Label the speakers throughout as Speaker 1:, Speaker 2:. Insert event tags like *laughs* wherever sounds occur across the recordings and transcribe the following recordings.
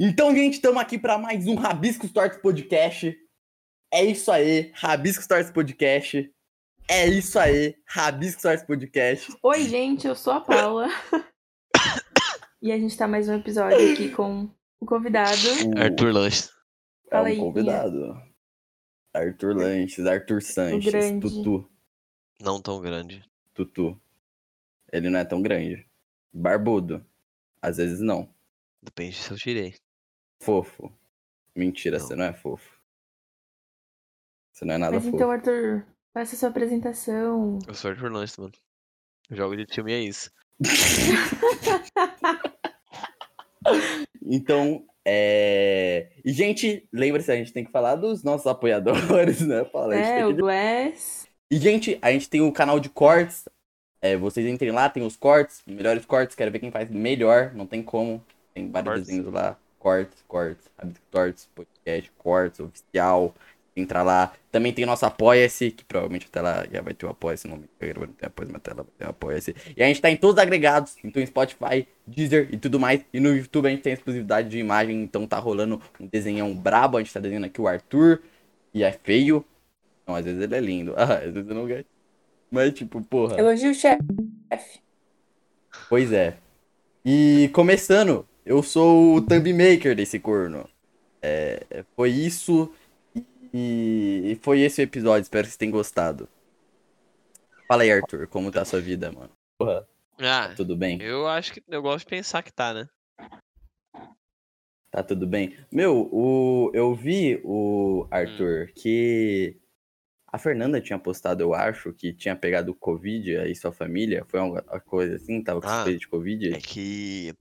Speaker 1: Então, gente, estamos aqui para mais um Rabiscos Tortos Podcast. É isso aí, Rabiscos Tortos Podcast. É isso aí, Rabiscos Tortos
Speaker 2: *laughs*
Speaker 1: Podcast.
Speaker 3: Oi, gente, eu sou a Paula. e a gente tá mais um episódio aqui com o convidado.
Speaker 2: Arthur Lanches.
Speaker 1: É
Speaker 3: Fala
Speaker 1: um
Speaker 3: aí,
Speaker 1: convidado. Arthur Lanches, Arthur Sanches,
Speaker 3: grande.
Speaker 1: Tutu,
Speaker 2: Não tão grande.
Speaker 1: Tutu. Ele não é tão grande. Barbudo. Às vezes não.
Speaker 2: Depende se eu tirei.
Speaker 1: Fofo. Mentira,
Speaker 2: Não.
Speaker 1: você não é fofo. Você não é nada
Speaker 3: Mas
Speaker 1: fofo.
Speaker 3: então, Arthur, faça sua apresentação.
Speaker 2: Eu sou Arthur Lanches, mano. Jogo de time é isso.
Speaker 1: Então, é. E, gente, lembra-se, a gente tem que falar dos nossos apoiadores, *laughs* né, Paula? A gente
Speaker 3: É,
Speaker 1: tem
Speaker 3: o
Speaker 1: que-
Speaker 3: Glass.
Speaker 1: E, gente, a gente tem o canal de cortes. É, vocês entrem lá, tem os cortes, melhores cortes, quero ver quem faz melhor, não tem como. Tem vários
Speaker 2: Cortes.
Speaker 1: desenhos lá. Cortes, cortes, Rabisco cortes, podcast, cortes, oficial. Entrar lá. Também tem nosso Apoia-se, que provavelmente até lá já vai ter o Apoia-se. Não me engano, não tem Apoia-se, mas até lá vai ter o Apoia-se. E a gente tá em todos os agregados, então Spotify, Deezer e tudo mais. E no YouTube a gente tem exclusividade de imagem, então tá rolando um desenhão brabo. A gente tá desenhando aqui o Arthur, e é feio. Não, às vezes ele é lindo. *laughs* Ah, às vezes eu não gosto. Mas, tipo, porra.
Speaker 4: Elogio o chefe.
Speaker 1: Pois é. E começando, eu sou o thumb maker desse corno. É, foi isso e, e foi esse o episódio. Espero que vocês tenham gostado. Fala aí, Arthur, como tá a sua vida, mano?
Speaker 2: Ah,
Speaker 1: Tudo bem?
Speaker 2: eu acho que eu gosto de pensar que tá, né?
Speaker 1: Tá tudo bem? Meu, o, eu vi o Arthur
Speaker 2: Hum.
Speaker 1: que a Fernanda tinha postado, eu acho, que tinha pegado Covid aí sua família. Foi uma coisa assim, tava com
Speaker 2: Ah,
Speaker 1: suspeita de Covid.
Speaker 2: É que.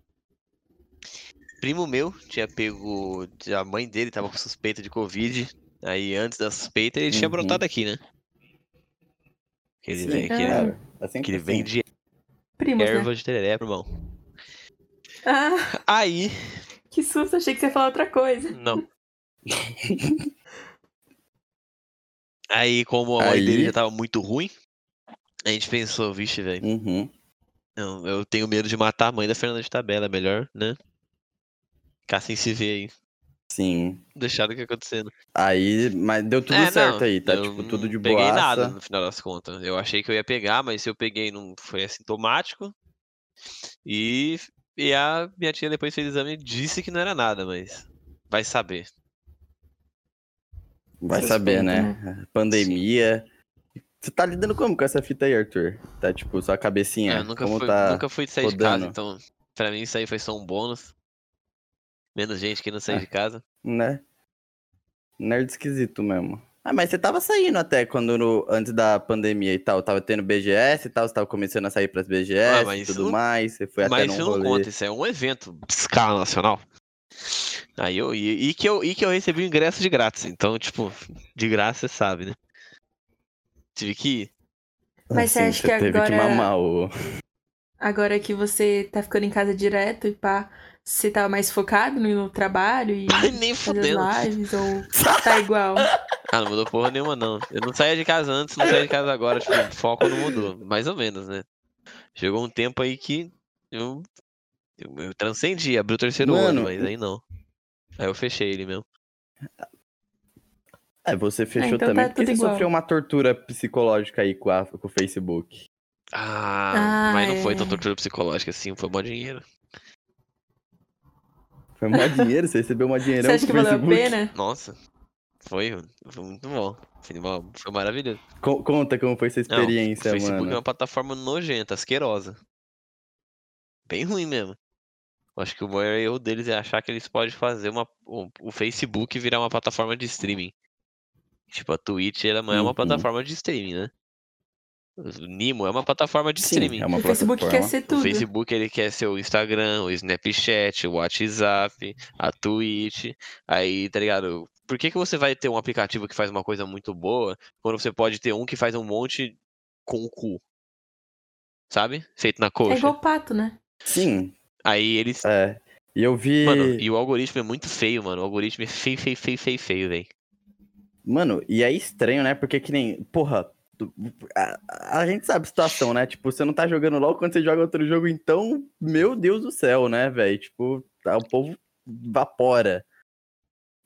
Speaker 2: Primo meu tinha pego. A mãe dele tava com suspeita de Covid. Aí antes da suspeita ele tinha
Speaker 1: Uhum.
Speaker 2: brotado aqui, né? Que ele, vem, que ele-
Speaker 3: claro.
Speaker 1: Tá sempre
Speaker 2: que ele vem
Speaker 1: assim.
Speaker 2: de
Speaker 3: Primos, né?
Speaker 2: erva de tereré, irmão.
Speaker 3: Ah,
Speaker 2: Aí.
Speaker 3: que susto, achei que você ia falar outra coisa.
Speaker 2: Não. Aí, como a mãe dele
Speaker 1: Aí?
Speaker 2: já tava muito ruim, a gente pensou, vixe, velho,
Speaker 1: Uhum.
Speaker 2: não, eu tenho medo de matar a mãe da Fernanda de Tabela, é melhor, né? Ficar sem se ver aí.
Speaker 1: Sim.
Speaker 2: Deixar do que acontecendo.
Speaker 1: Aí, mas deu tudo
Speaker 2: É, não,
Speaker 1: certo aí, tá?
Speaker 2: eu
Speaker 1: Tipo, tudo
Speaker 2: não
Speaker 1: de boa.
Speaker 2: peguei nada no final das contas. Eu achei que eu ia pegar, mas se eu peguei, não foi assintomático. E, e a minha tia depois fez exame e disse que não era nada, mas vai saber.
Speaker 1: Vai
Speaker 3: Suspeito,
Speaker 1: saber, né? Pandemia. Você tá lidando como com essa fita aí, Arthur? Tá, tipo, sua cabecinha.
Speaker 2: eu É, nunca
Speaker 1: como
Speaker 2: fui,
Speaker 1: tá?
Speaker 2: nunca fui de sair
Speaker 1: rodando?
Speaker 2: de casa, então pra mim isso aí foi só um bônus. Menos gente que não sai
Speaker 1: É.
Speaker 2: de casa.
Speaker 1: Né? Nerd esquisito mesmo. Ah, mas você tava saindo até quando no- antes da pandemia e tal. Tava tendo BGS e tal, você tava começando a sair pras BGS
Speaker 2: Ah, mas
Speaker 1: e
Speaker 2: isso
Speaker 1: tudo
Speaker 2: não-
Speaker 1: mais. Você foi até
Speaker 2: Mas
Speaker 1: num
Speaker 2: isso não
Speaker 1: rolê.
Speaker 2: conta, isso é um evento de escala nacional. Aí eu, e, e que eu e que eu recebi o ingresso de grátis, então, tipo, de graça você sabe, né? Tive que ir. *laughs*
Speaker 3: Mas você
Speaker 1: Assim,
Speaker 3: acha que
Speaker 1: teve que
Speaker 3: agora-
Speaker 1: mamar o...
Speaker 3: Agora que você tá ficando em casa direto e pá, você tá mais focado no, no trabalho e
Speaker 2: Nem
Speaker 3: fazer
Speaker 2: fudendo.
Speaker 3: as lives ou tá
Speaker 1: *laughs*
Speaker 3: igual?
Speaker 2: Ah, não mudou porra nenhuma, não. Eu não saía de casa antes, não saía de casa agora. Tipo, o foco não mudou. Mais ou menos, né? Chegou um tempo aí que eu, eu, eu transcendi, abri o terceiro
Speaker 1: Mano,
Speaker 2: olho, mas aí não. Aí eu fechei ele mesmo.
Speaker 1: É, você fechou
Speaker 3: então
Speaker 1: também
Speaker 3: tá
Speaker 1: porque
Speaker 3: tudo
Speaker 1: você
Speaker 3: igual.
Speaker 1: sofreu uma tortura psicológica aí com, a- com o Facebook.
Speaker 2: Ah,
Speaker 3: Ah,
Speaker 2: mas não foi tão
Speaker 3: é.
Speaker 2: tortura psicológica assim, foi mó dinheiro.
Speaker 1: Foi mó dinheiro, você recebeu mó dinheirão
Speaker 3: Você acha que
Speaker 1: pro
Speaker 3: valeu a
Speaker 1: um Facebook.
Speaker 3: pena?
Speaker 2: Nossa, foi, foi muito bom. Foi, mó- foi maravilhoso.
Speaker 1: Co- conta como foi sua
Speaker 2: Não, o
Speaker 1: experiência,
Speaker 2: Facebook é
Speaker 1: mano.
Speaker 2: uma plataforma nojenta, asquerosa. Bem ruim mesmo. Eu Acho que o maior erro deles é achar que eles podem fazer uma, o, o Facebook virar uma plataforma de streaming. Tipo, a Twitch ela não é uma
Speaker 1: Uhum.
Speaker 2: plataforma de streaming, né? O Nimo é uma plataforma de
Speaker 1: Sim,
Speaker 2: streaming.
Speaker 1: é uma
Speaker 3: o Facebook
Speaker 1: plataforma.
Speaker 3: quer ser
Speaker 2: O
Speaker 3: tudo.
Speaker 2: Facebook ele quer ser o Instagram, o Snapchat, o WhatsApp, a Twitch. Aí, tá ligado? Por que, que você vai ter um aplicativo que faz uma coisa muito boa quando você pode ter um que faz um monte com o cu? Sabe? Feito na
Speaker 3: É
Speaker 2: coxa.
Speaker 3: igual pato, né?
Speaker 1: Sim,
Speaker 2: Aí eles.
Speaker 1: é. E eu vi.
Speaker 2: Mano,
Speaker 1: Mano, e...
Speaker 2: e o algoritmo é muito feio, mano. O algoritmo é feio, feio, feio, feio, feio, velho.
Speaker 1: é estranho, né? Porque que nem. Porra. tu- A, a gente sabe a situação, né? Tipo, você não tá jogando LOL quando você joga outro jogo, então, meu Deus do céu, né, velho? Tipo, tá, o povo vapora.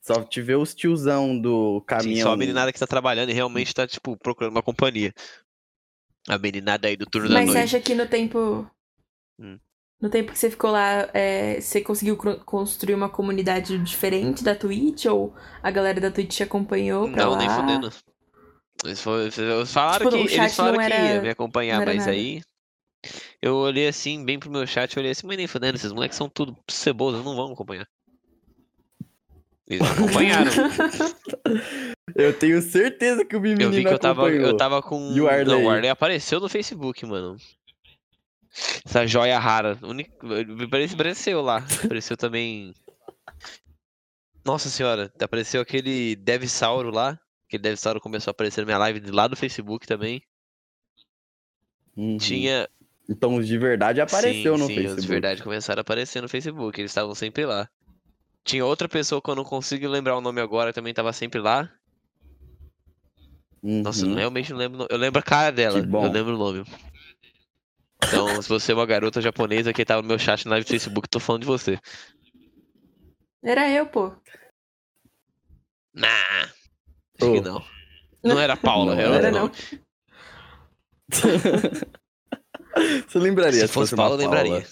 Speaker 1: Só te vê os tiozão do
Speaker 2: Sim,
Speaker 1: caminhão.
Speaker 2: só a meninada que tá trabalhando e realmente tá, tipo, procurando uma companhia. A meninada aí do turno da
Speaker 3: Mas é
Speaker 2: noite.
Speaker 3: você acha que no tempo.
Speaker 2: Hum.
Speaker 3: No tempo que você ficou lá, é, você conseguiu cro- construir uma comunidade diferente da Twitch? Ou a galera da Twitch te acompanhou pra
Speaker 2: Não,
Speaker 3: lá?
Speaker 2: nem fudendo. Eles fo- eles falaram
Speaker 3: Tipo, o
Speaker 2: que, eles
Speaker 3: chat
Speaker 2: falaram
Speaker 3: não
Speaker 2: que
Speaker 3: era-
Speaker 2: ia me acompanhar,
Speaker 3: não era
Speaker 2: mas
Speaker 3: nada.
Speaker 2: aí eu olhei assim, bem pro meu chat, eu olhei assim, mas nem fudendo, esses moleques são tudo cebosos, não vão me acompanhar.
Speaker 3: *laughs*
Speaker 2: Eles me acompanharam.
Speaker 1: Eu tenho certeza que o menino
Speaker 2: eu vi que eu tava,
Speaker 1: acompanhou.
Speaker 2: eu tava com.
Speaker 1: E o Arley?
Speaker 2: Não, o Arley apareceu no Facebook, mano. Essa joia rara. Uni- Parece Apareceu lá. Apareceu também. Nossa senhora, apareceu aquele Devsauro lá. Aquele Devsauro começou a aparecer na minha live lá do Facebook também.
Speaker 1: Uhum.
Speaker 2: Tinha.
Speaker 1: Então os de verdade apareceu
Speaker 2: sim,
Speaker 1: no
Speaker 2: sim,
Speaker 1: Facebook.
Speaker 2: os de verdade começaram a aparecer no Facebook. Eles estavam sempre lá. Tinha outra pessoa que eu não consigo lembrar o nome agora, também tava sempre lá.
Speaker 1: Uhum.
Speaker 2: Nossa, eu realmente não lembro. o no- Eu lembro a cara dela.
Speaker 1: Que bom.
Speaker 2: Eu lembro o nome. Então, se você é uma garota japonesa que tava no meu chat na live do Facebook, tô falando de você.
Speaker 3: Era eu, pô.
Speaker 2: Nah. Acho que
Speaker 1: Oh.
Speaker 2: não. Não era a Paula,
Speaker 1: Não
Speaker 2: era,
Speaker 1: era,
Speaker 2: outro
Speaker 3: não.
Speaker 2: nome.
Speaker 1: Você lembraria
Speaker 2: é- Se fosse Paula, eu
Speaker 1: uma
Speaker 2: lembraria.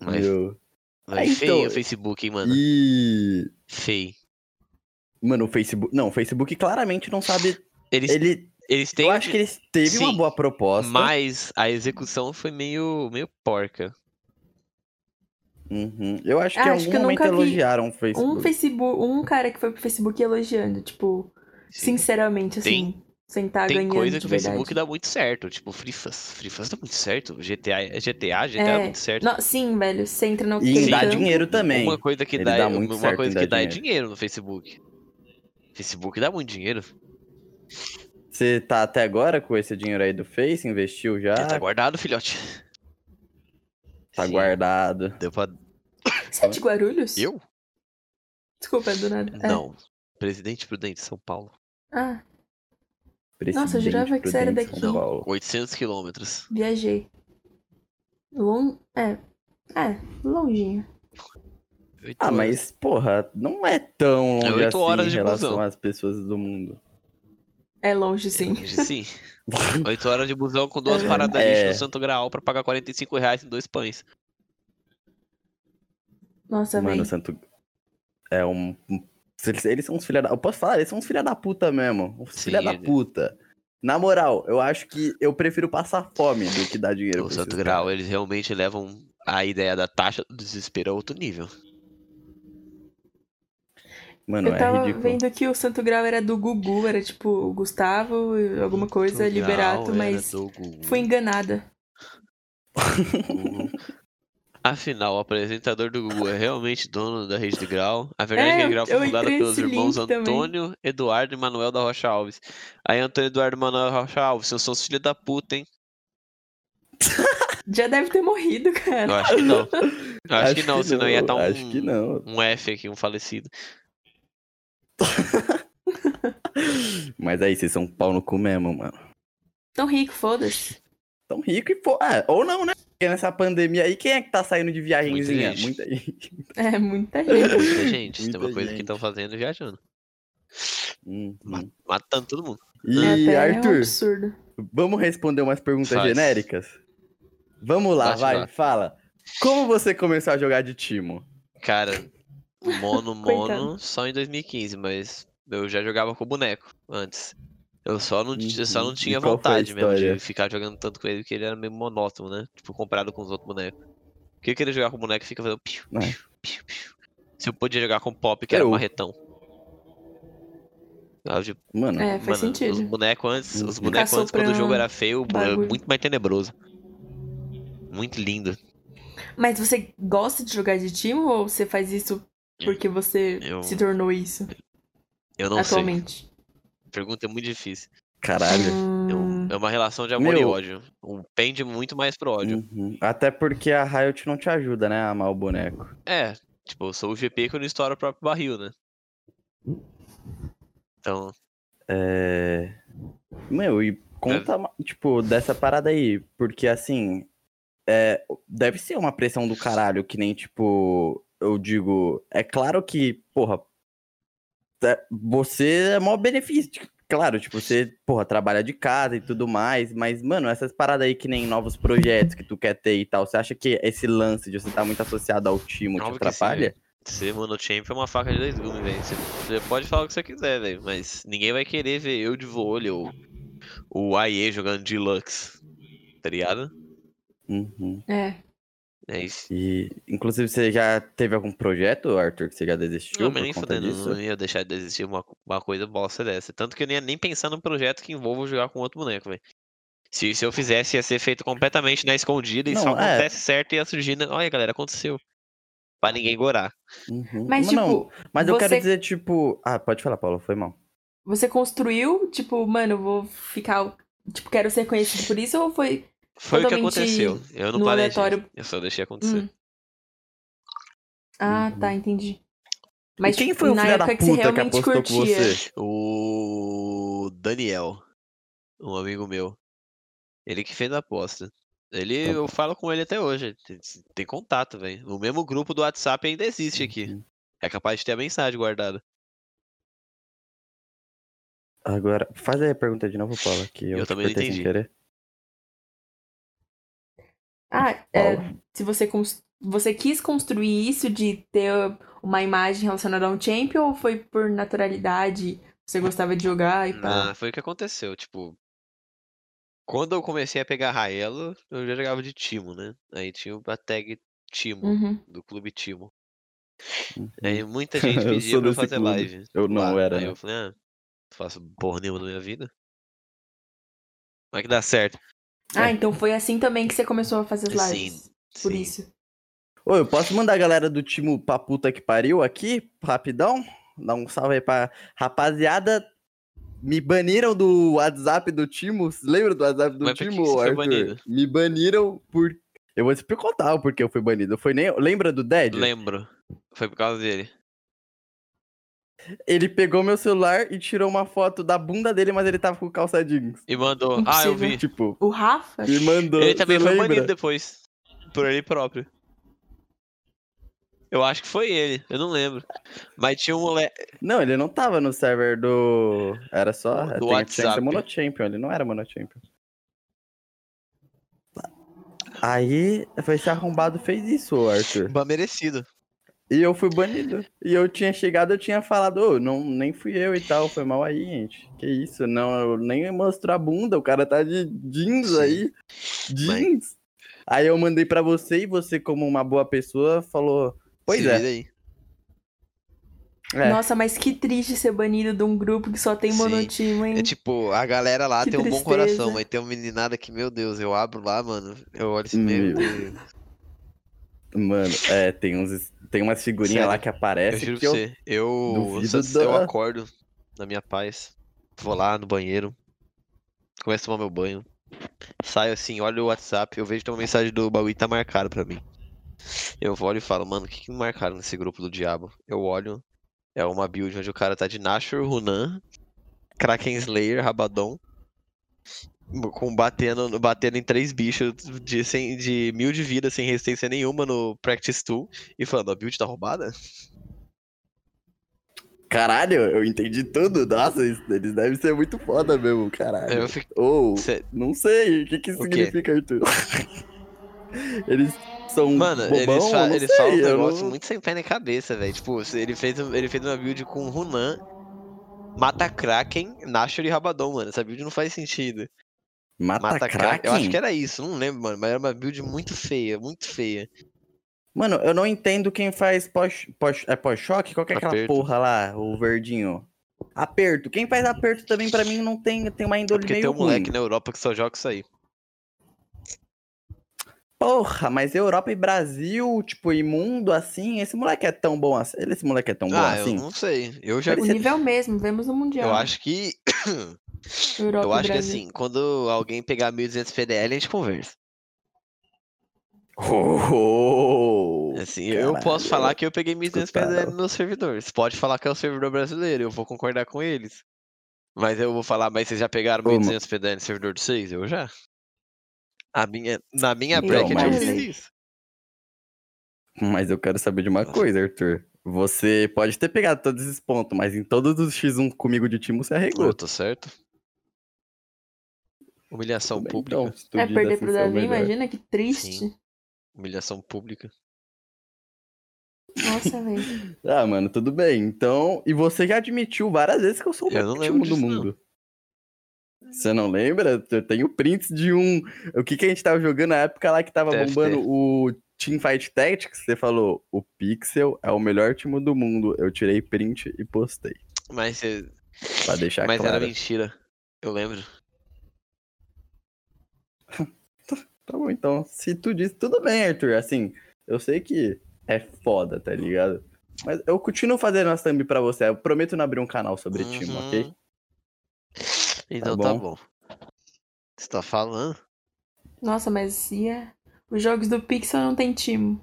Speaker 2: Mas,
Speaker 1: Meu.
Speaker 2: mas
Speaker 1: Ah, então,
Speaker 2: feio o Facebook, hein, mano.
Speaker 1: E.
Speaker 2: Feio.
Speaker 1: Mano, o Facebook. Não, o Facebook claramente não sabe.
Speaker 2: Eles,
Speaker 1: Ele.
Speaker 2: eles têm.
Speaker 1: Eu acho que ele teve uma
Speaker 2: um Sim,
Speaker 1: boa proposta.
Speaker 2: Mas a execução foi meio, meio porca.
Speaker 1: Uhum. Eu acho que
Speaker 3: Ah,
Speaker 1: em
Speaker 3: acho
Speaker 1: algum
Speaker 3: que eu
Speaker 1: momento
Speaker 3: nunca vi
Speaker 1: elogiaram o Facebook.
Speaker 3: Um Facebook. Um cara que foi pro Facebook elogiando, tipo, sinceramente, assim. Sem tá
Speaker 2: Tem
Speaker 3: ganhando
Speaker 2: coisa que
Speaker 3: de
Speaker 2: o
Speaker 3: verdade.
Speaker 2: Facebook dá muito certo. Tipo, Frifas. Frifas dá muito certo. GTA, GTA, GTA
Speaker 3: É.
Speaker 2: dá muito certo.
Speaker 3: Não, sim, velho. Você entra no
Speaker 1: E
Speaker 3: aquele
Speaker 1: dá um
Speaker 3: campo,
Speaker 1: dinheiro também.
Speaker 2: Uma coisa que
Speaker 1: Ele
Speaker 2: dá,
Speaker 1: dá
Speaker 2: é-
Speaker 1: muito
Speaker 2: uma
Speaker 1: certo
Speaker 2: coisa
Speaker 1: em
Speaker 2: que
Speaker 1: dar
Speaker 2: dá é dinheiro no Facebook. Facebook dá muito dinheiro.
Speaker 1: Você tá até agora com esse dinheiro aí do Face? Investiu já?
Speaker 2: Tá guardado, filhote.
Speaker 1: Ah. *laughs* Tá
Speaker 2: Sim,
Speaker 1: guardado.
Speaker 2: Deu pra...
Speaker 3: Você é de Guarulhos?
Speaker 2: Eu?
Speaker 3: Desculpa, do nada. É.
Speaker 2: Não. Presidente Prudente, São Paulo.
Speaker 3: Ah,
Speaker 1: Presidente
Speaker 3: eu jurava que você era
Speaker 1: Prudente, São
Speaker 3: daqui.
Speaker 1: Paulo.
Speaker 2: 800 quilômetros.
Speaker 3: viajei. Long... É. É, longinho.
Speaker 2: Oito
Speaker 1: Ah,
Speaker 2: horas.
Speaker 1: mas, porra, não é tão longe
Speaker 2: É oito
Speaker 1: assim
Speaker 2: horas
Speaker 1: em
Speaker 2: de
Speaker 1: relação
Speaker 2: busão.
Speaker 1: às pessoas do mundo.
Speaker 3: É longe, sim.
Speaker 1: *laughs*
Speaker 2: Sim. 8 horas de busão com duas
Speaker 3: É.
Speaker 2: paradas de lixo
Speaker 1: É.
Speaker 2: no Santo Graal pra pagar 45 reais em dois pães.
Speaker 3: Nossa,
Speaker 1: Mano,
Speaker 3: velho.
Speaker 1: Santo... É um... um- Eles, eles são uns filha da... Eu posso falar? Eles são uns filha da puta mesmo. Uns
Speaker 2: Sim,
Speaker 1: filha da
Speaker 2: ele-
Speaker 1: puta. Na moral, eu acho que eu prefiro passar fome do que dar dinheiro
Speaker 2: O
Speaker 1: pra
Speaker 2: Santo
Speaker 1: esses
Speaker 2: Graal, eles realmente levam a ideia da taxa do desespero a outro nível.
Speaker 1: caras. Mano,
Speaker 3: Eu
Speaker 1: é
Speaker 3: tava
Speaker 1: ridículo.
Speaker 3: vendo que o Santo Grau era do Gugu, era tipo o Gustavo, alguma coisa,
Speaker 2: Santo
Speaker 3: Liberato,
Speaker 2: Graal era
Speaker 3: mas
Speaker 2: do Gugu.
Speaker 3: fui enganada.
Speaker 2: Gugu. Afinal, o apresentador do Gugu é realmente dono da Rede do Grau. A verdade é que a
Speaker 3: É,
Speaker 2: Rede Grau foi
Speaker 3: eu
Speaker 2: fundada
Speaker 3: entrei
Speaker 2: pelos
Speaker 3: nesse
Speaker 2: irmãos
Speaker 3: link também.
Speaker 2: Antônio, Eduardo e Manuel da Rocha Alves. Aí, Antônio, Eduardo e Manuel da Rocha Alves, vocês são os filhos da puta, hein?
Speaker 3: Já deve ter morrido, *laughs*
Speaker 2: Eu
Speaker 3: cara.
Speaker 2: acho que não. Eu acho, que não, senão ia estar um,
Speaker 1: Acho que não.
Speaker 2: um F aqui, um falecido.
Speaker 1: Mas aí, vocês são pau no cu mesmo, mano.
Speaker 3: Tão rico, foda-se.
Speaker 1: Tão rico e pô. Ah, ou não, né? Porque nessa pandemia aí, quem é que tá saindo de viagenzinha?
Speaker 2: gente.
Speaker 1: Muita gente.
Speaker 3: É,
Speaker 1: *laughs*
Speaker 3: muita gente.
Speaker 2: Muita gente, tem uma
Speaker 1: Muita
Speaker 2: coisa que
Speaker 1: gente.
Speaker 2: estão fazendo e viajando.
Speaker 1: Uhum.
Speaker 2: Matando todo mundo.
Speaker 1: E,
Speaker 3: é, até É um
Speaker 1: Arthur,
Speaker 3: absurdo.
Speaker 1: vamos responder umas perguntas
Speaker 2: Faz.
Speaker 1: genéricas? Vamos lá,
Speaker 2: Bate
Speaker 1: vai,
Speaker 2: lá.
Speaker 1: fala. Como você começou a jogar de Timo?
Speaker 2: Cara,
Speaker 3: *laughs*
Speaker 2: mono, mono,
Speaker 3: Coitado.
Speaker 2: só em 2015, mas eu já jogava com boneco antes. Eu só não, ti- eu só
Speaker 1: Uhum.
Speaker 2: não
Speaker 1: E
Speaker 2: tinha
Speaker 1: qual foi a
Speaker 2: vontade mesmo de
Speaker 1: história?
Speaker 2: ficar jogando tanto com ele, porque ele era meio monótono, né? Tipo, comparado com os outros bonecos. Porque eu queria jogar com o boneco e fica fazendo piu,
Speaker 1: É.
Speaker 2: piu, piu, piu. Se eu podia jogar com pop, que era
Speaker 1: Eu.
Speaker 2: marretão. Ah, tipo,
Speaker 1: Mano,
Speaker 3: É, faz
Speaker 2: mano, os
Speaker 3: sentido.
Speaker 2: bonecos antes, os
Speaker 1: Uhum.
Speaker 2: bonecos antes, quando o jogo
Speaker 3: soprando
Speaker 2: era feio, era
Speaker 3: bagulho.
Speaker 2: muito mais tenebroso. Muito lindo.
Speaker 3: Mas você gosta de jogar de time ou você faz isso porque você
Speaker 2: Eu-
Speaker 3: se tornou isso
Speaker 2: Eu não
Speaker 3: atualmente?
Speaker 2: sei. Pergunta é muito difícil.
Speaker 1: caralho.
Speaker 2: É
Speaker 3: Hum,
Speaker 2: um- É uma relação de amor e
Speaker 1: Meu.
Speaker 2: ódio. Um pende muito mais pro ódio.
Speaker 1: Uhum. Até porque a Riot não te ajuda, né? A amar o boneco.
Speaker 2: É, tipo, eu sou o GP que eu não estouro o próprio barril, né? Então,
Speaker 1: É.
Speaker 2: É.
Speaker 1: Meu, e conta, ma- tipo, dessa parada aí. Porque assim. é, deve ser uma pressão do caralho, que nem, tipo, eu digo, é claro que, porra, é- você é maior benefício, tipo, claro, tipo, você, porra, trabalha de casa e tudo mais, mas, mano, essas paradas aí que nem novos projetos que tu quer ter e tal, você acha que esse lance de você estar muito associado ao time te
Speaker 2: Óbvio que sim,
Speaker 1: atrapalha?
Speaker 2: Ser monochamp é uma faca de dois gumes, velho. Você- Você pode falar o que você quiser, velho. Mas ninguém vai querer ver eu de vôlei ou o AE jogando de Lux. Tá ligado?
Speaker 1: Uhum.
Speaker 3: É.
Speaker 2: É isso.
Speaker 1: E, inclusive, você já teve algum projeto, Arthur, que você já desistiu
Speaker 2: Não, mas
Speaker 1: por
Speaker 2: nem
Speaker 1: conta
Speaker 2: fodendo,
Speaker 1: disso?
Speaker 2: não ia deixar de existir uma, uma coisa bosta dessa. Tanto que eu não ia nem pensar num projeto que envolva eu jogar com outro boneco, velho. Se, se eu fizesse, ia ser feito completamente na escondida e só
Speaker 1: Não, é.
Speaker 2: acontece certo e ia surgindo. Olha, galera, aconteceu. Pra ninguém gorar.
Speaker 1: Uhum.
Speaker 3: Mas, tipo,
Speaker 1: não, mas eu quero
Speaker 3: você-
Speaker 1: dizer, tipo... Ah, pode falar, Paulo, foi mal.
Speaker 3: você construiu, tipo, mano, eu vou ficar. Tipo, quero ser conhecido por isso, ou foi
Speaker 2: Foi o que
Speaker 3: Totalmente
Speaker 2: aconteceu. Eu não
Speaker 3: no
Speaker 2: planejei.
Speaker 3: aleatório?
Speaker 2: Eu só deixei acontecer.
Speaker 3: Hum. Ah,
Speaker 1: Uhum.
Speaker 3: tá, entendi.
Speaker 1: Mas
Speaker 3: Mas
Speaker 1: quem
Speaker 3: tipo,
Speaker 1: foi o
Speaker 3: na
Speaker 1: filho da
Speaker 3: época
Speaker 1: puta
Speaker 3: que você
Speaker 1: que,
Speaker 3: realmente
Speaker 1: apostou
Speaker 3: curtia.
Speaker 1: com você?
Speaker 2: O Daniel, um amigo meu. Ele que fez a aposta. Ele,
Speaker 1: Tá
Speaker 2: eu falo com ele até hoje. Tem, tem contato, velho. O mesmo grupo do WhatsApp ainda existe aqui.
Speaker 1: Uhum.
Speaker 2: É capaz de ter a mensagem guardada.
Speaker 1: Agora, faz aí a pergunta de novo, Paula, que eu,
Speaker 2: Eu
Speaker 1: te
Speaker 2: também não
Speaker 1: cortei sem
Speaker 2: entendi.
Speaker 1: querer.
Speaker 3: Ah, é, se você, cons- você quis construir isso de ter uma imagem relacionada a um champion ou foi por naturalidade? Você gostava de jogar e pá.
Speaker 1: Tá.
Speaker 2: Ah, foi o que aconteceu. Tipo, quando eu comecei a pegar Raelo, eu já jogava de Timo, né? Aí tinha a tag Timo,
Speaker 3: Uhum.
Speaker 2: do clube Timo.
Speaker 1: Hum. Uhum. *laughs*
Speaker 2: Aí muita gente
Speaker 1: Eu
Speaker 2: pedia
Speaker 1: sou
Speaker 2: pra eu
Speaker 1: desse
Speaker 2: fazer
Speaker 1: clube.
Speaker 2: live.
Speaker 1: Eu não
Speaker 2: lá.
Speaker 1: era,
Speaker 2: Aí
Speaker 1: né?
Speaker 2: eu falei, ah, não faço porra nenhuma da minha vida. Vai que dá certo.
Speaker 1: É.
Speaker 3: Ah, então foi assim também que você começou a fazer as
Speaker 2: Sim,
Speaker 3: lives. Por
Speaker 2: Sim.
Speaker 3: isso.
Speaker 1: Ô, eu posso mandar a galera do time pra puta que pariu aqui, rapidão? Dar um salve aí pra rapaziada. Me baniram do WhatsApp do Timo. Cê Lembra do WhatsApp do
Speaker 2: Mas por que
Speaker 1: Timo,
Speaker 2: que você foi
Speaker 1: Arthur?
Speaker 2: banido?
Speaker 1: Me baniram por. Eu vou te contar o porquê eu fui banido. Foi nem... Lembra do Dead?
Speaker 2: Lembro. Foi por causa dele.
Speaker 1: Ele pegou meu celular e tirou uma foto da bunda dele, mas ele tava com calça jeans.
Speaker 2: E mandou. Ah, eu vi.
Speaker 1: Tipo,
Speaker 3: O Rafa?
Speaker 1: me mandou.
Speaker 2: Ele também
Speaker 1: cê
Speaker 2: foi
Speaker 1: lembra?
Speaker 2: banido depois. Por ele próprio. Eu acho que foi ele, eu não lembro. Mas tinha um moleque.
Speaker 1: Não, ele não tava no server do. Era só. tem-
Speaker 2: Do
Speaker 1: tinha que ser
Speaker 2: WhatsApp.
Speaker 1: monochampion, ele não era monochampion. Aí foi esse arrombado fez isso, ô, Arthur.
Speaker 2: merecido.
Speaker 1: E eu fui banido. E eu tinha chegado, eu tinha falado, ô, não, nem fui eu e tal, foi mal aí, gente. Que isso, não, eu nem mostrou a bunda, o cara tá de jeans
Speaker 2: Sim.
Speaker 1: aí. Jeans. Aí eu mandei pra você e você, como uma boa pessoa, falou, pois
Speaker 2: Se
Speaker 1: é.
Speaker 2: vira aí.
Speaker 1: É.
Speaker 3: Nossa, mas que triste ser banido de um grupo que só tem
Speaker 2: Sim.
Speaker 3: monotimo, hein?
Speaker 2: É tipo, a galera lá
Speaker 3: Que
Speaker 2: tem um bom
Speaker 3: tristeza.
Speaker 2: coração, mas tem um meninada que, meu Deus, eu abro lá, mano. Eu olho assim,
Speaker 1: Meu
Speaker 2: meu Deus.
Speaker 1: Mano, é, tem uns. Tem umas figurinhas
Speaker 2: Sério,
Speaker 1: lá que
Speaker 2: Eu
Speaker 1: aparecem
Speaker 2: juro
Speaker 1: que
Speaker 2: pra
Speaker 1: eu.
Speaker 2: você, eu,
Speaker 1: é duvido
Speaker 2: se- eu
Speaker 1: da-
Speaker 2: acordo na minha paz, vou lá no banheiro, começo a tomar meu banho, saio assim, olho o WhatsApp, eu vejo que tem uma mensagem do bagulho e tá marcado pra mim. Eu olho e falo, mano, o que que me marcaram nesse grupo do diabo? Eu olho, é uma build onde o cara tá de Nashor, Runan, Kraken Slayer, Rabadon, com batendo, batendo em três bichos de, cem- de mil de vida sem resistência nenhuma no Practice Tool e falando, a build tá roubada?
Speaker 1: Caralho, eu entendi tudo. Nossa, isso- eles devem ser muito foda mesmo, caralho.
Speaker 2: Eu fico.
Speaker 1: Ou,
Speaker 2: cê-
Speaker 1: não sei, o que que isso
Speaker 2: O quê?
Speaker 1: significa, Arthur? *laughs* eles são.
Speaker 2: Mano,
Speaker 1: um bobão,
Speaker 2: eles,
Speaker 1: eu
Speaker 2: falam,
Speaker 1: não
Speaker 2: eles falam um
Speaker 1: sei, eu
Speaker 2: negócio
Speaker 1: não-
Speaker 2: muito sem pé nem cabeça, velho. Tipo, cê- ele fez, um- ele fez uma build com o Runan, Mata Kraken, Nashor e Rabadon, mano. Essa build não faz sentido.
Speaker 1: Mata, Kraken?
Speaker 2: Eu acho que é- era isso, não lembro, mano. Mas era uma build muito feia, muito feia.
Speaker 1: Mano, eu não entendo quem faz pós, pós, é pós-choque? Qual que é aquela
Speaker 2: Aperto.
Speaker 1: porra lá, o verdinho? Aperto. Quem faz aperto também, pra mim, não tem, tem uma
Speaker 2: É
Speaker 1: índole
Speaker 2: porque
Speaker 1: meio
Speaker 2: tem um
Speaker 1: ruim.
Speaker 2: moleque na Europa que só joga isso aí.
Speaker 1: Porra, mas Europa e Brasil, tipo, imundo assim, esse moleque é tão bom assim. Esse moleque é tão bom
Speaker 2: ah,
Speaker 1: assim.
Speaker 2: eu não sei.
Speaker 1: tipo,
Speaker 2: Eu já.
Speaker 3: O nível é o mesmo, vemos no Mundial.
Speaker 2: Eu acho que.
Speaker 3: Europa
Speaker 2: Eu
Speaker 3: e
Speaker 2: acho que
Speaker 3: Brasil.
Speaker 2: assim, quando alguém pegar 1200 PDL, a gente conversa.
Speaker 1: Oh!
Speaker 2: Assim, eu posso
Speaker 1: Caralho.
Speaker 2: falar que eu peguei 1200
Speaker 1: Escutaram.
Speaker 2: PDL no meu servidor. Você pode falar que é o servidor brasileiro, eu vou concordar com eles. Mas eu vou falar, mas vocês já pegaram
Speaker 1: Ô, ma-
Speaker 2: 1200 PDL no servidor de vocês? Eu já. A minha, na minha
Speaker 3: Então,
Speaker 2: bracket eu
Speaker 1: mas-
Speaker 2: fiz isso.
Speaker 1: Mas eu quero saber de uma coisa, Arthur. Você pode ter pegado todos esses pontos, mas em todos os X1 comigo de time você arregou.
Speaker 2: Eu tô certo? Humilhação
Speaker 1: Tudo bem,
Speaker 2: pública.
Speaker 1: então, se tu
Speaker 3: É
Speaker 1: diz
Speaker 3: perder
Speaker 1: assim,
Speaker 3: pro
Speaker 1: você é o
Speaker 3: Davi,
Speaker 1: melhor.
Speaker 3: imagina que triste.
Speaker 2: Humilhação pública.
Speaker 3: Nossa, velho.
Speaker 1: Ah, mano, tudo bem. Então, e você já admitiu várias vezes que eu sou o
Speaker 2: Eu não
Speaker 1: melhor
Speaker 2: lembro
Speaker 1: time do
Speaker 2: disso, não.
Speaker 1: mundo. Você não lembra? Eu tenho prints de um. O que, que a gente tava jogando na época lá que tava
Speaker 2: TFT.
Speaker 1: bombando o Teamfight Tactics? Você falou, o Pixel é o melhor time do mundo. Eu tirei print e postei.
Speaker 2: Mas, é-
Speaker 1: Pra deixar
Speaker 2: mas era
Speaker 1: claro.
Speaker 2: mentira. Eu lembro.
Speaker 1: Tá bom, então, se tu disse, tudo bem, Arthur. Assim, eu sei que é foda, tá ligado? Mas eu continuo fazendo as thumb pra você. Eu prometo não abrir um canal sobre time, ok? Tá
Speaker 2: Uhum. Então tá
Speaker 1: bom.
Speaker 2: bom. Você tá falando?
Speaker 3: Nossa, mas e é... os jogos do Pixel não tem time.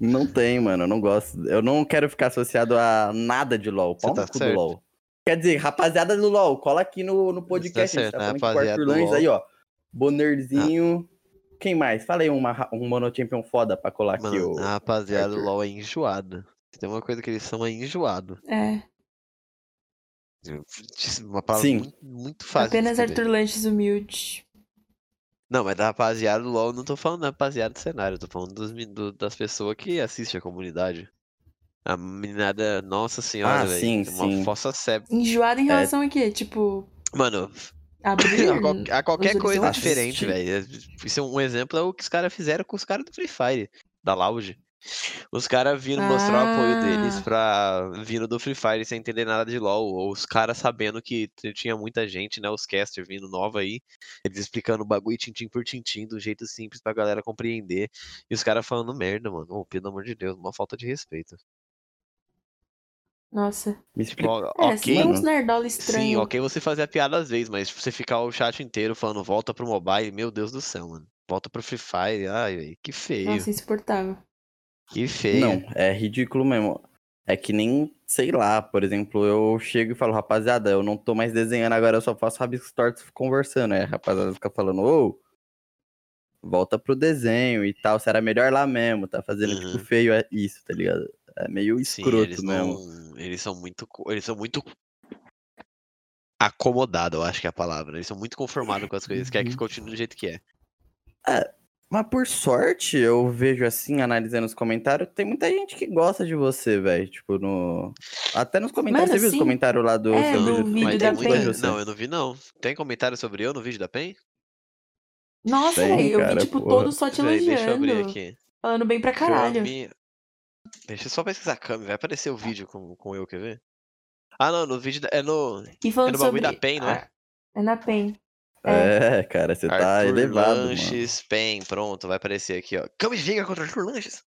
Speaker 1: Não tem, mano, eu não gosto. Eu não quero ficar associado a nada de LOL.
Speaker 2: Você
Speaker 1: Pau no
Speaker 2: tá
Speaker 1: cu do
Speaker 2: certo.
Speaker 1: LOL. Quer dizer, rapaziada do LOL, cola aqui no, no podcast. a gente
Speaker 2: certo,
Speaker 1: tá falando com o
Speaker 2: rapaziada
Speaker 1: Arthur
Speaker 2: do
Speaker 1: Langes
Speaker 2: LOL. Ah.
Speaker 1: aí, ó. Bonerzinho. Quem mais? Fala aí uma, ra- um monochampion foda pra colar aqui,
Speaker 2: Mano, ah,
Speaker 1: ô.
Speaker 2: a rapaziada do
Speaker 1: Arthur.
Speaker 2: LoL é enjoada. Se Tem uma coisa que eles são é enjoado.
Speaker 3: É.
Speaker 2: Uma palavra
Speaker 1: Sim.
Speaker 2: muito, muito fácil. de
Speaker 3: Apenas
Speaker 2: escrever.
Speaker 3: Arthur Lanches humilde.
Speaker 2: Não, mas da rapaziada do LoL, eu não tô falando da rapaziada do cenário, eu tô falando dos men- do- das pessoas que assistem a comunidade. A meninada, nossa senhora, velho.
Speaker 1: Ah, sim,
Speaker 2: é Uma
Speaker 1: sim.
Speaker 2: fossa séptica.
Speaker 3: Enjoada
Speaker 2: É.
Speaker 3: em relação a quê? Tipo,
Speaker 2: Mano, *coughs*
Speaker 3: abrir.
Speaker 2: a, qual- a qualquer
Speaker 3: os
Speaker 2: coisa é
Speaker 1: horizontes.
Speaker 2: diferente, velho. Isso é um exemplo é o que os caras fizeram com os caras do Free Fire, da Loud. Os caras vindo mostrar o apoio deles
Speaker 3: Ah.
Speaker 2: pra vindo do Free Fire sem entender nada de LoL. Ou os caras sabendo que t- tinha muita gente, né? Os caster vindo nova aí, eles explicando o bagulho tintim por tintim, do jeito simples pra galera compreender. E os caras falando merda, mano. Ô, pelo amor de Deus, uma falta de respeito.
Speaker 3: Nossa.
Speaker 1: Me
Speaker 2: Tipo,
Speaker 1: explica.
Speaker 2: ó,
Speaker 3: É,
Speaker 2: ok,
Speaker 3: são uns
Speaker 1: mano.
Speaker 3: nerdola
Speaker 2: Sim,
Speaker 3: estranho.
Speaker 2: ok você fazer a piada às vezes, mas tipo, você ficar o chat inteiro falando volta pro mobile, meu Deus do céu, mano. Volta pro Free Fire, ai, véi, que feio,
Speaker 3: Nossa, insuportável.
Speaker 2: que feio.
Speaker 1: Não, é ridículo mesmo. É que nem, sei lá, por exemplo, eu chego e falo, rapaziada, eu não tô mais desenhando agora, eu só faço rabiscos tortos e fico conversando. Aí a rapaziada fica falando, ô, volta pro desenho e tal, será melhor lá mesmo, tá fazendo tipo
Speaker 2: Uhum.
Speaker 1: feio, é isso, tá ligado? É meio
Speaker 2: Sim,
Speaker 1: escroto
Speaker 2: eles
Speaker 1: mesmo.
Speaker 2: não- eles são muito, co- eles são muito acomodados, eu acho que é a palavra. Eles são muito conformados com as coisas, quer que
Speaker 1: Uhum.
Speaker 2: continue do jeito que é.
Speaker 1: Mas por sorte, eu vejo assim, analisando os comentários, tem muita gente que gosta de você, velho. Tipo, no. Até nos comentários,
Speaker 3: Mano,
Speaker 1: você viu
Speaker 3: sim.
Speaker 1: os comentários lá do.
Speaker 3: É,
Speaker 1: seu
Speaker 3: do
Speaker 1: vídeo
Speaker 3: vídeo
Speaker 1: Twitter?
Speaker 2: mas
Speaker 3: da
Speaker 2: tem
Speaker 1: Tem
Speaker 2: muita
Speaker 1: muita
Speaker 3: Pen.
Speaker 1: gente-
Speaker 2: gente- Não, eu não vi não. Tem comentário sobre eu no vídeo da PEN?
Speaker 3: Nossa,
Speaker 1: Sim,
Speaker 3: velho, eu vi,
Speaker 1: cara,
Speaker 3: tipo,
Speaker 1: porra.
Speaker 3: todos só te
Speaker 2: Véi, deixa eu abrir
Speaker 3: elogiando.
Speaker 2: aqui.
Speaker 3: Falando bem pra caralho.
Speaker 2: Kami- Deixa eu só pesquisar a câmera, vai aparecer o vídeo com, com eu, quer ver? Ah, não, no vídeo da- é no
Speaker 3: E falando
Speaker 2: É no
Speaker 3: sobre...
Speaker 2: bagulho da PEN, não é?
Speaker 3: Ah, É na PEN.
Speaker 1: É, cara, você tá
Speaker 2: Arthur
Speaker 1: elevado, mano.
Speaker 2: Lanches, PEN, pronto, vai aparecer aqui, ó. Cami Vinga contra Arthur Lanches.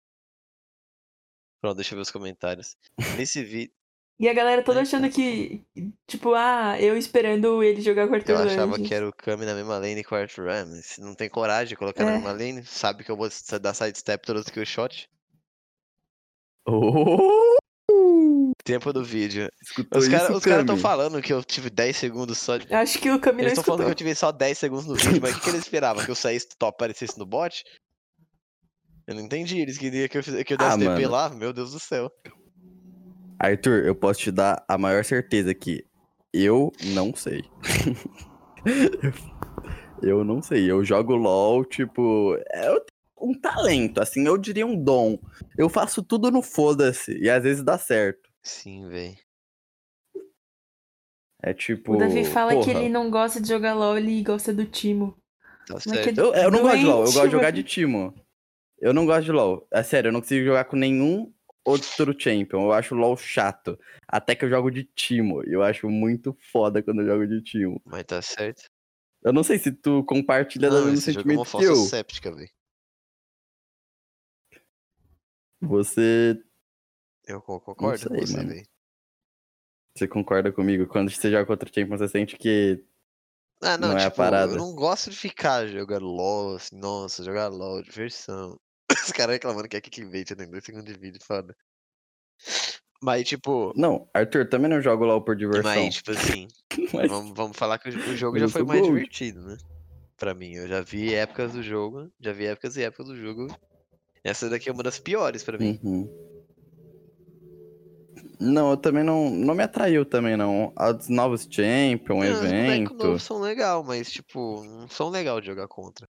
Speaker 2: Pronto, deixa eu ver os comentários. Nesse *laughs* vídeo,
Speaker 3: E a galera toda
Speaker 2: Ai,
Speaker 3: achando que, tipo, ah, eu esperando ele jogar com o Arthur
Speaker 2: eu achava
Speaker 3: Langes.
Speaker 2: que era o Cami na mesma lane que o Arthur Rames. Não tem coragem de colocar na
Speaker 3: É.
Speaker 2: mesma lane, sabe que eu vou s- dar sidestep toda vez que eu shot.
Speaker 1: *laughs* Oh,
Speaker 2: Tempo do vídeo.
Speaker 1: escutou
Speaker 2: Os caras
Speaker 1: isso,
Speaker 2: estão cara tão
Speaker 1: Cami?
Speaker 2: falando que eu tive 10 segundos só de.
Speaker 3: Eu Acho que o Cami não
Speaker 2: Eles estão
Speaker 3: escutou.
Speaker 2: falando que eu tive só 10 segundos no vídeo, mas o que, que
Speaker 1: *laughs*
Speaker 2: eles esperavam? Que eu saísse do top aparecesse no bot? Eu não entendi. Eles queriam que eu, fiz- que eu
Speaker 1: Ah,
Speaker 2: desse TP
Speaker 1: mano.
Speaker 2: lá? Meu Deus do céu.
Speaker 1: Arthur, eu posso te dar a maior certeza que eu não sei. *laughs* eu não sei. Eu jogo LOL, tipo. Eu tenho um talento, assim, eu diria um dom. Eu faço tudo no foda-se e às vezes dá certo.
Speaker 2: Sim, velho.
Speaker 1: É tipo.
Speaker 3: O Davi fala que
Speaker 1: porra,
Speaker 3: ele não gosta de jogar LOL e gosta do Timo.
Speaker 2: Tá
Speaker 3: Como é que
Speaker 2: certo.
Speaker 1: Eu, eu não gosto de LOL, eu
Speaker 3: doente,
Speaker 1: gosto de jogar
Speaker 3: mano.
Speaker 1: de timo. Eu não gosto de LOL. É sério, eu não consigo jogar com nenhum outro champion. Eu acho LOL chato. Até que eu jogo de timo. Eu acho muito foda quando eu jogo de timo.
Speaker 2: Mas tá certo.
Speaker 1: Eu não sei se tu compartilha do mesmo
Speaker 2: esse jogo é uma
Speaker 1: sentimento que
Speaker 2: fossa
Speaker 1: eu.
Speaker 2: séptica, velho.
Speaker 1: Você,
Speaker 2: Eu co- concordo com
Speaker 1: sei,
Speaker 2: você,
Speaker 1: mano.
Speaker 2: velho.
Speaker 1: você concorda comigo? Quando você joga contra outro champion, você sente que.
Speaker 2: Ah, não,
Speaker 1: Não é a
Speaker 2: tipo,
Speaker 1: parada.
Speaker 2: eu não gosto de ficar jogando LOL, assim, nossa, jogar LOL, diversão. *laughs* Os caras reclamando que é clickbait, eu tenho dois segundos de vídeo, foda. Mas, tipo,
Speaker 1: Não, Arthur, também não jogo LOL por diversão.
Speaker 2: mas, tipo assim,
Speaker 1: *laughs* mas-
Speaker 2: vamos, vamos falar que o, jo- o jogo
Speaker 1: mas
Speaker 2: já
Speaker 1: eu
Speaker 2: foi
Speaker 1: sou
Speaker 2: mais
Speaker 1: gold.
Speaker 2: divertido, né? pra mim. Eu já vi épocas do jogo, já vi épocas e épocas do jogo. Essa daqui é uma das piores pra mim.
Speaker 1: Uhum. Não, eu também não. Não me atraiu também, não. As novas Champion,
Speaker 2: Ah, os bonecos
Speaker 1: evento.
Speaker 2: novos são legal, mas tipo, não são legal de jogar contra.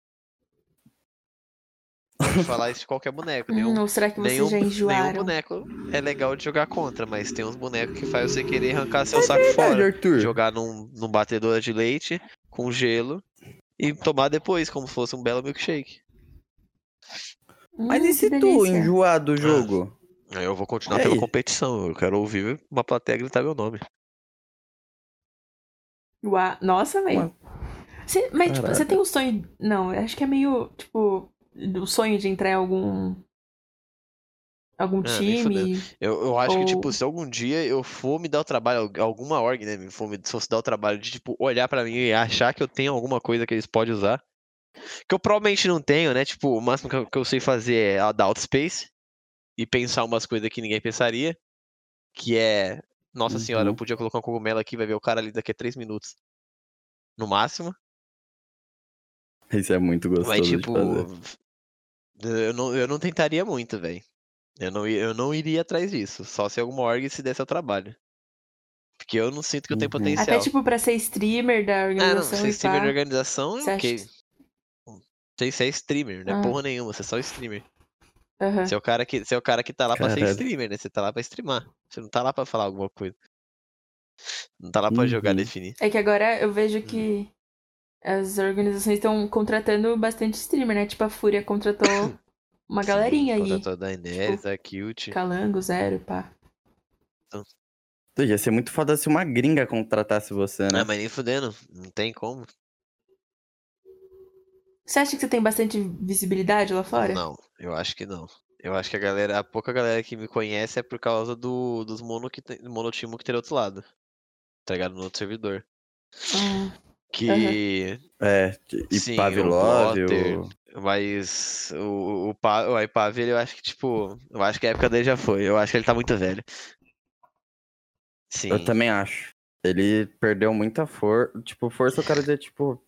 Speaker 2: Pode falar isso de qualquer boneco, nenhum.
Speaker 3: Hum, ou será que vocês
Speaker 2: Nenhum,
Speaker 3: já
Speaker 2: nenhum
Speaker 3: enjoaram?
Speaker 2: boneco é legal de jogar contra, mas tem uns bonecos que faz você querer arrancar seu saco fora.
Speaker 1: É, Arthur.
Speaker 2: Jogar num, num batedor de leite com gelo e tomar depois, como se fosse um belo milkshake.
Speaker 3: Hum,
Speaker 1: Mas e se
Speaker 3: que
Speaker 1: tu
Speaker 3: delícia.
Speaker 1: enjoar do jogo?
Speaker 2: Aí Eu vou continuar
Speaker 1: E
Speaker 2: pela
Speaker 1: aí?
Speaker 2: competição. Eu quero ouvir uma plateia gritar meu nome.
Speaker 3: Ua- Nossa, velho.
Speaker 1: Uma-
Speaker 3: Você- Mas, tipo, você
Speaker 1: Caraca.
Speaker 3: tem um sonho. Não, eu acho que é meio, tipo, o sonho de entrar em algum. Algum
Speaker 2: Ah, nem
Speaker 3: time.
Speaker 2: Eu, eu acho que, tipo,
Speaker 3: Ou-
Speaker 2: se algum dia eu for me dar o trabalho, al- alguma org, né? me For me, se fosse dar o trabalho de, tipo, olhar pra mim e achar que eu tenho alguma coisa que eles podem usar. Que eu provavelmente não tenho, né? Tipo, o máximo que eu, que eu sei fazer é a da Outspace e pensar umas coisas que ninguém pensaria. Que é. Nossa senhora, eu
Speaker 1: Uhum.
Speaker 2: podia colocar um cogumelo aqui, vai ver o cara ali daqui a três minutos. No máximo.
Speaker 1: Isso é muito gostoso
Speaker 2: Mas,
Speaker 1: de
Speaker 2: tipo,
Speaker 1: fazer.
Speaker 2: eu não, eu não tentaria muito, velho. Eu não, i- eu não iria atrás disso. Só se alguma org se desse ao trabalho. Porque eu não sinto que eu tenho
Speaker 1: Uhum.
Speaker 2: potencial.
Speaker 3: Até, tipo, pra ser streamer da
Speaker 2: é ah, não,
Speaker 3: organização.
Speaker 2: ser
Speaker 3: e
Speaker 2: streamer
Speaker 3: pá.
Speaker 2: de organização,
Speaker 3: Você acha
Speaker 2: ok. Sei se é streamer, né?
Speaker 3: Ah.
Speaker 2: Porra nenhuma, você é só streamer.
Speaker 3: Aham.
Speaker 2: Você é o cara que, você é o cara que tá lá pra ser
Speaker 1: Caralho.
Speaker 2: streamer, né? Você tá lá pra streamar. Você não tá lá pra falar alguma coisa. Não tá lá pra jogar,
Speaker 1: Uhum.
Speaker 2: definir.
Speaker 3: É que agora eu vejo que
Speaker 2: Uhum.
Speaker 3: as organizações estão contratando bastante streamer, né? Tipo, a Fúria
Speaker 2: *coughs*
Speaker 3: contratou uma galerinha aí. tipo
Speaker 2: Contratou a Daenerys, a Cute.
Speaker 3: Calango, zero, pá.
Speaker 1: Pô, Ia ser muito foda se uma gringa contratasse você, né?
Speaker 2: Ah, mas nem fudendo. Não tem como.
Speaker 3: Você acha que você tem bastante visibilidade lá fora?
Speaker 2: Não, eu acho que não. Eu acho que a galera, a pouca galera que me conhece é por causa do, dos mono que tem, monotimo que tem do outro lado. Tá ligado? No outro servidor.
Speaker 3: Hum.
Speaker 2: Que.
Speaker 1: É, e
Speaker 2: Sim,
Speaker 1: Pavlov,
Speaker 2: o Potter.
Speaker 1: o-
Speaker 2: Mas o, o, pa, o Ipav, ele eu acho que, tipo. Eu acho que a época dele já foi. Eu acho que ele tá muito velho. Sim.
Speaker 1: eu também acho. Ele perdeu muita força. Tipo, força eu quero dizer, tipo.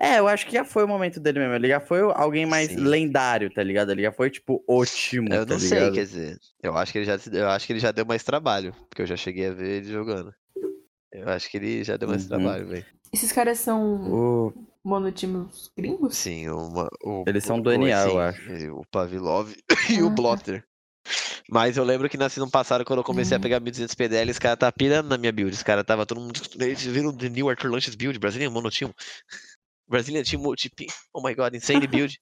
Speaker 1: É, eu acho que já foi o momento dele mesmo. Ele já foi alguém mais
Speaker 2: Sim.
Speaker 1: lendário, tá ligado? Ele já foi, tipo, ótimo.
Speaker 2: Eu
Speaker 1: tá
Speaker 2: não sei,
Speaker 1: ligado?
Speaker 2: quer dizer. Eu acho que ele já, se- eu acho que ele já deu mais trabalho. Porque eu já cheguei a ver ele jogando. Eu acho que ele já deu mais
Speaker 1: Uhum.
Speaker 2: trabalho, velho.
Speaker 3: Esses caras são
Speaker 1: O-
Speaker 3: monotimos gringos?
Speaker 2: Sim, uma, o,
Speaker 1: Eles são
Speaker 2: o-
Speaker 1: do
Speaker 2: o-
Speaker 1: NA, eu
Speaker 2: sim,
Speaker 1: acho.
Speaker 2: e O Pavlov *laughs* e o
Speaker 3: Ah, tá.
Speaker 2: Blotter. Mas eu lembro que na season passada, quando eu comecei a
Speaker 3: Hum.
Speaker 2: pegar 1200 PDL, esse cara tá pirando na minha build. Esse cara tava todo mundo. Eles viram The New Arthur Lunches build, Brasília monotimo. Brasília Team Multi. Oh my god, insane build.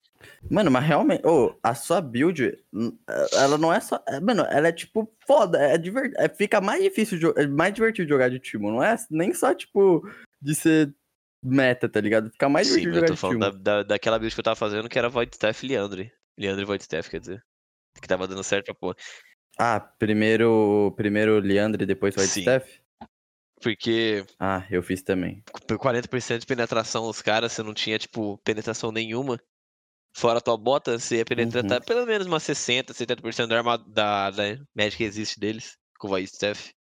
Speaker 1: Mano, mas realmente, ô, a sua build, n- ela não é só. é, Mano, ela é tipo foda, é divertido. fica mais difícil, de jo- é mais divertido jogar de time, não é nem só tipo de ser meta, tá ligado? Fica *laughs* mais um.
Speaker 2: Sim,
Speaker 1: divertido
Speaker 2: eu
Speaker 1: jogar
Speaker 2: tô
Speaker 1: de
Speaker 2: falando
Speaker 1: time.
Speaker 2: da, da- daquela build que eu tava fazendo que era Void Staff e Leandre. Leandre e Void Staff, quer dizer. Que tava dando certo pra pôr.
Speaker 1: Ah, primeiro, primeiro Leandre, depois White
Speaker 2: Sim.
Speaker 1: Steph?
Speaker 2: Porque
Speaker 1: Ah, eu fiz também.
Speaker 2: por 40% de penetração os caras, você não tinha, tipo, penetração nenhuma. Fora a tua bota, você ia penetrar
Speaker 1: Uhum.
Speaker 2: tá, pelo menos umas 60, 70% da, arma, da, da Magic Resist deles, com o Void Staff.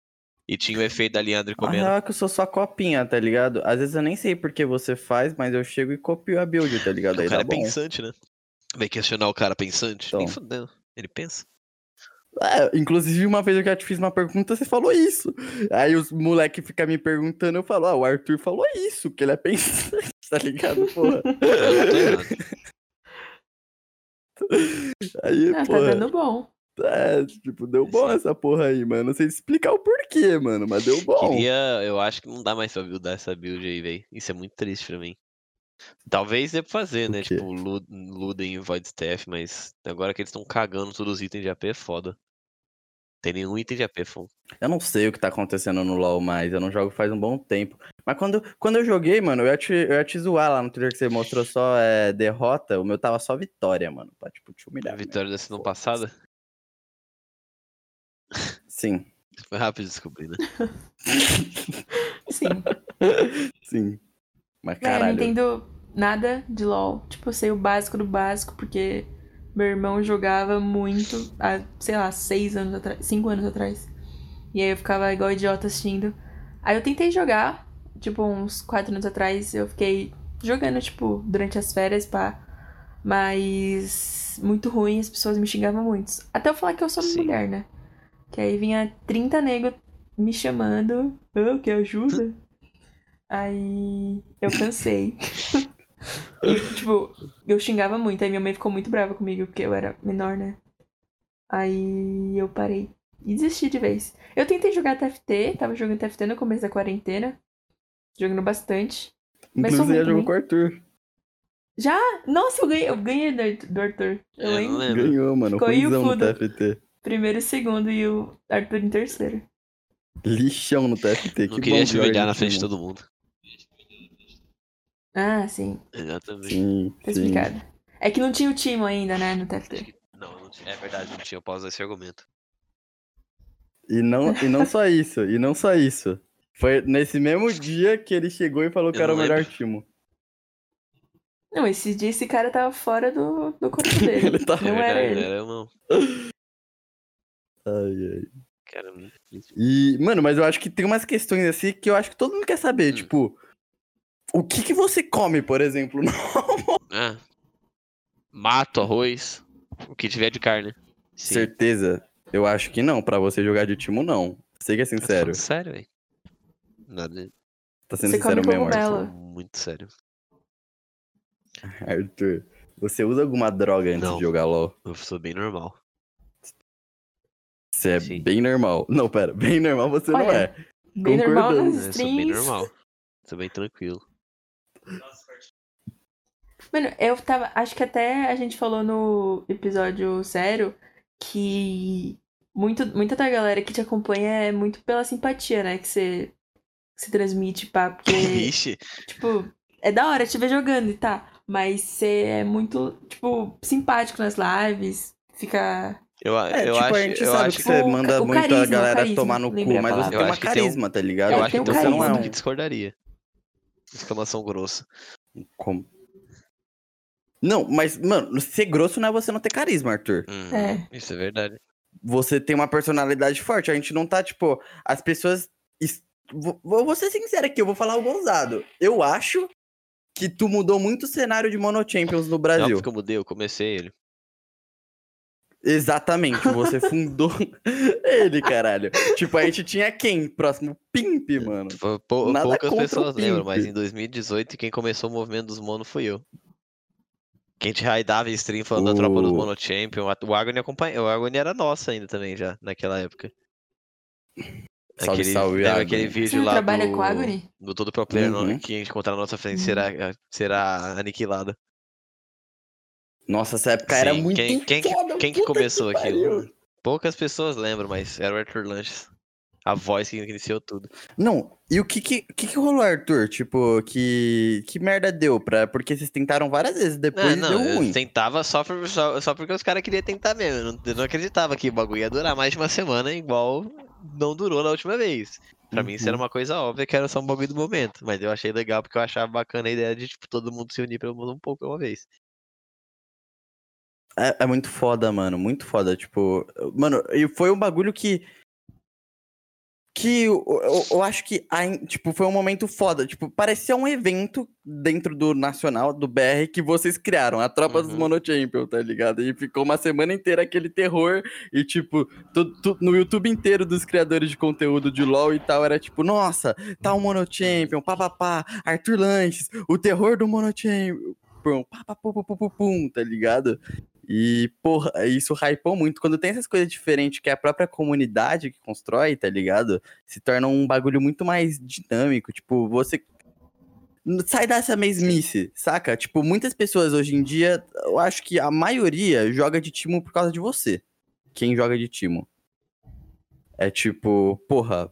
Speaker 2: E
Speaker 1: Uhum.
Speaker 2: tinha o efeito da Leandre
Speaker 1: A
Speaker 2: comendo.
Speaker 1: real é que eu sou só copinha, tá ligado? Às vezes eu nem sei porque você faz, mas eu chego e copio a build, tá ligado?
Speaker 2: Porque
Speaker 1: Aí
Speaker 2: o cara
Speaker 1: dá
Speaker 2: é
Speaker 1: bom.
Speaker 2: pensante, né? Vai questionar o cara pensante? Nem
Speaker 1: Então.
Speaker 2: fudendo.
Speaker 1: *laughs*
Speaker 2: Ele pensa.
Speaker 1: É, inclusive, uma vez eu já te fiz uma pergunta, você falou isso. Aí os moleque ficam me perguntando, eu falo, ah, o Arthur falou isso, que ele é pensante, *laughs* tá ligado, porra?
Speaker 2: Eu tô errado.
Speaker 1: Aí,
Speaker 3: Ah, tá
Speaker 1: porra,
Speaker 3: dando bom.
Speaker 1: é, tipo, deu bom
Speaker 2: Sim.
Speaker 1: essa porra aí, mano. Não sei explicar o porquê, mano, mas deu bom.
Speaker 2: Queria, eu acho que não dá mais pra buildar essa build aí, velho. Isso é muito triste pra mim. Talvez dê pra fazer,
Speaker 1: O
Speaker 2: né?
Speaker 1: quê?
Speaker 2: Tipo, Lu- Luden e Void Staff, mas agora que eles estão cagando todos os itens de AP é foda. Tem nenhum item de AP full.
Speaker 1: Eu não sei o que tá acontecendo no LoL mais, eu não jogo faz um bom tempo. Mas quando, quando eu joguei, mano, eu ia, te, eu ia te zoar lá no Twitter que você mostrou só é, derrota, o meu tava só vitória, mano, pra, tipo, te humilhar.
Speaker 2: A
Speaker 1: mesmo.
Speaker 2: vitória da season passada? *laughs*
Speaker 1: Sim,
Speaker 2: Foi rápido de descobrir, né?
Speaker 3: Sim.
Speaker 1: sim. Mas
Speaker 3: Véi, É, eu não
Speaker 1: caralho,
Speaker 3: entendo nada de LOL. Tipo, eu sei o básico do básico, porque meu irmão jogava muito há, sei lá, seis anos atrás, cinco anos atrás. E aí eu ficava igual idiota assistindo. Aí eu tentei jogar, tipo, uns quatro anos atrás, eu fiquei jogando, tipo, durante as férias, pá. Mas muito ruim, as pessoas me xingavam muito. Até eu falar que eu sou
Speaker 2: Sim.
Speaker 3: mulher, né? Que aí vinha 30 negros me chamando, oh, que ajuda? aí eu cansei. e, tipo, eu xingava muito, aí minha mãe ficou muito brava comigo, porque eu era menor, né? Aí eu parei e desisti de vez. Eu tentei jogar TFT, tava jogando TFT no começo da quarentena, jogando bastante. Mas um
Speaker 1: Inclusive,
Speaker 3: sou ruim
Speaker 1: ela jogou
Speaker 3: também.
Speaker 1: com o Arthur.
Speaker 3: Nossa, eu ganhei, eu ganhei do, do Arthur. Eu
Speaker 2: É, não
Speaker 3: lembro.
Speaker 2: lembro.
Speaker 1: Ganhou, mano.
Speaker 3: Ficou aí o
Speaker 1: Ruimzão no
Speaker 3: Fudo.
Speaker 1: TFT.
Speaker 3: Primeiro e segundo e o Arthur em terceiro.
Speaker 1: Lixão no TFT.
Speaker 2: *laughs* Não
Speaker 1: que
Speaker 2: queria
Speaker 1: bom
Speaker 2: te
Speaker 1: que o
Speaker 2: humilhar na
Speaker 1: Jorginho.
Speaker 2: frente de todo mundo.
Speaker 3: Ah, sim,
Speaker 2: Exatamente.
Speaker 1: Sim,
Speaker 3: tá
Speaker 1: sim.
Speaker 3: explicado. É que não tinha o time ainda, né, no TFT.
Speaker 2: Não, não tinha. É verdade, não tinha. Eu posso usar esse argumento.
Speaker 1: E não, e não só isso, e não só isso. Foi nesse mesmo dia que ele chegou e falou que
Speaker 2: Eu
Speaker 1: era o
Speaker 2: não
Speaker 1: melhor
Speaker 2: lembro.
Speaker 1: time. *laughs*
Speaker 3: Não, esse dia esse cara tava fora do, do corpo dele.
Speaker 1: *laughs* Ele tá-
Speaker 2: É
Speaker 3: Não era
Speaker 2: verdade,
Speaker 3: ele.
Speaker 2: era eu não.
Speaker 1: Ai, ai.
Speaker 2: Cara, muito difícil.
Speaker 1: E, mano, mas eu acho que tem umas questões assim que eu acho que todo mundo quer saber.
Speaker 2: Hum.
Speaker 1: Tipo, o que que você come, por exemplo? *laughs*
Speaker 2: Ah. Mato, arroz, o que tiver de carne. Sim.
Speaker 1: Certeza? Eu acho que não. Pra você jogar de timo, não. Seja
Speaker 2: Eu tô
Speaker 1: sincero.
Speaker 2: falando Sério, velho. Nada.
Speaker 1: Tá sendo
Speaker 3: Você
Speaker 1: sincero
Speaker 3: come
Speaker 1: mesmo,
Speaker 3: cogumelo.
Speaker 1: Arthur.
Speaker 3: Ela.
Speaker 2: Muito sério.
Speaker 1: Arthur, você usa alguma droga antes
Speaker 2: Não.
Speaker 1: de jogar LOL?
Speaker 2: Eu sou bem normal.
Speaker 1: Você é
Speaker 2: Sim.
Speaker 1: bem normal. Não, pera, bem normal você não
Speaker 3: Olha,
Speaker 1: é.
Speaker 3: Bem normal
Speaker 1: Concordando, né, é
Speaker 3: nas
Speaker 2: Eu né? sou bem
Speaker 3: streams.
Speaker 2: normal. Sou bem tranquilo.
Speaker 3: Mano, eu tava. Acho que até a gente falou no episódio sério que muito, muita da galera que te acompanha é muito pela simpatia, né? Que você, que você transmite, pá,
Speaker 2: *laughs*
Speaker 3: porque.
Speaker 2: Vixe,
Speaker 3: Tipo, é da hora te ver jogando e tá. Mas você é muito, tipo, simpático nas lives. Fica.
Speaker 2: eu, a-
Speaker 1: É,
Speaker 2: eu
Speaker 1: tipo,
Speaker 2: acho,
Speaker 1: a gente
Speaker 2: eu
Speaker 1: sabe
Speaker 2: acho
Speaker 1: que você
Speaker 3: o ca-
Speaker 1: manda
Speaker 3: o
Speaker 1: muito a
Speaker 3: carisma, o
Speaker 1: galera
Speaker 3: carisma,
Speaker 1: tomar no cu,
Speaker 3: lembrei a
Speaker 1: mas você
Speaker 3: palavra.
Speaker 1: tem
Speaker 2: Eu
Speaker 1: uma
Speaker 2: acho que tem um-
Speaker 1: carisma, tá ligado?
Speaker 2: Eu
Speaker 3: É,
Speaker 2: acho que
Speaker 3: tem um
Speaker 2: então você não é um
Speaker 3: carisma.
Speaker 2: que discordaria. Exclamação grossa.
Speaker 1: Como- Não, mas, mano, ser grosso não é você não ter carisma, Arthur.
Speaker 2: Hum,
Speaker 3: É.
Speaker 2: Isso é verdade.
Speaker 1: Você tem uma personalidade forte. A gente não tá, tipo, as pessoas. es- Vou vou- vou ser sincero aqui, eu vou falar algo ousado. Eu acho que tu mudou muito o cenário de Mono Champions no
Speaker 2: Não,
Speaker 1: Brasil.
Speaker 2: porque eu mudei, eu comecei ele.
Speaker 1: Exatamente, você fundou ele, caralho. Tipo, a gente tinha quem? Próximo Pimp, mano.
Speaker 2: Pou- pou-
Speaker 1: Nada
Speaker 2: poucas
Speaker 1: contra o
Speaker 2: pessoas lembram,
Speaker 1: Pimp.
Speaker 2: mas em 2018 quem começou o movimento dos mono fui eu. Quem te raidava em stream falando da tropa dos
Speaker 1: O-
Speaker 2: mono champion, a- o Agony acompanhou, o Agony era nosso ainda também já, naquela época.
Speaker 1: Salve,
Speaker 2: aquele,
Speaker 1: salve,
Speaker 2: lembra
Speaker 1: Agony.
Speaker 2: aquele
Speaker 3: Você
Speaker 2: vídeo
Speaker 3: não
Speaker 2: lá
Speaker 3: trabalha
Speaker 2: do,
Speaker 3: com
Speaker 2: *laughs*
Speaker 3: Agony?
Speaker 2: do todo pro player no-
Speaker 1: Uhum.
Speaker 2: que a gente encontrar na nossa frente será, é, será aniquilada.
Speaker 1: Nossa, essa época era
Speaker 2: Sim,
Speaker 1: muito
Speaker 2: quem- quem que-
Speaker 1: foda,
Speaker 2: Quem que
Speaker 1: puta
Speaker 2: começou aquilo?
Speaker 1: pariu.
Speaker 2: Poucas pessoas lembram, mas era o Arthur Lanches. A voz que iniciou tudo.
Speaker 1: Não, e o que que, o que que rolou, Arthur? Tipo, que que merda deu pra... Porque vocês tentaram várias vezes, depois
Speaker 2: É, Não, não,
Speaker 1: deu
Speaker 2: eu
Speaker 1: ruim.
Speaker 2: tentava só, por- só, só porque os caras queriam tentar mesmo. Eu não, eu não acreditava que o bagulho ia durar mais de uma semana, igual não durou na última vez. Pra mim
Speaker 1: Uhum.
Speaker 2: isso era uma coisa óbvia que era só um bagulho do momento. Mas eu achei legal porque eu achava bacana a ideia de tipo, todo mundo se unir pelo mundo um pouco uma vez.
Speaker 1: É, é muito foda, mano, muito foda, tipo... Mano, e foi um bagulho que... Que eu, eu- eu acho que, ai- tipo, foi um momento foda. Tipo, parecia um evento dentro do Nacional, do BR, que vocês criaram. A tropa dos
Speaker 2: Uhum.
Speaker 1: Monochampion, tá ligado? E ficou uma semana inteira aquele terror. E, tipo, tu- tu- no YouTube inteiro dos criadores de conteúdo de LoL e tal, era tipo, nossa, tá o Monochampion, papapá, Arthur Lanches, o terror do Monochampion, papapum, tá ligado? E, porra, isso hypou muito. Quando tem essas coisas diferentes que é a própria comunidade que constrói, tá ligado? Se torna um bagulho muito mais dinâmico. Tipo, você. N- Sai dessa mesmice, saca? Tipo, muitas pessoas hoje em dia, eu acho que a maioria joga de timo por causa de você. Quem joga de timo. É tipo, porra.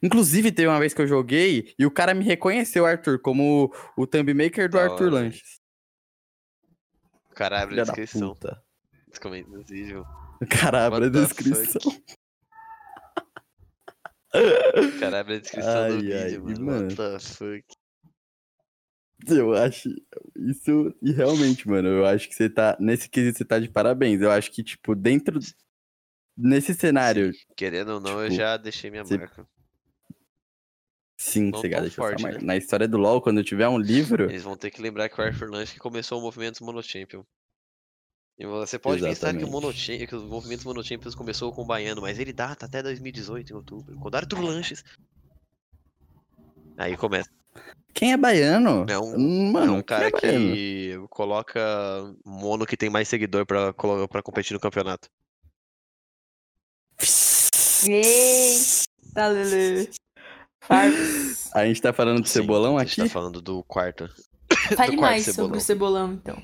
Speaker 1: Inclusive, teve uma vez que eu joguei e o cara me reconheceu, Arthur, como o, o thumb maker do
Speaker 2: Da
Speaker 1: Arthur
Speaker 2: hora.
Speaker 1: Lanches.
Speaker 2: O cara abre
Speaker 1: Filha
Speaker 2: a
Speaker 1: da
Speaker 2: descrição.
Speaker 1: puta.
Speaker 2: Os comentários do vídeo.
Speaker 1: Cara, abre a
Speaker 2: What the
Speaker 1: descrição. *laughs*
Speaker 2: O cara abre a descrição do
Speaker 1: Ai,
Speaker 2: vídeo,
Speaker 1: ai,
Speaker 2: mano.
Speaker 1: mano.
Speaker 2: What the fuck?
Speaker 1: Eu acho isso. E realmente, mano, eu acho que você tá. Nesse quesito, você tá de parabéns. Eu acho que, tipo, dentro. Nesse cenário,
Speaker 2: Querendo ou não, eu
Speaker 1: Tipo,
Speaker 2: já deixei minha
Speaker 1: você-
Speaker 2: marca.
Speaker 1: Sim,
Speaker 2: Não
Speaker 1: cegada
Speaker 2: tão
Speaker 1: de forçar
Speaker 2: forte,
Speaker 1: a marca.
Speaker 2: né?
Speaker 1: Na história do LoL, quando eu tiver um livro,
Speaker 2: Eles vão ter que lembrar que o Arthur Lange que começou o movimento monochampion. E você pode pensar que o,
Speaker 1: Exatamente.
Speaker 2: monochampion, que o movimento monochampions começou com o baiano, mas ele data até 2018, em outubro, quando Arthur Lanches. Aí começa.
Speaker 1: quem é baiano?
Speaker 2: É um-
Speaker 1: Mano,
Speaker 2: é um
Speaker 1: quem
Speaker 2: cara
Speaker 1: baiano?
Speaker 2: que coloca mono que tem mais seguidor pra, colo- pra competir no campeonato.
Speaker 3: Eita, tá, Lulu.
Speaker 2: *laughs*
Speaker 3: Farpas.
Speaker 1: A gente tá falando do
Speaker 2: Sim,
Speaker 1: cebolão
Speaker 2: A gente tá
Speaker 1: aqui?
Speaker 2: falando do quarto.
Speaker 3: Fale
Speaker 2: quarto
Speaker 3: mais
Speaker 2: cebolão.
Speaker 3: sobre o cebolão, então.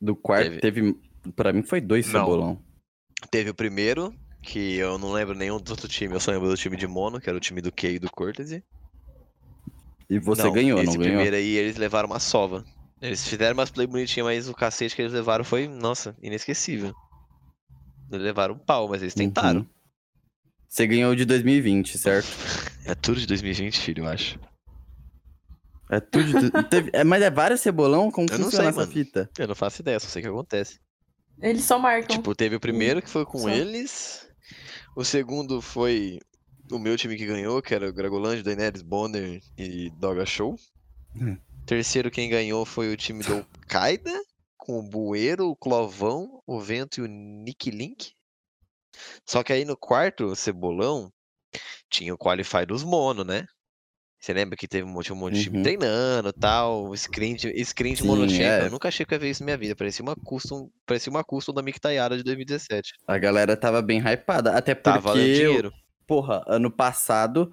Speaker 1: Do quarto,
Speaker 2: Teve.
Speaker 1: teve... Pra mim foi dois
Speaker 2: Não.
Speaker 1: cebolão.
Speaker 2: Teve o primeiro, que eu não lembro nenhum do outro time, eu só lembro do time de mono, que era o time do Kay e do Cortez.
Speaker 1: E você
Speaker 2: Não,
Speaker 1: ganhou,
Speaker 2: esse
Speaker 1: não ganhou?
Speaker 2: primeiro aí eles levaram uma sova. Eles fizeram umas play bonitinhas, mas o cacete que eles levaram foi, nossa, inesquecível. Eles levaram um pau, mas eles tentaram.
Speaker 1: Uhum. Você ganhou o de 2020, certo?
Speaker 2: É tudo de 2020, filho, eu acho.
Speaker 1: É tudo.
Speaker 2: *laughs*
Speaker 1: de- teve- é, mas é vários cebolão? Como
Speaker 2: Eu não
Speaker 1: funciona
Speaker 2: sei,
Speaker 1: essa
Speaker 2: mano.
Speaker 1: fita?
Speaker 2: Eu não faço ideia, só sei o que acontece.
Speaker 3: Eles só marcam.
Speaker 2: Tipo, teve o primeiro que foi com
Speaker 3: só.
Speaker 2: eles. O segundo foi o meu time que ganhou, que era o Gragolândia, Daenerys, Bonner e Doga Show.
Speaker 1: Hum.
Speaker 2: Terceiro quem ganhou foi o
Speaker 1: *laughs*
Speaker 2: time do Al-Qaeda, com o Bueiro, o Clovão, o Vento e o Nick Link. Só que aí no quarto, o Cebolão, tinha o Qualify dos Mono, né? Você lembra que teve um monte, um monte de time
Speaker 1: Uhum.
Speaker 2: treinando tal, screen de, screen de
Speaker 1: Sim,
Speaker 2: monochampion.
Speaker 1: é.
Speaker 2: Eu nunca achei que eu ia ver isso na minha vida. Parecia uma custom, parecia uma custom da Mictaiara de 2017.
Speaker 1: A galera tava bem hypada. Até
Speaker 2: Tá
Speaker 1: porque.
Speaker 2: valendo dinheiro.
Speaker 1: Porra, ano passado.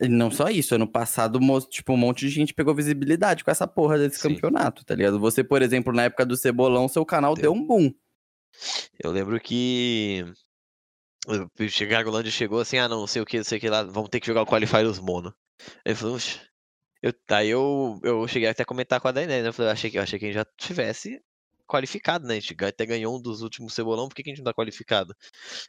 Speaker 1: e Não só isso, ano passado, mo- tipo, um monte de gente pegou visibilidade com essa porra desse
Speaker 2: Sim.
Speaker 1: campeonato, tá ligado? Você, por exemplo, na época do Cebolão, seu canal
Speaker 2: Deu.
Speaker 1: deu, um boom.
Speaker 2: Eu lembro que o Chicagoland chegou assim, ah não, não sei o que, não sei o que lá, vamos ter que jogar o Qualify dos Mono. Aí eu falei, "Oxe". eu, aí eu, eu cheguei até a comentar com a Daenerys, né? Eu falei, "Eu achei que, eu achei que a gente já tivesse qualificado, né? A gente ga- até ganhou um dos últimos cebolão, por que, que a gente não tá qualificado?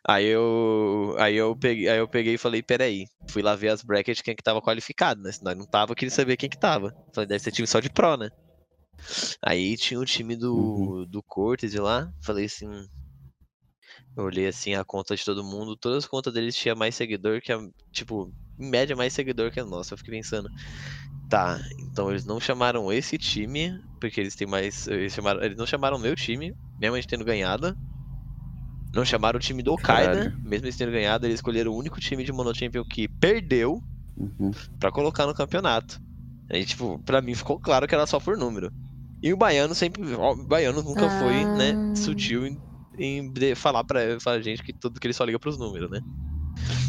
Speaker 2: Aí eu. Aí eu peguei, aí eu peguei e falei, peraí, fui lá ver as brackets quem que tava qualificado, né? Se nós não tava, eu queria saber quem que tava. Falei, deve ser time só de pro, né? Aí tinha o time do,
Speaker 1: Uhum.
Speaker 2: do Cortes lá, falei assim. "Hum". Eu olhei assim a conta de todo mundo, todas as contas deles tinha mais seguidor que a. Tipo, em média mais seguidor que a nossa. Eu fiquei pensando. Tá, então eles não chamaram esse time, porque eles têm mais. Eles, chamaram, eles não chamaram meu time, mesmo a gente tendo ganhado. Não chamaram o time do Al-Qaeda, mesmo eles tendo ganhado, eles escolheram o único time de Monochampion que perdeu pra colocar no campeonato. Aí, tipo, pra mim ficou claro que era só por número. E o baiano sempre. ó, O baiano nunca foi, né,
Speaker 3: Ah.
Speaker 2: sutil em, em de- falar pra, pra gente que tudo que ele só liga pros números, né?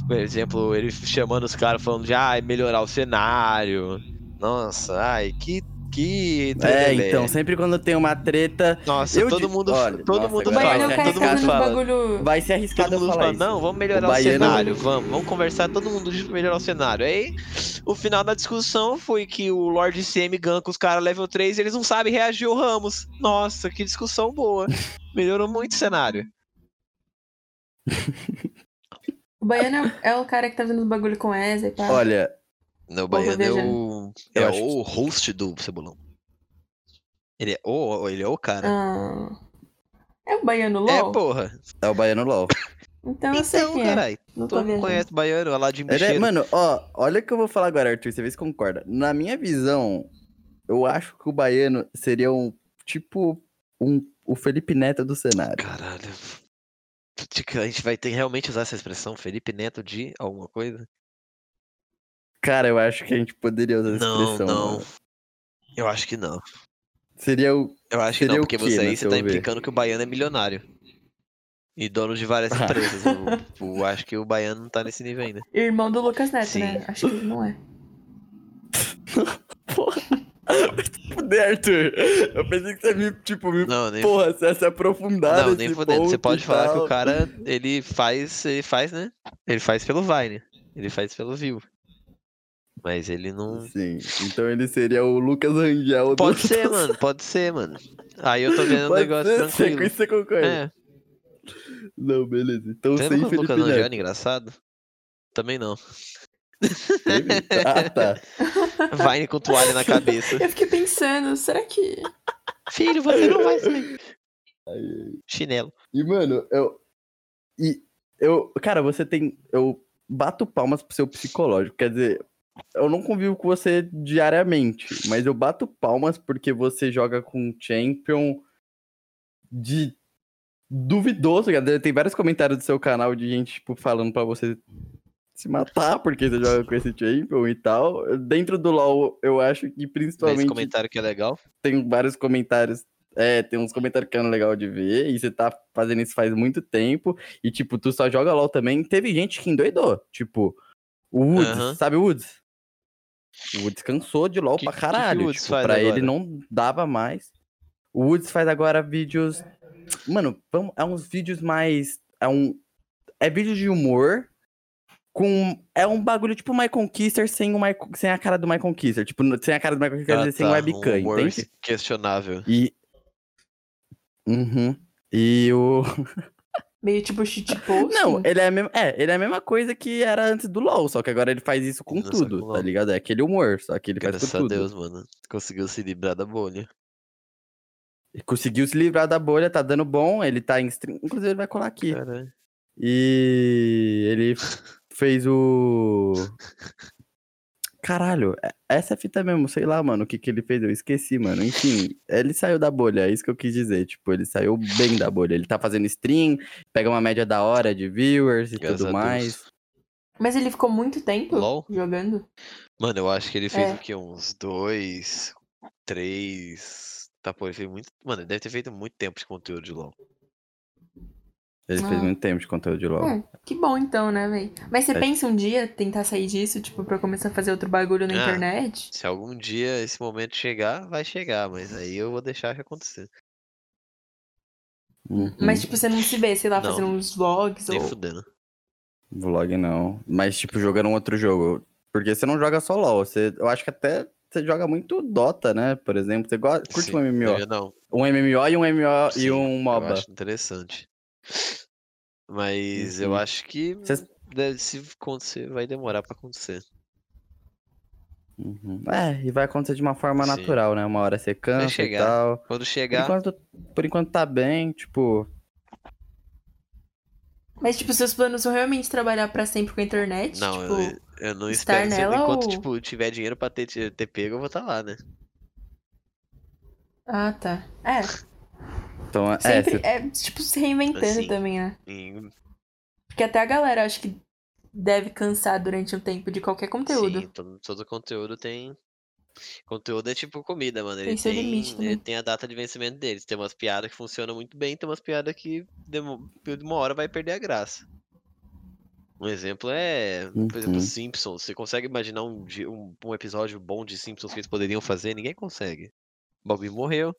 Speaker 2: Por exemplo, ele chamando os caras falando de ah, melhorar o cenário. Nossa, ai, que. que
Speaker 1: É,
Speaker 2: trelelé."
Speaker 1: então, sempre quando tem uma treta,
Speaker 2: Nossa,
Speaker 1: eu
Speaker 2: todo
Speaker 1: di-
Speaker 2: mundo.
Speaker 1: olha,
Speaker 2: todo
Speaker 1: nossa,
Speaker 2: mundo
Speaker 3: o
Speaker 1: agora
Speaker 2: fala,
Speaker 1: vai, né?
Speaker 3: baiano
Speaker 2: né?
Speaker 3: cai
Speaker 2: Todo
Speaker 3: fazendo
Speaker 2: mundo
Speaker 1: Cara,
Speaker 3: uns
Speaker 2: fala.
Speaker 3: bagulho.
Speaker 1: vai ser arriscado
Speaker 2: Todo
Speaker 1: eu
Speaker 2: mundo
Speaker 1: falar
Speaker 2: fala,
Speaker 1: isso.
Speaker 2: não, vamos melhorar o,
Speaker 1: baiano-
Speaker 2: cenário, vamos, vamos conversar todo mundo de melhorar o cenário. Aí, o final da discussão foi que o Lord CM ganka os caras level 3 e eles não sabem reagir ao Ramos. Nossa, que discussão boa. Melhorou muito o cenário.
Speaker 3: O baiano é- é o cara que tá fazendo os bagulho com essa e pá.
Speaker 1: Olha,
Speaker 2: Não, o
Speaker 3: Bom, tô
Speaker 2: Baiano é
Speaker 3: viajando.
Speaker 2: o,
Speaker 1: Eu
Speaker 2: é
Speaker 1: acho que-
Speaker 2: o host do Cebolão. Ele é o, ele é o cara.
Speaker 3: Ah. É o baiano LOL?
Speaker 2: é, porra.
Speaker 1: é o Baiano
Speaker 2: *laughs*
Speaker 1: LOL.
Speaker 3: Então eu sei
Speaker 2: Então,
Speaker 3: quem é.
Speaker 2: caralho,
Speaker 3: Não tô
Speaker 2: todo mundo
Speaker 3: vendo.
Speaker 2: conhece o Baiano, olha lá de
Speaker 1: Ele é-
Speaker 2: bicheiro.
Speaker 1: mano, ó, olha o que eu vou falar agora, Arthur, você vê se concorda. Na minha visão, eu acho que o Baiano seria um, tipo, um, o Felipe Neto do cenário.
Speaker 2: Caralho. Putz, que A gente vai ter que realmente usar essa expressão, Felipe Neto de alguma coisa?
Speaker 1: Cara, eu acho que a gente poderia usar essa
Speaker 2: Não,
Speaker 1: expressão.
Speaker 2: não.
Speaker 1: mano.
Speaker 2: Eu acho que não.
Speaker 1: Seria o.
Speaker 2: Eu acho que
Speaker 1: Seria
Speaker 2: não,
Speaker 1: o
Speaker 2: porque
Speaker 1: quê, né,
Speaker 2: você
Speaker 1: no
Speaker 2: aí você
Speaker 1: seu
Speaker 2: tá
Speaker 1: ver?
Speaker 2: implicando que o baiano é milionário. E dono de várias
Speaker 1: Ah.
Speaker 2: empresas. Eu, eu acho que o baiano não tá nesse nível
Speaker 1: *laughs*
Speaker 2: ainda.
Speaker 3: Irmão do Lucas Neto,
Speaker 2: Sim.
Speaker 3: né? Acho que ele não é.
Speaker 1: Fuder, Arthur. Eu pensei que você me, tipo, me.
Speaker 2: Não, nem.
Speaker 1: Porra, você ia se aprofundar.
Speaker 2: Não,
Speaker 1: nesse
Speaker 2: nem fodendo. Você
Speaker 1: ponto
Speaker 2: pode
Speaker 1: e
Speaker 2: falar que
Speaker 1: tal.
Speaker 2: o cara, ele faz, ele faz, né? Ele faz pelo Vine. Ele faz pelo view. Mas ele não.
Speaker 1: Sim, então ele seria o Lucas Rangel do-
Speaker 2: Pode ser, mano. Pode ser, mano. Aí eu tô vendo um
Speaker 1: Pode
Speaker 2: negócio
Speaker 1: ser, *laughs* você-
Speaker 2: tranquilo.
Speaker 1: Isso você concorda?
Speaker 2: É.
Speaker 1: Não, beleza. Então
Speaker 2: Você
Speaker 1: sem
Speaker 2: não
Speaker 1: Felipe
Speaker 2: Lucas
Speaker 1: Neto.
Speaker 2: Angel engraçado? Também não.
Speaker 1: Teve? Ah, tá.
Speaker 2: Vine com toalha na cabeça.
Speaker 1: *laughs*
Speaker 3: Eu fiquei pensando, será que.
Speaker 2: Filho, você não vai sair. Chinelo.
Speaker 1: E, mano, eu. E eu. Cara, você tem. Eu bato palmas pro seu psicológico. Quer dizer, eu não convivo com você diariamente, mas eu bato palmas porque você joga com um champion de duvidoso, cara. Tem vários comentários do seu canal de gente, tipo, falando pra você se matar porque você joga com esse champion e tal. Dentro do LoL, eu acho que
Speaker 2: Esse
Speaker 1: principalmente
Speaker 2: comentário que é legal.
Speaker 1: tem vários comentários. É, tem uns comentários que é legal de ver, e você tá fazendo isso faz muito tempo, e tipo, tu só joga LOL também. Teve gente que endoidou, tipo, o Woods,
Speaker 2: Aham.
Speaker 1: sabe o Woods? O Woods cansou de LOL
Speaker 2: Que-
Speaker 1: pra
Speaker 2: que que o
Speaker 1: caralho,
Speaker 2: Woods
Speaker 1: tipo,
Speaker 2: faz
Speaker 1: pra ele
Speaker 2: agora?
Speaker 1: não dava mais. O Woods faz agora vídeos. Mano, vamos- é uns vídeos mais. É um. É vídeo de humor, com. É um bagulho tipo My Conquister sem, o My, sem a cara do My Conquister. Tipo, no- sem a cara do My Conquister, quer dizer, sem o webcam,
Speaker 2: um humor
Speaker 1: entende?
Speaker 2: questionável.
Speaker 1: E. Uhum. E o.
Speaker 3: Meio tipo cheat post.
Speaker 1: Não, ele é, a mesma... é, ele é a mesma coisa que era antes do LOL, só que agora ele faz isso com
Speaker 2: Só com
Speaker 1: tudo,
Speaker 2: LOL.
Speaker 1: tá ligado? É aquele humor, só que ele faz
Speaker 2: Graças
Speaker 1: com
Speaker 2: a
Speaker 1: tudo.
Speaker 2: Deus, mano. Conseguiu se livrar da bolha.
Speaker 1: E Conseguiu se livrar da bolha, tá dando bom, ele tá em stream. Inclusive, ele vai colar aqui.
Speaker 2: Caralho.
Speaker 1: E ele fez o. Caralho, é- essa é a fita mesmo, sei lá, mano, o que, que ele fez, eu esqueci, mano. Enfim, ele saiu da bolha, é isso que eu quis dizer. Tipo, ele saiu bem da bolha. Ele tá fazendo stream, pega uma média da hora de viewers e
Speaker 2: Graças a
Speaker 1: tudo
Speaker 2: Deus.
Speaker 1: mais.
Speaker 3: Mas ele ficou muito tempo
Speaker 2: LOL?
Speaker 3: jogando.
Speaker 2: Mano, eu acho que ele fez
Speaker 3: É.
Speaker 2: o quê? Uns dois, três. Tá, pô, ele fez muito. Mano, ele deve ter feito muito tempo de conteúdo de LOL.
Speaker 1: Ele
Speaker 3: Ah.
Speaker 1: fez muito tempo de conteúdo de LOL.
Speaker 3: É, que bom então, né, véi? Mas você
Speaker 1: É.
Speaker 3: pensa um dia tentar sair disso, tipo, pra começar a fazer outro bagulho na
Speaker 2: Ah.
Speaker 3: internet?
Speaker 2: Se algum dia esse momento chegar, vai chegar, mas aí eu vou deixar que acontecer.
Speaker 1: Uhum.
Speaker 3: Mas, tipo, você não se vê, sei lá,
Speaker 2: Não.
Speaker 3: fazendo uns vlogs
Speaker 2: Nem
Speaker 3: ou.
Speaker 2: fudendo.
Speaker 1: Vlog não. Mas, tipo, jogando um outro jogo. Porque você não joga só LOL. Você... Eu acho que até você joga muito Dota, né? Por exemplo, você gosta. Curte
Speaker 2: Sim,
Speaker 1: um MMO.
Speaker 2: Eu não,
Speaker 1: Um MMO e um MMO
Speaker 2: Sim,
Speaker 1: e um
Speaker 2: Eu
Speaker 1: MOBA.
Speaker 2: acho interessante. Mas eu
Speaker 1: Uhum.
Speaker 2: acho que
Speaker 1: Cês-
Speaker 2: deve- se acontecer, vai demorar pra acontecer.
Speaker 1: Uhum. É, e vai acontecer de uma forma
Speaker 2: Sim.
Speaker 1: natural, né? Uma hora você cansa e
Speaker 2: chegar.
Speaker 1: tal.
Speaker 2: Quando
Speaker 1: Por
Speaker 2: chegar,
Speaker 1: enquanto, por enquanto tá bem, tipo.
Speaker 3: Mas, tipo, seus planos são realmente trabalhar pra sempre com a internet?
Speaker 2: não,
Speaker 3: tipo,
Speaker 2: eu, eu não
Speaker 3: estar
Speaker 2: espero. se-
Speaker 3: nela
Speaker 2: enquanto
Speaker 3: ou-
Speaker 2: tipo, tiver dinheiro pra ter, ter pego, eu vou estar lá, né?
Speaker 3: Ah, tá. É,
Speaker 1: Então, é,
Speaker 3: sempre.
Speaker 2: *laughs*
Speaker 1: cê-
Speaker 3: É, tipo, se reinventando
Speaker 2: Assim.
Speaker 3: também, né?
Speaker 2: Em-
Speaker 3: Porque até a galera acho que deve cansar durante um tempo de qualquer conteúdo.
Speaker 2: Sim, todo, todo conteúdo tem. Conteúdo é tipo comida, mano. Ele
Speaker 3: Tem seu limite
Speaker 2: ele
Speaker 3: também.
Speaker 2: tem a data de vencimento deles. Tem umas piadas que funcionam muito bem, tem umas piadas que demo- de uma hora vai perder a graça. Um exemplo é, por exemplo,
Speaker 1: Uhum.
Speaker 2: Simpsons. Você consegue imaginar um, di- um, um episódio bom de Simpsons que eles poderiam fazer? Ninguém consegue. Bob morreu.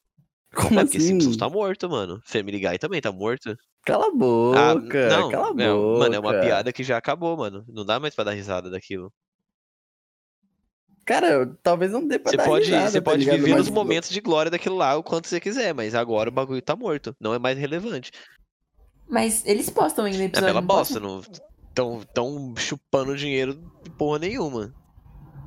Speaker 1: *laughs* como
Speaker 2: é porque
Speaker 1: assim?
Speaker 2: Simpsons tá morto, mano. Family Guy também tá morto.
Speaker 1: Cala a
Speaker 2: Ah,
Speaker 1: boca,
Speaker 2: não,
Speaker 1: cala a boca.
Speaker 2: é, Mano, é uma piada que já acabou, mano. Não dá mais pra dar risada daquilo.
Speaker 1: Cara, eu- talvez não dê pra
Speaker 2: Você
Speaker 1: dar
Speaker 2: pode,
Speaker 1: risada,
Speaker 2: você
Speaker 1: tá
Speaker 2: pode
Speaker 1: ligado?
Speaker 2: viver
Speaker 1: Mas-
Speaker 2: os momentos de glória daquilo lá o quanto você quiser, mas agora o bagulho tá morto. Não é mais relevante.
Speaker 3: Mas eles postam ainda
Speaker 2: É
Speaker 3: episódio.
Speaker 2: bela
Speaker 3: não postam?
Speaker 2: bosta. Não... Tão, tão chupando dinheiro de porra nenhuma.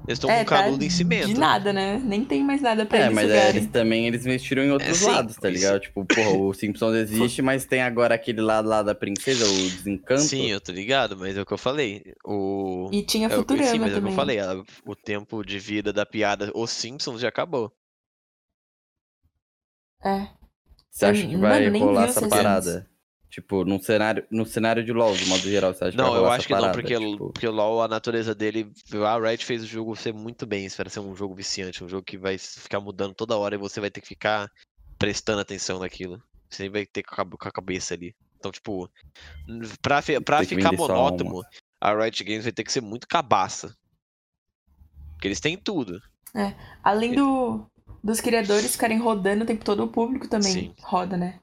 Speaker 2: Eles estão
Speaker 3: É,
Speaker 2: com canudo em
Speaker 3: De
Speaker 2: um cimento.
Speaker 3: nada, né? Nem tem mais nada pra
Speaker 1: É,
Speaker 3: eles
Speaker 1: mas é,
Speaker 3: jogarem.
Speaker 1: eles também eles investiram em outros
Speaker 2: É, sim,
Speaker 1: lados, tá
Speaker 2: isso.
Speaker 1: ligado? Tipo, porra, o Simpsons existe, mas tem agora aquele lado lá da princesa, o desencanto.
Speaker 2: Sim, eu tô ligado, mas é o que eu falei. O...
Speaker 3: E tinha
Speaker 2: é o-
Speaker 3: Futurama
Speaker 2: Sim, mas é o que
Speaker 3: também.
Speaker 2: eu falei. a- O tempo de vida da piada, os Simpsons já acabou.
Speaker 3: É.
Speaker 1: Você acha que
Speaker 3: Mano,
Speaker 1: vai
Speaker 3: nem
Speaker 1: rolar
Speaker 3: vi
Speaker 1: essa
Speaker 3: essas
Speaker 1: parada? Tipo, num cenário, no cenário de LoL, de modo geral, você acha que
Speaker 2: Não,
Speaker 1: vai
Speaker 2: eu
Speaker 1: rolar
Speaker 2: acho
Speaker 1: é essa
Speaker 2: que
Speaker 1: parada?
Speaker 2: não, porque,
Speaker 1: tipo...
Speaker 2: porque o LoL, a natureza dele. A Riot fez o jogo ser muito bem. Espera ser um jogo viciante, um jogo que vai s- ficar mudando toda hora e você vai ter que ficar prestando atenção naquilo. Você vai ter que cab- com a cabeça ali. Então, tipo, n- pra, fi- pra
Speaker 1: Tem que
Speaker 2: ficar
Speaker 1: vender sua
Speaker 2: monótono, a Riot Games vai ter que ser muito cabaça. Porque eles têm tudo. É.
Speaker 3: Além do, dos criadores ficarem rodando o tempo todo, o público também
Speaker 2: Sim.
Speaker 3: roda, né?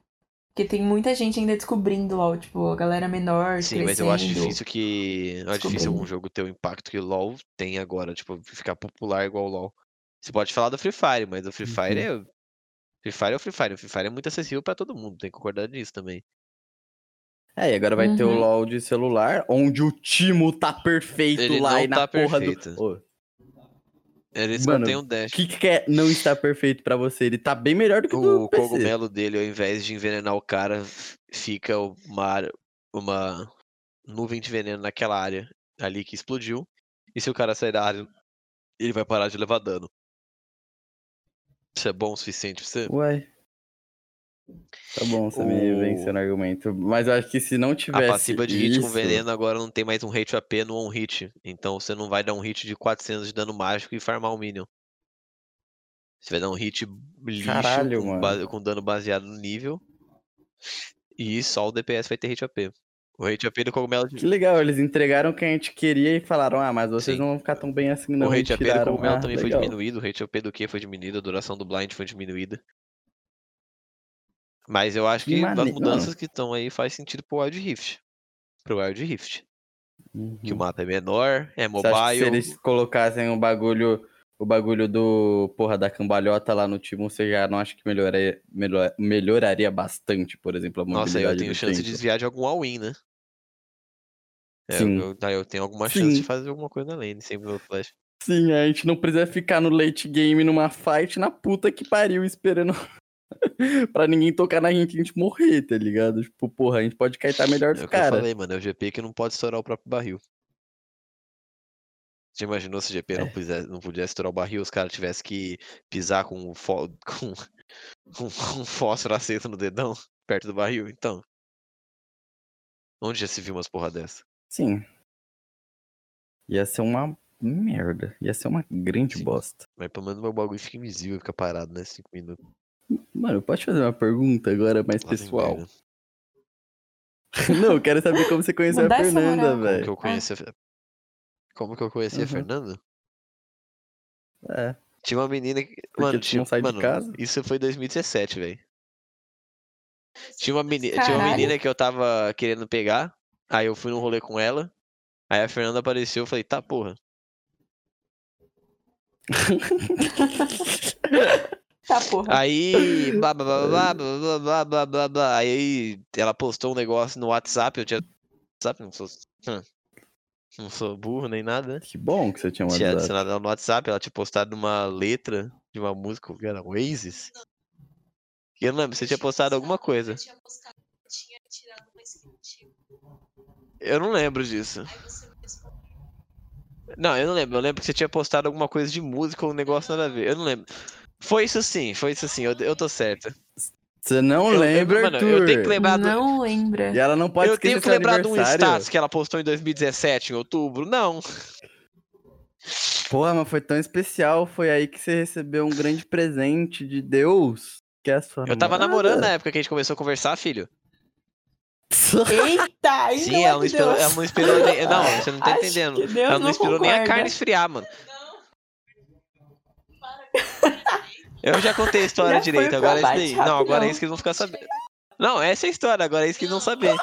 Speaker 3: Porque tem muita gente ainda descobrindo LOL, tipo, a galera menor,
Speaker 2: Sim, mas eu acho
Speaker 3: crescendo.
Speaker 2: difícil que. Eu acho difícil
Speaker 3: Descobrindo.
Speaker 2: algum jogo ter o impacto que o LoL tem agora, tipo, ficar popular igual o LoL. Você pode falar do Free Fire, mas o Free Fire
Speaker 1: Uhum.
Speaker 2: é. Free Fire é o Free Fire. O Free Fire é muito acessível pra todo mundo, tem que concordar nisso também.
Speaker 1: É, e agora vai ter o
Speaker 3: Uhum.
Speaker 1: LoL de celular, onde o Timo tá perfeito
Speaker 2: Ele
Speaker 1: lá
Speaker 2: não
Speaker 1: e na
Speaker 2: tá
Speaker 1: porra
Speaker 2: perfeito.
Speaker 1: do. Ô,
Speaker 2: Eles
Speaker 1: Mano,
Speaker 2: não têm um
Speaker 1: O
Speaker 2: dash.
Speaker 1: que, que é não está perfeito pra você? Ele tá bem melhor do que o do
Speaker 2: O
Speaker 1: PC.
Speaker 2: cogumelo dele, ao invés de envenenar o cara, f- fica uma, área- uma nuvem de veneno naquela área ali que explodiu. E se o cara sair da área ele vai parar de levar dano. Isso é bom o suficiente pra você?
Speaker 1: Ué. Tá bom, você me
Speaker 2: O-
Speaker 1: venceu no argumento. Mas eu acho que se não
Speaker 2: A
Speaker 1: tivesse.
Speaker 2: passiva de hit
Speaker 1: isso,
Speaker 2: com veneno agora não tem mais um hit AP no on hit. Então você não vai dar um hit de 400 de dano mágico e farmar um minion. Você vai dar um hit lixo
Speaker 1: Caralho,
Speaker 2: com,
Speaker 1: mano.
Speaker 2: ba- com dano baseado no nível. E só o DPS vai ter hit AP. O hit AP do cogumelo de
Speaker 1: Que legal, eles entregaram o que a gente queria e falaram: ah, mas vocês
Speaker 2: Sim.
Speaker 1: não vão ficar tão bem assim, não.
Speaker 2: O
Speaker 1: e
Speaker 2: rate AP do
Speaker 1: tiraram.
Speaker 2: cogumelo
Speaker 1: Ah,
Speaker 2: também
Speaker 1: legal.
Speaker 2: foi né? diminuído, o rate AP do que foi diminuído, a duração do blind foi diminuída. Mas eu acho
Speaker 1: Que
Speaker 2: que das
Speaker 1: maneiro.
Speaker 2: mudanças que estão aí faz sentido pro Wild Rift. Pro Wild Rift.
Speaker 1: Uhum.
Speaker 2: Que o mapa é menor, é
Speaker 1: Você acha que tipo se
Speaker 2: mobile.
Speaker 1: eles colocassem o bagulho, o bagulho do porra da cambalhota lá no time, você já não acha que melhoraria, melhor- melhoraria bastante, por exemplo, a
Speaker 2: Nossa,
Speaker 1: mobilidade
Speaker 2: aí eu tenho
Speaker 1: do
Speaker 2: chance de
Speaker 1: tempo?
Speaker 2: desviar de algum all-in, né? É,
Speaker 1: Sim.
Speaker 2: Eu, daí eu tenho alguma chance
Speaker 1: Sim.
Speaker 2: de fazer alguma coisa na lane, sem meu flash.
Speaker 1: Sim, a gente não precisa ficar no late game numa fight na puta que pariu esperando *laughs* pra ninguém tocar na gente e a gente morrer, tá ligado? Tipo, porra, a gente pode caetar melhor
Speaker 2: É
Speaker 1: dos
Speaker 2: o que eu
Speaker 1: caras.
Speaker 2: falei, mano. É o GP que não pode estourar o próprio barril. Já imaginou se o GP não,
Speaker 1: É.
Speaker 2: pudesse, não pudesse estourar o barril, os caras tivessem que pisar com, um fó- *laughs* com, com um fósforo aceso no dedão, perto do barril? Então. Onde já se viu umas porra dessa?
Speaker 1: Sim. Ia ser uma merda. Ia ser uma grande
Speaker 2: Sim.
Speaker 1: bosta.
Speaker 2: Mas pelo menos meu bagulho fica invisível, fica parado, né? Cinco minutos.
Speaker 1: Mano, pode fazer uma pergunta agora mais
Speaker 2: lá vem
Speaker 1: pessoal?
Speaker 2: merda.
Speaker 1: *laughs* Não, eu quero saber como você conheceu
Speaker 3: Não dá
Speaker 1: a
Speaker 3: essa
Speaker 1: Fernanda,
Speaker 3: moral.
Speaker 2: Como que
Speaker 1: velho.
Speaker 2: eu conheci a... Fe- Como que eu conheci
Speaker 1: É.
Speaker 2: a
Speaker 1: Uhum.
Speaker 2: Fernanda?
Speaker 1: É.
Speaker 2: Tinha uma menina que.
Speaker 1: Porque
Speaker 2: mano,
Speaker 1: tu
Speaker 2: tinha...
Speaker 1: não sai de
Speaker 2: mano,
Speaker 1: casa?
Speaker 2: Isso foi 2017, velho. Tinha uma, meni... tinha uma
Speaker 3: Caralho.
Speaker 2: menina que eu tava querendo pegar. Aí eu fui num rolê com ela. Aí a Fernanda apareceu, eu falei, tá porra.
Speaker 3: Tá,
Speaker 2: Ah,
Speaker 3: porra.
Speaker 2: Aí. Blá blá
Speaker 1: *laughs*
Speaker 2: blá blá blá blá blá blá blá blá. Aí ela postou um negócio no WhatsApp, eu tinha. WhatsApp, não sou. hum, Não sou burro nem nada, né?
Speaker 1: Que bom que você tinha
Speaker 2: tinha
Speaker 1: mandado.
Speaker 2: adicionado ela no WhatsApp, ela tinha postado uma letra de uma música, o que era Oasis? Que Eu não lembro, você tinha postado alguma coisa. Eu não lembro disso. Não, eu não lembro. Eu lembro que você tinha postado alguma coisa de música ou um negócio nada a ver. Eu não lembro. Foi isso sim, foi isso sim. Eu, eu tô certo.
Speaker 1: Você não
Speaker 2: Eu- eu-
Speaker 1: lembra,
Speaker 2: mano,
Speaker 1: Arthur?
Speaker 2: eu tenho que lembrar do,
Speaker 3: Não lembra.
Speaker 2: *laughs*
Speaker 1: E ela não pode
Speaker 2: eu
Speaker 1: esquecer
Speaker 2: tenho que
Speaker 1: seu
Speaker 2: lembrar de um
Speaker 1: aniversário.
Speaker 2: status que ela postou em 2017, em outubro. Não.
Speaker 1: Porra, mas foi tão especial. Foi aí que você recebeu um grande presente de Deus. Que é a sua
Speaker 2: Eu tava
Speaker 1: namorada.
Speaker 2: namorando na época que a gente começou a conversar, filho.
Speaker 3: Eita, ainda é
Speaker 2: Sim, é ela não esperou, ela não esperou nem. Não, você não tá
Speaker 3: Acho
Speaker 2: entendendo.
Speaker 3: que Deus
Speaker 2: Ela não,
Speaker 3: não
Speaker 2: esperou nem a
Speaker 3: concorda.
Speaker 2: carne esfriar, mano. Eu já contei a
Speaker 3: Já
Speaker 2: história
Speaker 3: foi
Speaker 2: direito,
Speaker 3: pra
Speaker 2: agora é isso
Speaker 3: baixo
Speaker 2: daí. Não, agora é
Speaker 3: rapidão.
Speaker 2: isso que eles vão ficar sabendo. Não, essa é a história, agora é isso que eles vão saber.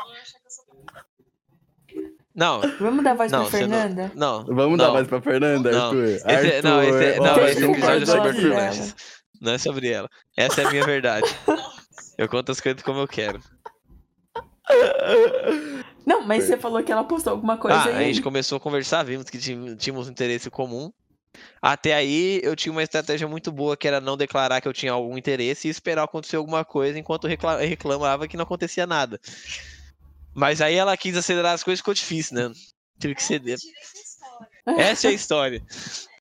Speaker 2: Não,
Speaker 3: Vamos dar voz
Speaker 2: não,
Speaker 3: pra
Speaker 2: você
Speaker 3: Fernanda?
Speaker 2: não. Não.
Speaker 1: Vamos dar
Speaker 2: não.
Speaker 1: mais pra Fernanda,
Speaker 2: Não.
Speaker 1: Arthur?
Speaker 2: Esse, é- não,
Speaker 1: Arthur,
Speaker 2: esse, não,
Speaker 1: olha,
Speaker 2: esse
Speaker 1: eu
Speaker 2: episódio é
Speaker 1: concordo
Speaker 2: sobre
Speaker 3: sobre ela.
Speaker 2: Fernandes. Não é sobre ela. Essa é a minha verdade. Eu conto as coisas como eu quero.
Speaker 3: Não, mas você falou que ela postou alguma coisa
Speaker 2: Ah, a
Speaker 3: aí.
Speaker 2: gente começou a conversar, vimos que tin- tínhamos um interesse comum. Até aí, eu tinha uma estratégia muito boa, que era não declarar que eu tinha algum interesse e esperar acontecer alguma coisa enquanto recla- reclamava que não acontecia nada. Mas aí ela quis acelerar as coisas, ficou difícil, né? Tive que ceder. Essa é a história.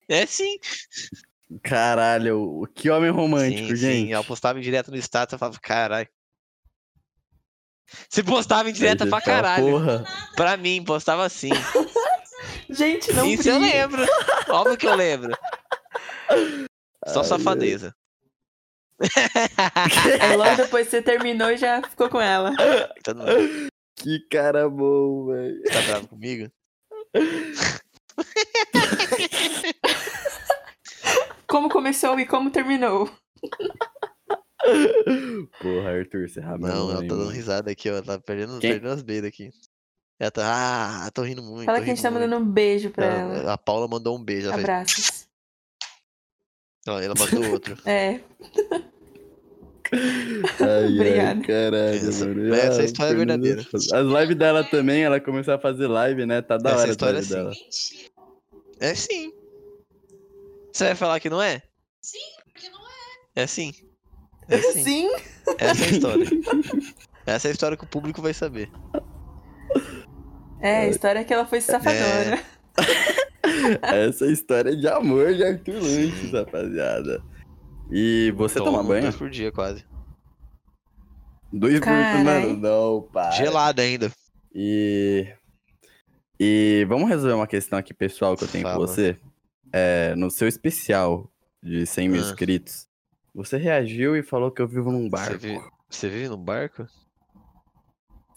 Speaker 2: É sim.
Speaker 1: Caralho, o- que homem romântico,
Speaker 2: sim, é
Speaker 1: gente.
Speaker 2: sim. Ela postava em direto no status, eu falava, caralho. Se postava em direta pra
Speaker 1: Eita,
Speaker 2: caralho. *laughs*
Speaker 1: Porra. *laughs*
Speaker 2: Pra mim, postava assim.
Speaker 3: *laughs* Gente, não
Speaker 2: Isso eu lembro. Óbvio que eu lembro. Só safadeza.
Speaker 3: É logo depois que você terminou e já ficou com ela.
Speaker 2: Todo mundo
Speaker 1: Que cara bom, velho.
Speaker 2: tá bravo comigo?
Speaker 3: Como começou e como terminou.
Speaker 1: Porra, Arthur, você é rama.
Speaker 2: Não, ela tá dando risada aqui, ó. Ela tá perdendo,
Speaker 1: Quem?
Speaker 2: perdendo as beiras aqui. Ela tá. Ah, tô rindo muito.
Speaker 3: Fala
Speaker 2: tô
Speaker 3: que a gente
Speaker 2: rindo
Speaker 3: tá
Speaker 2: muito.
Speaker 3: mandando um beijo pra
Speaker 2: Ela-
Speaker 3: ela.
Speaker 2: A Paula mandou um beijo. Ela, fez...
Speaker 3: Abraços.
Speaker 2: Ó, ela mandou
Speaker 3: *laughs*
Speaker 2: outro.
Speaker 3: É,
Speaker 1: Ai, ai,
Speaker 3: Obrigada.
Speaker 1: caralho,
Speaker 2: Essa-
Speaker 1: mano.
Speaker 2: mas essa
Speaker 1: Ah,
Speaker 2: história é
Speaker 1: Fernanda,
Speaker 2: verdadeira.
Speaker 1: As lives dela também, ela começou a fazer live, né? Tá da
Speaker 2: Essa
Speaker 1: hora a
Speaker 2: história
Speaker 1: live
Speaker 2: sim.
Speaker 1: dela.
Speaker 2: É sim. Você vai falar que não é? Sim, porque não é. É sim.
Speaker 3: *laughs*
Speaker 2: É sim.
Speaker 3: sim.
Speaker 2: Essa é
Speaker 3: *laughs*
Speaker 2: a história. Essa é a história que o público vai saber. É,
Speaker 3: É, a história é que ela foi safadora.
Speaker 1: Essa história de amor de Arthur Lanches, rapaziada. E você
Speaker 2: Tomo
Speaker 1: toma banho?
Speaker 2: um, Dois por dia, quase.
Speaker 1: Dois por
Speaker 3: Carai.
Speaker 1: semana? Não, pai.
Speaker 2: Gelado ainda.
Speaker 1: E. E vamos resolver uma questão aqui pessoal que eu tenho com
Speaker 2: Fala.
Speaker 1: você. É, no seu especial de 100 mil
Speaker 2: Ah.
Speaker 1: inscritos, você reagiu e falou que eu vivo num
Speaker 2: Você
Speaker 1: barco.
Speaker 2: vive, você vive no barco?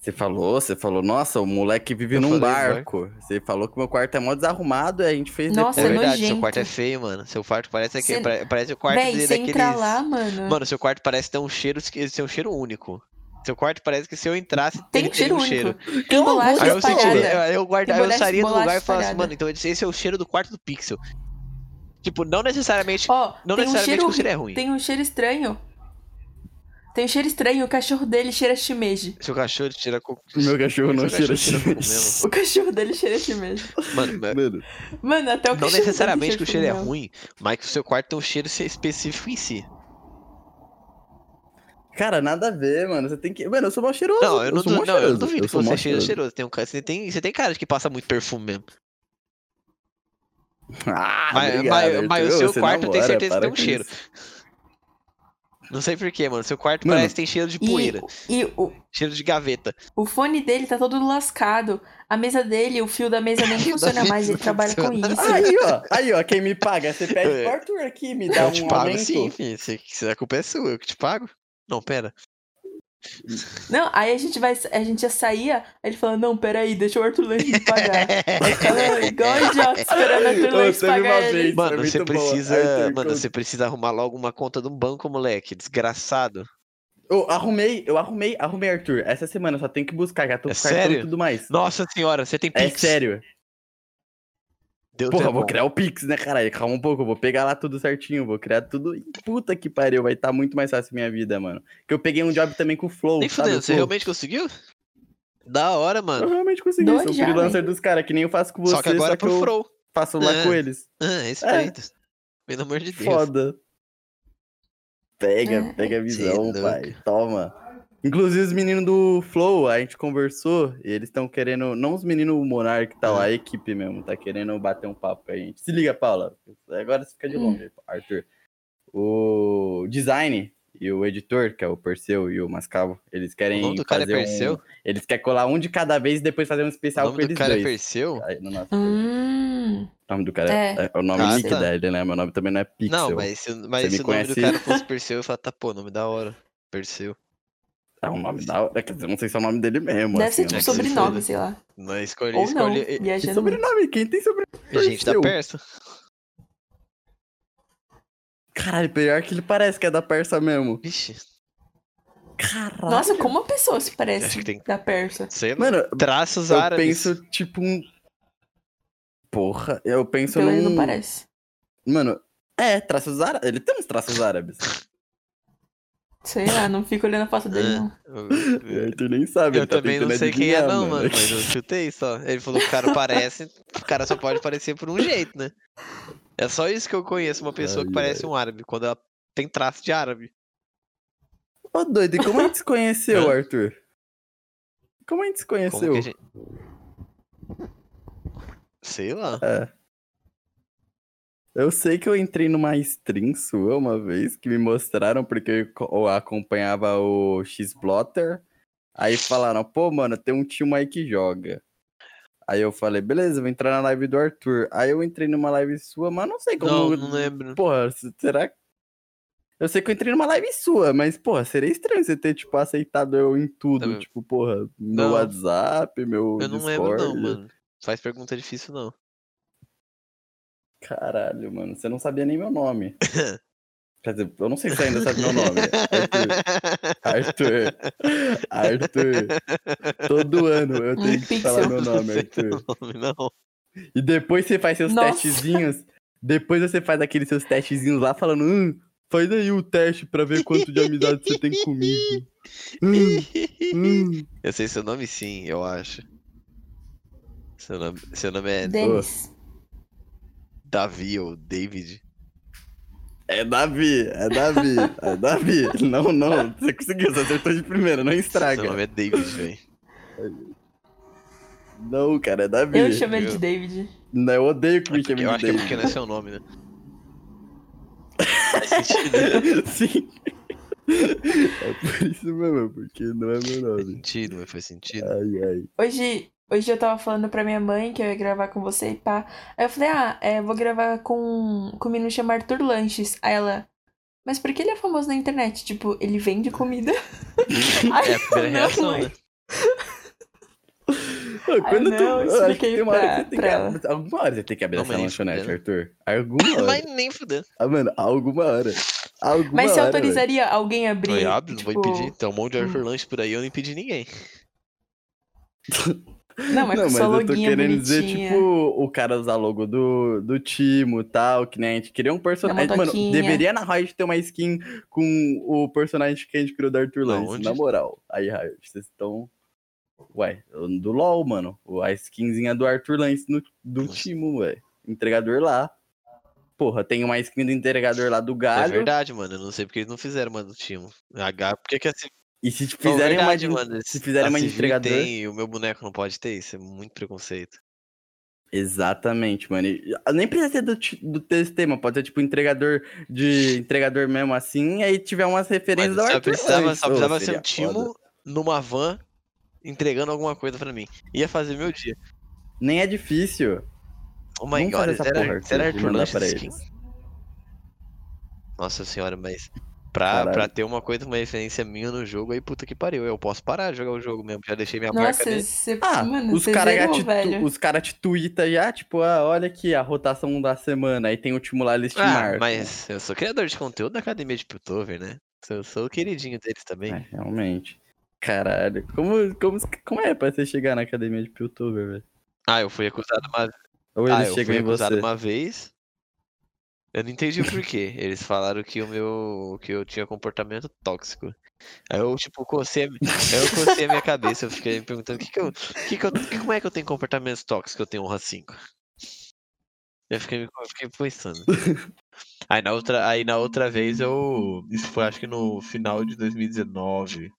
Speaker 1: Você falou, você falou, nossa, o moleque vive
Speaker 2: Eu
Speaker 1: num
Speaker 2: falei
Speaker 1: barco. Você falou que meu quarto é mó desarrumado e a gente fez
Speaker 3: Nossa,
Speaker 2: é
Speaker 1: depois.
Speaker 3: não-
Speaker 2: verdade, seu
Speaker 3: nojento.
Speaker 2: quarto é feio, mano. Seu quarto parece, aquele,
Speaker 3: Você-
Speaker 2: pare- parece o quarto
Speaker 3: Véi,
Speaker 2: de-
Speaker 3: você
Speaker 2: daqueles...
Speaker 3: entra lá, mano.
Speaker 2: Mano, seu quarto parece ter um cheiro, esqui- ter um cheiro único. Seu quarto parece que se eu entrasse,
Speaker 3: Tem
Speaker 2: ele
Speaker 3: um cheiro
Speaker 2: teria um
Speaker 3: único.
Speaker 2: cheiro.
Speaker 3: Tem bolacha
Speaker 2: Aí eu sentiria,
Speaker 3: espalhada.
Speaker 2: aí eu guarda, aí eu
Speaker 3: Tem
Speaker 2: sairia do
Speaker 3: bolacha
Speaker 2: lugar e falasse,
Speaker 3: espalhada.
Speaker 2: mano, então esse é o cheiro do quarto do Pixel. Tipo, não necessariamente,
Speaker 3: Ó,
Speaker 2: não
Speaker 3: tem um
Speaker 2: necessariamente
Speaker 3: cheiro
Speaker 2: que o cheiro é ruim.
Speaker 3: Tem um cheiro estranho. Tem um cheiro estranho, o cachorro dele cheira shimeji.
Speaker 2: Seu cachorro tira co...
Speaker 1: Meu cachorro não
Speaker 2: Seu
Speaker 1: cheira
Speaker 2: cachorro
Speaker 1: cheiro.
Speaker 2: cogumelo.
Speaker 3: O cachorro dele cheira shimeji.
Speaker 1: *laughs*
Speaker 2: Mano,
Speaker 3: um
Speaker 1: Mano,
Speaker 3: Mano, até o
Speaker 2: não
Speaker 3: cachorro dele
Speaker 2: necessariamente que o
Speaker 3: cheira
Speaker 2: cheiro é
Speaker 3: cogumelo.
Speaker 2: ruim, mas que o seu quarto tem um cheiro se- específico em si.
Speaker 1: cara, nada a ver, mano. Você tem que. Mano, eu sou mó cheiroso.
Speaker 2: Não, eu não,
Speaker 1: sou
Speaker 2: du-
Speaker 1: mó
Speaker 2: não, eu
Speaker 1: cheiroso,
Speaker 2: duvido que
Speaker 1: sou mó
Speaker 2: você cheira cheiroso. Tem um cara, você, tem, você tem cara de que passa muito perfume mesmo.
Speaker 1: *laughs* Ah,
Speaker 2: Mas-
Speaker 1: obrigado,
Speaker 2: mas- mas o
Speaker 1: Arthur,
Speaker 2: seu
Speaker 1: você
Speaker 2: quarto eu tenho
Speaker 1: namora,
Speaker 2: certeza que
Speaker 1: para
Speaker 2: tem um
Speaker 1: com
Speaker 2: cheiro.
Speaker 1: isso.
Speaker 2: Não sei porquê, mano. Seu quarto
Speaker 1: Mano.
Speaker 2: parece que tem cheiro de poeira,
Speaker 3: E, e o,
Speaker 2: cheiro de gaveta.
Speaker 3: o fone dele tá todo lascado. A mesa dele, o fio da
Speaker 2: *laughs*
Speaker 3: mesa nem funciona
Speaker 2: mesa
Speaker 3: mais, ele
Speaker 2: não
Speaker 3: trabalha com
Speaker 2: funciona.
Speaker 3: isso.
Speaker 1: Aí, ó, aí, ó, quem me paga, você pede
Speaker 2: *laughs* É.
Speaker 1: pro Arthur aqui, me dá
Speaker 2: Eu
Speaker 1: um
Speaker 2: te pago
Speaker 1: aumento.
Speaker 2: sim, filho. Se, se a culpa é sua, eu que te pago. Não, pera.
Speaker 3: Não, aí a gente vai, a gente já saía, aí ele falando, não, peraí, deixa o Arthur
Speaker 2: *laughs*
Speaker 3: Lange me pagar. Ela, Igual um idiota, esperando o Arthur
Speaker 1: Ô,
Speaker 3: Lange
Speaker 1: teve uma
Speaker 3: pagar
Speaker 1: vez-
Speaker 3: ele.
Speaker 1: É. Isso é
Speaker 2: Mano,
Speaker 1: muito
Speaker 2: você
Speaker 1: bom.
Speaker 2: precisa.
Speaker 1: Arthur,
Speaker 2: mano,
Speaker 1: conta.
Speaker 2: você precisa arrumar logo uma conta de um banco, moleque. Desgraçado.
Speaker 1: Eu arrumei, eu arrumei, arrumei, Arthur. Essa semana eu só tenho que buscar, já tô
Speaker 2: É
Speaker 1: com cartão e
Speaker 2: sério?
Speaker 1: tudo mais.
Speaker 2: Nossa senhora, você tem
Speaker 1: É
Speaker 2: Pix.
Speaker 1: sério.
Speaker 2: Deus
Speaker 1: Porra,
Speaker 2: é
Speaker 1: eu vou
Speaker 2: bom.
Speaker 1: criar o Pix, né, caralho? Calma um pouco, eu vou pegar lá tudo certinho, vou criar tudo. Ih, Puta que pariu, vai estar muito mais fácil minha vida, mano. Que eu peguei um job também com o Flow,
Speaker 2: Nem
Speaker 1: sabe?
Speaker 2: fudendo,
Speaker 1: o
Speaker 2: você
Speaker 1: Flow?
Speaker 2: realmente conseguiu? Da hora,
Speaker 1: Eu
Speaker 2: mano.
Speaker 1: realmente consegui,
Speaker 3: Dois
Speaker 1: sou
Speaker 3: já,
Speaker 1: freelancer dos caras, que nem eu faço com você,
Speaker 2: só que agora é
Speaker 1: eu
Speaker 2: pro Fro.
Speaker 1: faço lá
Speaker 2: É.
Speaker 1: com eles.
Speaker 2: Ah, respeito. Pelo amor de Deus.
Speaker 1: Foda. Pega,
Speaker 3: É,
Speaker 1: pega a
Speaker 2: cê é
Speaker 1: visão,
Speaker 2: louco.
Speaker 1: pai. Toma. Inclusive, os meninos do Flow, a gente conversou, e eles estão querendo. Não os meninos, o Monark e tal,
Speaker 2: Ah.
Speaker 1: a equipe mesmo, tá querendo bater um papo com a gente. Se liga, Paula. Agora você fica de
Speaker 3: Hum.
Speaker 1: longe, Arthur. O design e o editor, que é o Perseu e o Mascavo, eles
Speaker 2: O
Speaker 1: querem.
Speaker 2: nome do cara é
Speaker 1: fazer um-
Speaker 2: Perseu?
Speaker 1: Eles querem colar um de cada vez e depois fazer um
Speaker 2: O
Speaker 1: especial com
Speaker 2: nome do
Speaker 1: eles
Speaker 2: cara é
Speaker 1: dois.
Speaker 2: Perseu?
Speaker 1: Aí, no nosso-
Speaker 3: Hum,
Speaker 1: O nome do cara é,
Speaker 3: É.
Speaker 1: é o nome
Speaker 2: Ah,
Speaker 1: nick
Speaker 2: tá.
Speaker 1: dele, né? Meu nome também não é Pixel.
Speaker 2: Não, mas se, mas
Speaker 1: Você me
Speaker 2: se o nome do
Speaker 1: conhece-
Speaker 2: cara
Speaker 1: *laughs*
Speaker 2: fosse Perseu, eu ia falar, tá, pô, nome da hora. Perseu.
Speaker 1: É um nome da hora. Quer dizer, eu não sei se é o nome dele mesmo.
Speaker 3: deve
Speaker 1: assim,
Speaker 3: ser tipo
Speaker 1: né?
Speaker 2: que se foda.
Speaker 3: sobrenome, né? sei lá.
Speaker 2: Não, escolhi,
Speaker 3: Ou não, é
Speaker 2: escolhi. e-
Speaker 1: Que
Speaker 3: viajando. muito.
Speaker 1: sobrenome? Quem tem sobrenome?
Speaker 2: Gente tá da
Speaker 1: Perseu.
Speaker 2: Persa.
Speaker 1: Caralho, pior que ele parece que é da Persa mesmo.
Speaker 2: Vixe,
Speaker 1: Caralho.
Speaker 3: Nossa, como a pessoa se
Speaker 2: Acho
Speaker 3: parece
Speaker 2: que tem-
Speaker 3: da Persa.
Speaker 2: sei lá.
Speaker 1: Mano,
Speaker 2: Traços
Speaker 1: eu
Speaker 2: árabes.
Speaker 1: penso tipo um. Porra, eu penso
Speaker 3: Pelo menos
Speaker 1: num.
Speaker 3: não parece.
Speaker 1: Mano, é, traços árabes. Ele tem uns traços
Speaker 2: *laughs*
Speaker 1: árabes.
Speaker 3: Sei lá, não fico olhando a foto dele,
Speaker 2: É,
Speaker 3: não.
Speaker 2: Eu-
Speaker 1: O
Speaker 2: eu-
Speaker 1: Arthur nem *laughs* sabe.
Speaker 2: Eu
Speaker 1: ele tá
Speaker 2: também não
Speaker 1: tentando
Speaker 2: sei quem é,
Speaker 1: adivinhar,
Speaker 2: não, mano, mas eu chutei só. Ele falou que o cara parece. O cara só pode parecer por um jeito, né? É só isso que eu conheço, uma pessoa que
Speaker 1: Ai,
Speaker 2: parece um árabe, quando ela tem traço de árabe.
Speaker 1: *laughs* Ô, doido, e como a gente se conheceu,
Speaker 2: Hã?
Speaker 1: Arthur? Como a gente se
Speaker 2: Como
Speaker 1: conheceu?
Speaker 2: que a gente. Sei lá.
Speaker 1: É. Eu sei que eu entrei numa stream sua uma vez que me mostraram porque eu co- eu acompanhava o X-Blotter. Aí falaram, pô, mano, tem um time aí que joga. Aí eu falei, beleza, vou entrar na live do Arthur. Aí eu entrei numa live sua, mas não sei como.
Speaker 2: Não, não lembro.
Speaker 1: Porra, se- será que. Eu sei que eu entrei numa live sua, mas, porra, seria estranho você ter, tipo, aceitado eu em tudo.
Speaker 2: Também.
Speaker 1: Tipo, porra, meu
Speaker 2: Não.
Speaker 1: WhatsApp, meu.
Speaker 2: Eu não lembro,
Speaker 1: Discord.
Speaker 2: não, mano. Faz pergunta difícil, não.
Speaker 1: Caralho, mano, você não sabia nem meu nome. Quer dizer, eu não sei se você ainda sabe meu nome. É
Speaker 2: *laughs*
Speaker 1: Arthur. Arthur. Arthur. Todo ano eu
Speaker 3: Um
Speaker 1: tenho que
Speaker 3: pixel.
Speaker 1: falar meu
Speaker 2: Eu
Speaker 1: nome, é
Speaker 2: não sei teu
Speaker 1: Arthur.
Speaker 2: nome, não.
Speaker 1: E depois você faz seus
Speaker 3: Nossa.
Speaker 1: testezinhos. Depois você faz aqueles seus testezinhos lá falando. Hum, faz aí o teste pra ver quanto de amizade você tem
Speaker 3: *laughs*
Speaker 1: comigo. Hum, *laughs* hum.
Speaker 2: Eu sei seu nome sim, eu acho. Seu nome, seu nome é
Speaker 3: Denis.
Speaker 2: Davi ou David.
Speaker 1: É Davi, é Davi, é Davi. Não, não, você conseguiu, você acertou de primeira, não estraga.
Speaker 2: Seu nome
Speaker 1: *laughs*
Speaker 2: é David, velho.
Speaker 1: Não, cara, é Davi.
Speaker 3: Eu chamo ele
Speaker 2: Meu.
Speaker 3: de David.
Speaker 1: Não, Né, eu odeio que
Speaker 2: É
Speaker 1: me
Speaker 2: porque-
Speaker 1: chamem
Speaker 2: eu
Speaker 1: de
Speaker 2: acho que é
Speaker 1: David.
Speaker 2: porque não é seu
Speaker 1: *laughs*
Speaker 2: nome, né? Faz sentido. né? *laughs*
Speaker 1: Sim. É por isso mesmo, porque não é meu
Speaker 2: Faz
Speaker 1: nome.
Speaker 2: sentido, mas faz sentido.
Speaker 1: Ai, ai.
Speaker 3: Hoje, hoje eu tava falando pra minha mãe que eu ia gravar com você e pá. Aí eu falei, ah, é, vou gravar com, com o menino chamado Arthur Lanches. Aí ela, mas por que ele é famoso na internet? Tipo, ele vende
Speaker 2: *laughs*
Speaker 3: comida? Aí
Speaker 2: É a primeira
Speaker 3: eu,
Speaker 2: reação,
Speaker 3: mãe.
Speaker 2: né?
Speaker 1: Ô,
Speaker 2: Ah,
Speaker 1: Quando
Speaker 3: não,
Speaker 1: tu. eu acho que
Speaker 3: expliquei
Speaker 1: tem uma hora que
Speaker 3: pra-
Speaker 1: você tem que
Speaker 3: pra
Speaker 1: ab- Alguma hora você tem que abrir
Speaker 2: Não,
Speaker 1: essa
Speaker 2: mas nem
Speaker 1: lanchonete,
Speaker 2: fudendo.
Speaker 1: Arthur. Alguma
Speaker 2: Mas
Speaker 1: hora.
Speaker 2: nem fudendo.
Speaker 1: Ah, mano, alguma hora. Alguma
Speaker 3: Mas você
Speaker 1: hora,
Speaker 3: autorizaria alguém a
Speaker 2: Não,
Speaker 3: abrir?
Speaker 2: eu abro, não vou
Speaker 3: tipo,
Speaker 2: impedir. Tem um monte de Arthur Lanche por aí, eu não impedi ninguém. é
Speaker 3: Não, mas
Speaker 1: Não, mas
Speaker 3: com sua
Speaker 1: eu tô
Speaker 3: loguinha
Speaker 1: querendo
Speaker 3: bonitinha.
Speaker 1: dizer, tipo, o cara usar logo do, do Timo e tal, que nem a gente queria um personagem.
Speaker 3: Dá uma
Speaker 1: Mano,
Speaker 3: toquinha.
Speaker 1: deveria na Riot ter uma skin com o personagem que a gente criou do Arthur
Speaker 2: Da
Speaker 1: Lance,
Speaker 2: onde?
Speaker 1: na moral. Aí, Riot, vocês estão. Ué, do LOL, mano. A skinzinha do Arthur Lance no, do
Speaker 2: Nossa.
Speaker 1: Timo, ué. Entregador lá. Porra, tem uma skin do entregador lá do
Speaker 2: É
Speaker 1: Galho.
Speaker 2: verdade, mano. Eu não sei porque eles não fizeram, mano, do time. H, por que assim, que a Civil
Speaker 1: e se
Speaker 2: Não,
Speaker 1: fizerem
Speaker 2: verdade,
Speaker 1: uma. de-
Speaker 2: mano,
Speaker 1: se fizerem
Speaker 2: a
Speaker 1: uma de
Speaker 2: Civil
Speaker 1: entregador.
Speaker 2: tem e o meu boneco não pode ter? Isso é muito preconceito.
Speaker 1: Exatamente, mano. E ah, Nem precisa ser do, ti- do texto tema, pode ser tipo entregador de entregador mesmo assim, e aí tiver umas referências
Speaker 2: Mas
Speaker 1: da
Speaker 2: só
Speaker 1: Arthur
Speaker 2: precisava,
Speaker 1: Sanches.
Speaker 2: só
Speaker 1: Ô,
Speaker 2: precisava ser
Speaker 1: seria
Speaker 2: um timo
Speaker 1: foda.
Speaker 2: numa van entregando alguma coisa pra mim. Ia fazer meu dia.
Speaker 1: Nem é difícil.
Speaker 2: Oh my
Speaker 1: Vamos
Speaker 2: god,
Speaker 1: fazer essa
Speaker 2: será,
Speaker 1: porra, Arthur,
Speaker 2: será
Speaker 1: e
Speaker 2: Arthur
Speaker 1: mandar
Speaker 2: Lanches
Speaker 1: pra
Speaker 2: skin?
Speaker 1: eles.
Speaker 2: Nossa senhora, mas pra,
Speaker 1: Caralho.
Speaker 2: pra ter uma coisa, uma referência minha no jogo, aí puta que pariu, eu posso parar de jogar o jogo mesmo, já deixei minha marca
Speaker 3: Nossa,
Speaker 2: nele.
Speaker 3: você.
Speaker 1: Ah,
Speaker 3: mano,
Speaker 1: os
Speaker 3: você
Speaker 1: caras
Speaker 3: zerou,
Speaker 1: te,
Speaker 3: velho.
Speaker 1: tu- os cara te tuita já, tipo, ah, olha aqui a rotação da semana, aí tem o time lá, eles te
Speaker 2: Ah,
Speaker 1: marcam.
Speaker 2: mas eu sou criador de conteúdo da Academia de Piltover, né? Eu sou o queridinho deles também.
Speaker 1: É, realmente. Caralho, como, como, como é pra você chegar na academia de Piltover, velho?
Speaker 2: Ah, eu fui acusado uma
Speaker 1: Ou
Speaker 2: Ah,
Speaker 1: eles
Speaker 2: eu
Speaker 1: chegam
Speaker 2: fui
Speaker 1: em você?
Speaker 2: acusado uma vez. Eu não entendi o porquê. Eles falaram que o meu. que eu tinha comportamento tóxico. Aí eu, tipo, cocei, a mi- aí eu cocei a minha cabeça, eu fiquei me perguntando que que eu, que que eu, que- como é que eu tenho comportamento tóxico? Eu tenho honra 5. Eu fiquei, me- eu fiquei pensando. Aí na, outra, aí na outra vez eu. Isso foi acho que no final de 2019.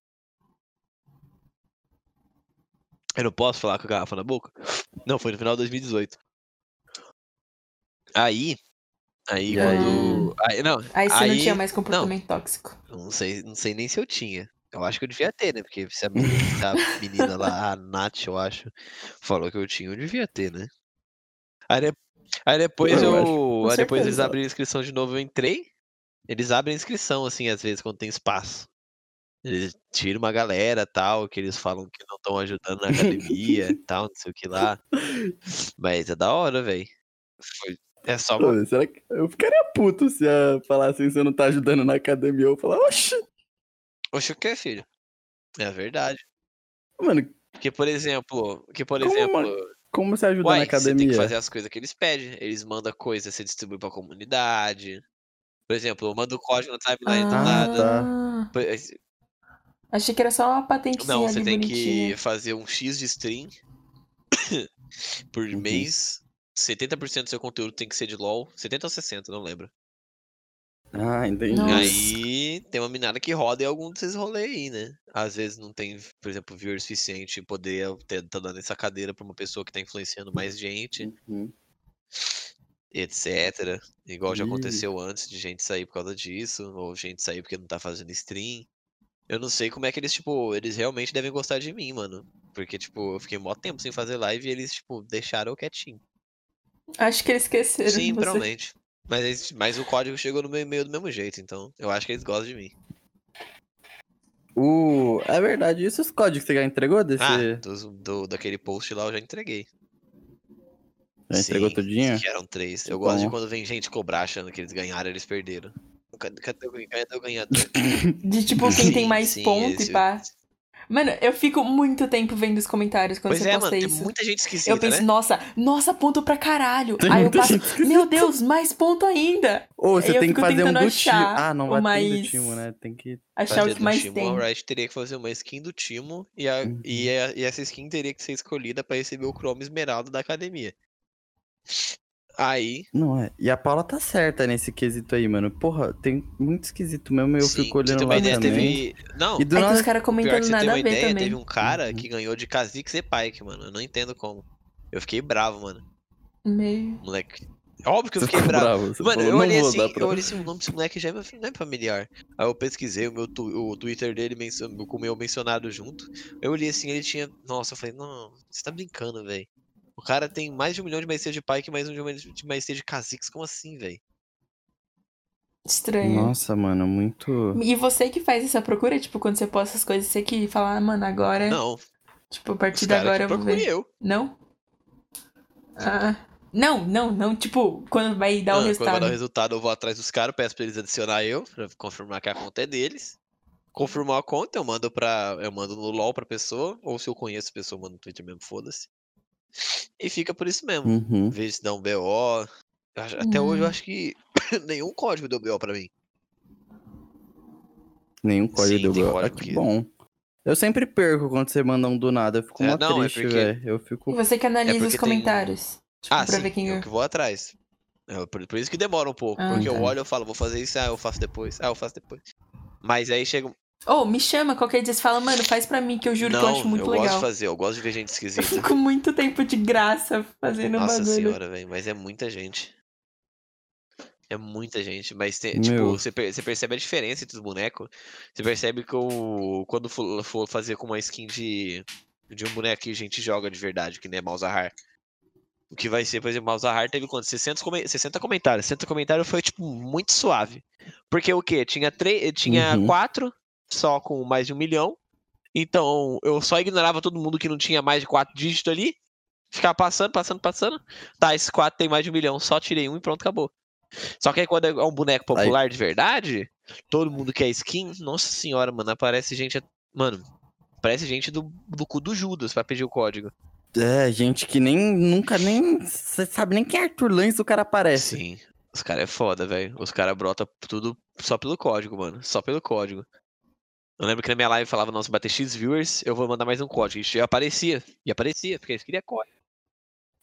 Speaker 2: Eu não posso falar com a garrafa na boca? Não, foi no final de 2018. Aí. Aí
Speaker 1: E
Speaker 2: quando. Aí, não,
Speaker 3: Aí você não
Speaker 2: aí-
Speaker 3: tinha mais comportamento tóxico.
Speaker 2: eu não sei, não sei nem se eu tinha. Eu acho que eu devia ter, né? Porque se a menina, se a menina lá, a Nath, eu acho, falou que eu tinha, eu devia ter, né? Aí, de- aí depois
Speaker 1: Eu
Speaker 2: eu.
Speaker 1: acho.
Speaker 3: Com
Speaker 2: aí depois eles
Speaker 3: certeza.
Speaker 2: abrem a inscrição de novo, eu entrei. Eles abrem a inscrição, assim, às vezes, quando tem espaço. Eles tiram uma galera tal, que eles falam que não estão ajudando na academia tal, não sei o que lá. Mas é da hora, velho. É só uma
Speaker 1: Ô, será que eu ficaria puto se a falasse assim, você não tá ajudando na academia? Eu falar, oxi,
Speaker 2: Oxe, o que, filho? É verdade.
Speaker 1: mano,
Speaker 2: Porque, por exemplo, que, por
Speaker 1: Como, mano?
Speaker 2: exemplo,
Speaker 1: como você ajuda na
Speaker 2: uai, você tem
Speaker 1: academia?
Speaker 2: que fazer as coisas que eles pedem. Eles mandam coisa, você distribui pra comunidade. Por exemplo, eu mando o código na timeline do
Speaker 1: Ah,
Speaker 2: nada.
Speaker 3: tá.
Speaker 2: Por ex-
Speaker 3: Achei que era só uma patentinha ali
Speaker 2: Não,
Speaker 3: né?
Speaker 2: você tem
Speaker 3: bonitinha.
Speaker 2: que fazer um X de stream *coughs* por
Speaker 1: Uhum.
Speaker 2: mês. 70% do seu conteúdo tem que ser de LOL. 70 ou 60, não lembro.
Speaker 1: Ah, entendi.
Speaker 3: Nossa.
Speaker 2: Aí tem uma minada que roda em algum desses rolês aí, né? Às vezes não tem, por exemplo, viewer suficiente e poder estar tá dando essa cadeira pra uma pessoa que tá influenciando mais gente.
Speaker 1: Uhum.
Speaker 2: etc. Igual já
Speaker 1: Ih.
Speaker 2: aconteceu antes de gente sair por causa disso, ou gente sair porque não tá fazendo stream. Eu não sei como é que eles, tipo, eles realmente devem gostar de mim, mano. Porque, tipo, eu fiquei mó tempo sem fazer live e eles, tipo, deixaram eu quietinho.
Speaker 1: *laughs*
Speaker 3: Acho que eles esqueceram.
Speaker 2: Sim,
Speaker 3: de você.
Speaker 2: provavelmente. Mas, eles- mas o código chegou no meu e-mail do mesmo jeito, então eu acho que eles gostam de mim.
Speaker 1: Uh, é verdade. E esses códigos que você já entregou desse.
Speaker 2: Ah, do, do- daquele post lá eu já entreguei.
Speaker 1: já entregou
Speaker 2: Sim,
Speaker 1: tudinho?
Speaker 2: Que eram três. Eu
Speaker 1: Que
Speaker 2: gosto de
Speaker 1: bom.
Speaker 2: quando vem gente cobrar achando que eles ganharam eles perderam. Cadê, cadê, o- cadê o ganhador?
Speaker 3: De tipo, quem tem
Speaker 2: Sim,
Speaker 3: mais
Speaker 2: sim,
Speaker 3: ponto
Speaker 2: esse-
Speaker 3: e pá. Mano, eu fico muito tempo vendo os comentários quando
Speaker 2: Pois
Speaker 3: você
Speaker 2: é, mano,
Speaker 3: posta
Speaker 2: tem
Speaker 3: isso.
Speaker 2: muita gente esquisita,
Speaker 3: Eu penso,
Speaker 2: né?
Speaker 3: nossa, nossa, ponto pra caralho.
Speaker 1: Tem
Speaker 3: Aí eu
Speaker 1: muita
Speaker 3: passo,
Speaker 1: gente que-
Speaker 3: meu Deus, mais ponto ainda.
Speaker 1: Ou
Speaker 3: eu
Speaker 1: você tem que
Speaker 3: fico
Speaker 1: fazer um
Speaker 3: tentando
Speaker 1: do time.
Speaker 3: achar
Speaker 1: Ah, não vai
Speaker 3: o
Speaker 1: ter do
Speaker 3: mais-
Speaker 1: time, né? Tem que.
Speaker 3: Achar
Speaker 2: Fazer
Speaker 3: o que
Speaker 2: do
Speaker 3: mais
Speaker 2: Timo,
Speaker 3: tem.
Speaker 2: a Riot teria que fazer uma skin do Timo e, a-
Speaker 1: Uhum.
Speaker 2: e, a- e essa skin teria que ser escolhida pra receber o Chrome Esmeralda da academia. Aí,
Speaker 1: Não é. E a Paula tá certa nesse quesito aí, mano. Porra, tem muito esquisito mesmo. Eu
Speaker 2: sim,
Speaker 1: fico
Speaker 2: pra você ter
Speaker 1: olhando
Speaker 2: uma
Speaker 1: lá
Speaker 2: ideia,
Speaker 1: também.
Speaker 2: teve. Não,
Speaker 1: E do
Speaker 3: É
Speaker 2: pior
Speaker 3: que os
Speaker 1: nada.
Speaker 3: caras
Speaker 2: que
Speaker 3: comentando
Speaker 2: você ter
Speaker 3: nada
Speaker 2: uma
Speaker 3: a ver
Speaker 2: ideia,
Speaker 3: também.
Speaker 2: teve um cara
Speaker 1: Uhum.
Speaker 2: que ganhou de Kha'Zix e Pyke, mano. Eu não entendo como. Eu fiquei bravo, mano.
Speaker 3: Meio.
Speaker 2: Moleque. Óbvio que eu
Speaker 1: Você
Speaker 2: fiquei
Speaker 1: ficou
Speaker 2: bravo.
Speaker 1: bravo. Você
Speaker 2: Mano,
Speaker 1: falou,
Speaker 2: eu
Speaker 1: "Não
Speaker 2: olhei
Speaker 1: vou
Speaker 2: assim,
Speaker 1: dar pra-
Speaker 2: eu olhei assim, o nome desse moleque já é meu- não é familiar. Aí eu pesquisei o, meu tu- o Twitter dele mencio- com o meu mencionado junto. Eu olhei assim, ele tinha. Nossa, eu falei, não, você tá brincando, velho. O cara tem mais de um milhão de maestria de Pike e mais um milhão de maestria de Kha'Zix, como assim, velho?
Speaker 3: Estranho.
Speaker 1: Nossa, mano, muito.
Speaker 3: E você que faz essa procura, tipo, quando você posta as coisas, você que fala, ah, mano, agora.
Speaker 2: Não, os
Speaker 3: Tipo, a partir de
Speaker 2: caras
Speaker 3: agora
Speaker 2: que
Speaker 3: eu vou
Speaker 2: procurem
Speaker 3: ver.
Speaker 2: eu.
Speaker 3: Não? Ah. Não, não, não. Tipo, quando vai dar o
Speaker 2: Ah, Quando vai
Speaker 3: resultado.
Speaker 2: dar o resultado, eu vou atrás dos caras, peço pra eles adicionar eu, pra confirmar que a conta é deles. Confirmar a conta, eu mando para eu mando no LOL pra pessoa, ou se eu conheço a pessoa, eu mando no Twitter mesmo, foda-se. E fica por isso mesmo.
Speaker 1: Uhum.
Speaker 2: Vejo se dá um BO. Eu acho- Até hoje eu
Speaker 3: Hum.
Speaker 2: acho que *coughs* nenhum código deu BO pra mim.
Speaker 1: Nenhum código
Speaker 2: Sim,
Speaker 1: deu
Speaker 2: tem
Speaker 1: BO. Ah,
Speaker 2: código
Speaker 1: que
Speaker 2: que-
Speaker 1: bom. Eu sempre perco quando você manda um do nada. Eu fico
Speaker 2: É,
Speaker 1: mó
Speaker 2: não, é
Speaker 1: triste,
Speaker 2: porque-
Speaker 1: velho. Eu
Speaker 3: E
Speaker 1: fico.
Speaker 3: você que analisa os
Speaker 2: é porque tem-
Speaker 3: comentários. Tipo,
Speaker 2: Ah,
Speaker 3: pra
Speaker 2: sim,
Speaker 3: ver quem
Speaker 2: eu
Speaker 3: ganhou.
Speaker 2: que vou atrás. É, por, por isso que demora um pouco,
Speaker 3: Ah,
Speaker 2: porque eu
Speaker 1: tá.
Speaker 2: olho e eu falo, vou fazer isso, ah, eu faço depois, ah, eu faço depois. Mas aí chega. um-
Speaker 3: Ou me chama qualquer dia, você fala, mano, faz pra mim que eu juro que eu
Speaker 2: Não,
Speaker 3: acho muito
Speaker 2: eu gosto
Speaker 3: legal.
Speaker 2: de fazer, eu gosto de ver gente
Speaker 3: *laughs* Eu
Speaker 2: esquisita.
Speaker 3: fico muito tempo de graça fazendo um
Speaker 2: Nossa
Speaker 3: bagulho.
Speaker 2: senhora, velho, mas é muita gente. É muita gente, mas tem,
Speaker 1: Meu.
Speaker 2: tipo, você, per- você percebe a diferença entre os bonecos. Você percebe que o, quando for, for fazer com uma skin de, de um boneco que a gente joga de verdade, que nem é Malzahar. O que vai ser, por exemplo, Malzahar teve quanto? 60, come- 60 comentários. 60 comentários foi, tipo, muito suave. Porque o quê? Tinha, três, tinha
Speaker 1: Uhum.
Speaker 2: quatro, só com mais de um milhão. Então, eu só ignorava todo mundo que não tinha mais de quatro dígitos ali. Ficava passando, passando, passando. Tá, esses quatro tem mais de um milhão, só tirei um e pronto, acabou. Só que aí quando é um boneco
Speaker 1: Aí-
Speaker 2: popular de verdade, todo mundo quer skin, nossa senhora, mano, aparece gente. Mano, aparece gente do, do cu do Judas pra pedir o código.
Speaker 1: É, gente que nem. Nunca nem. Você sabe nem quem é Arthur Lance o cara aparece.
Speaker 2: Sim. Os caras é foda, velho. Os caras brota tudo só pelo código, mano. Só pelo código. Eu lembro que na minha live falava, não, se bater X viewers, eu vou mandar mais um código. E aparecia. E aparecia, porque eles queriam código.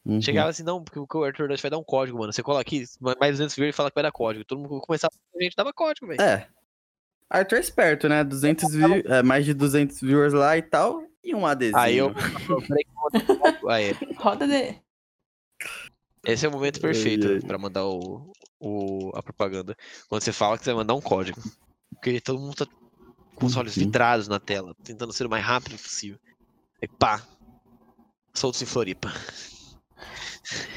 Speaker 1: Uhum.
Speaker 2: Chegava assim, não, porque o Arthur Dust vai dar um código, mano. Você cola aqui, ma- mais 200 viewers e fala que vai dar código. Todo mundo começava, a gente dava código, velho.
Speaker 1: É. Arthur é esperto, né? 200 view... é, mais de 200 viewers lá e tal. E um adesivo.
Speaker 2: Aí eu. Peraí que eu vou dar um código. Aí,
Speaker 3: Roda de.
Speaker 2: esse é o momento
Speaker 1: Ai, ai.
Speaker 2: perfeito pra mandar o, o- a propaganda. Quando você fala que você vai mandar um código. Porque todo mundo tá com os olhos
Speaker 1: Uhum.
Speaker 2: vitrados na tela, tentando ser o mais rápido possível. Aí pá! Soltos em Floripa.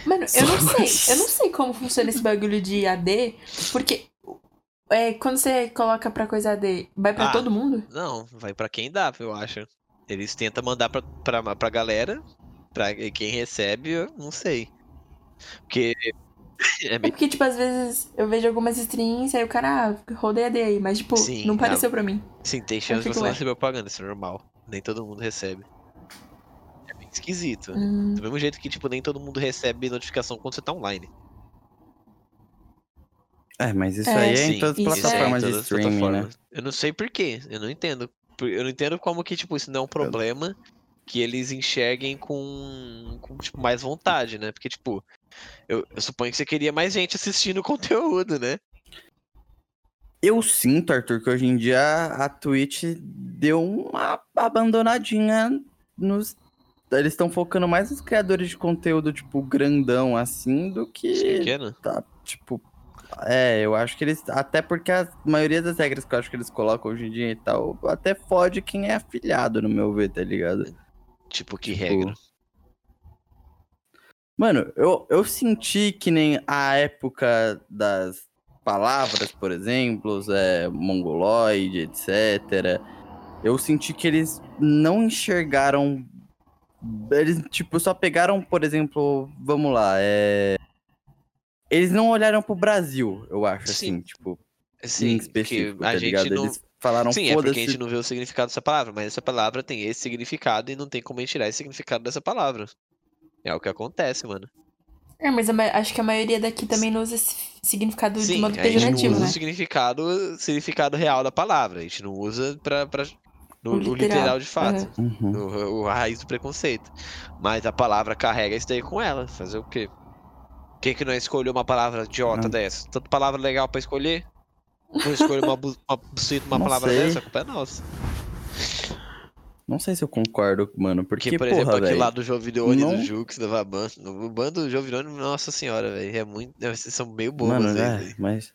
Speaker 3: Mano, eu não
Speaker 1: Só-
Speaker 3: sei. Eu não sei como funciona esse bagulho de AD, porque. É, quando você coloca pra coisa AD, vai pra
Speaker 2: Ah.
Speaker 3: todo mundo?
Speaker 2: Não, vai pra quem dá, eu acho. Eles tentam mandar pra, pra, pra galera, pra quem recebe, eu não sei. Porque. *laughs* É
Speaker 3: É
Speaker 2: meio
Speaker 3: porque, tipo, às vezes eu vejo algumas streams e aí o cara, ah, rodei AD aí, mas, tipo,
Speaker 2: Sim,
Speaker 3: não
Speaker 2: tá.
Speaker 3: pareceu pra mim.
Speaker 2: Sim, tem chance de
Speaker 3: fico
Speaker 2: você não
Speaker 3: lá.
Speaker 2: receber propaganda, isso é normal. Nem todo mundo recebe. É bem esquisito.
Speaker 3: Hum,
Speaker 2: Do mesmo jeito que, tipo, nem todo mundo recebe notificação quando você tá online.
Speaker 1: É, mas isso
Speaker 3: É.
Speaker 1: aí é
Speaker 2: Sim,
Speaker 1: em todas as
Speaker 3: isso é em
Speaker 1: plataformas de
Speaker 2: todas as
Speaker 1: streaming, né?
Speaker 2: plataformas. Eu não sei porquê, eu não entendo. Por- Eu não entendo como que, tipo, isso não é um problema que eles enxerguem com, com, tipo, mais vontade, né? Porque, tipo, eu, eu suponho que você queria mais gente assistindo o *laughs* conteúdo, né?
Speaker 1: Eu sinto, Arthur, que hoje em dia a Twitch deu uma abandonadinha nos. Eles estão focando mais nos criadores de conteúdo, tipo, grandão, assim, do que.
Speaker 2: Pequeno.
Speaker 1: Tá, tipo. É, eu acho que eles. Até porque a maioria das regras que eu acho que eles colocam hoje em dia e tal, até fode quem é afiliado, no meu ver, tá ligado?
Speaker 2: Tipo, que
Speaker 1: Tipo,
Speaker 2: regra.
Speaker 1: Mano, eu, eu senti que nem a época das palavras, por exemplo, é, mongoloide, etc. Eu senti que eles não enxergaram. Eles, tipo, só pegaram, por exemplo, vamos lá, é. Eles não olharam pro Brasil, eu acho,
Speaker 2: Sim.
Speaker 1: assim, tipo, em
Speaker 2: Sim, porque
Speaker 1: específico,
Speaker 2: a
Speaker 1: tá
Speaker 2: gente
Speaker 1: ligado?
Speaker 2: não...
Speaker 1: Eles falaram,
Speaker 2: Sim, é porque a gente
Speaker 1: foda-se.
Speaker 2: não vê o significado dessa palavra, mas essa palavra tem esse significado e não tem como a gente tirar esse significado dessa palavra. É o que acontece, mano.
Speaker 3: É, mas a ma- acho que a maioria daqui também não usa esse significado de
Speaker 2: Sim, é
Speaker 3: modo
Speaker 2: a gente não
Speaker 3: pejorativo,
Speaker 2: usa o
Speaker 3: né?
Speaker 2: significado, significado real da palavra. A gente não usa pra, pra, no,
Speaker 3: O
Speaker 2: o
Speaker 3: literal.
Speaker 2: literal. de fato.
Speaker 3: Aham.
Speaker 1: Uhum.
Speaker 2: O, o- a raiz do preconceito. Mas a palavra carrega isso daí com ela. Fazer o quê? Quem que não escolheu uma palavra idiota
Speaker 1: Ah.
Speaker 2: dessa? Tanta palavra legal pra escolher? Não escolheu uma, bu- uma, buceta, uma
Speaker 1: Não
Speaker 2: palavra
Speaker 1: sei.
Speaker 2: dessa? A culpa é nossa.
Speaker 1: Não sei se eu concordo, mano. Porque,
Speaker 2: Porque, por
Speaker 1: porra,
Speaker 2: exemplo, aquele
Speaker 1: velho,
Speaker 2: lá do Jovidone,
Speaker 1: não-
Speaker 2: do Jux, do Vaban. O ban do Jovidone, nossa senhora, velho. É muito. Vocês são meio bobas,
Speaker 1: Mano,
Speaker 2: velho.
Speaker 1: né? Mas.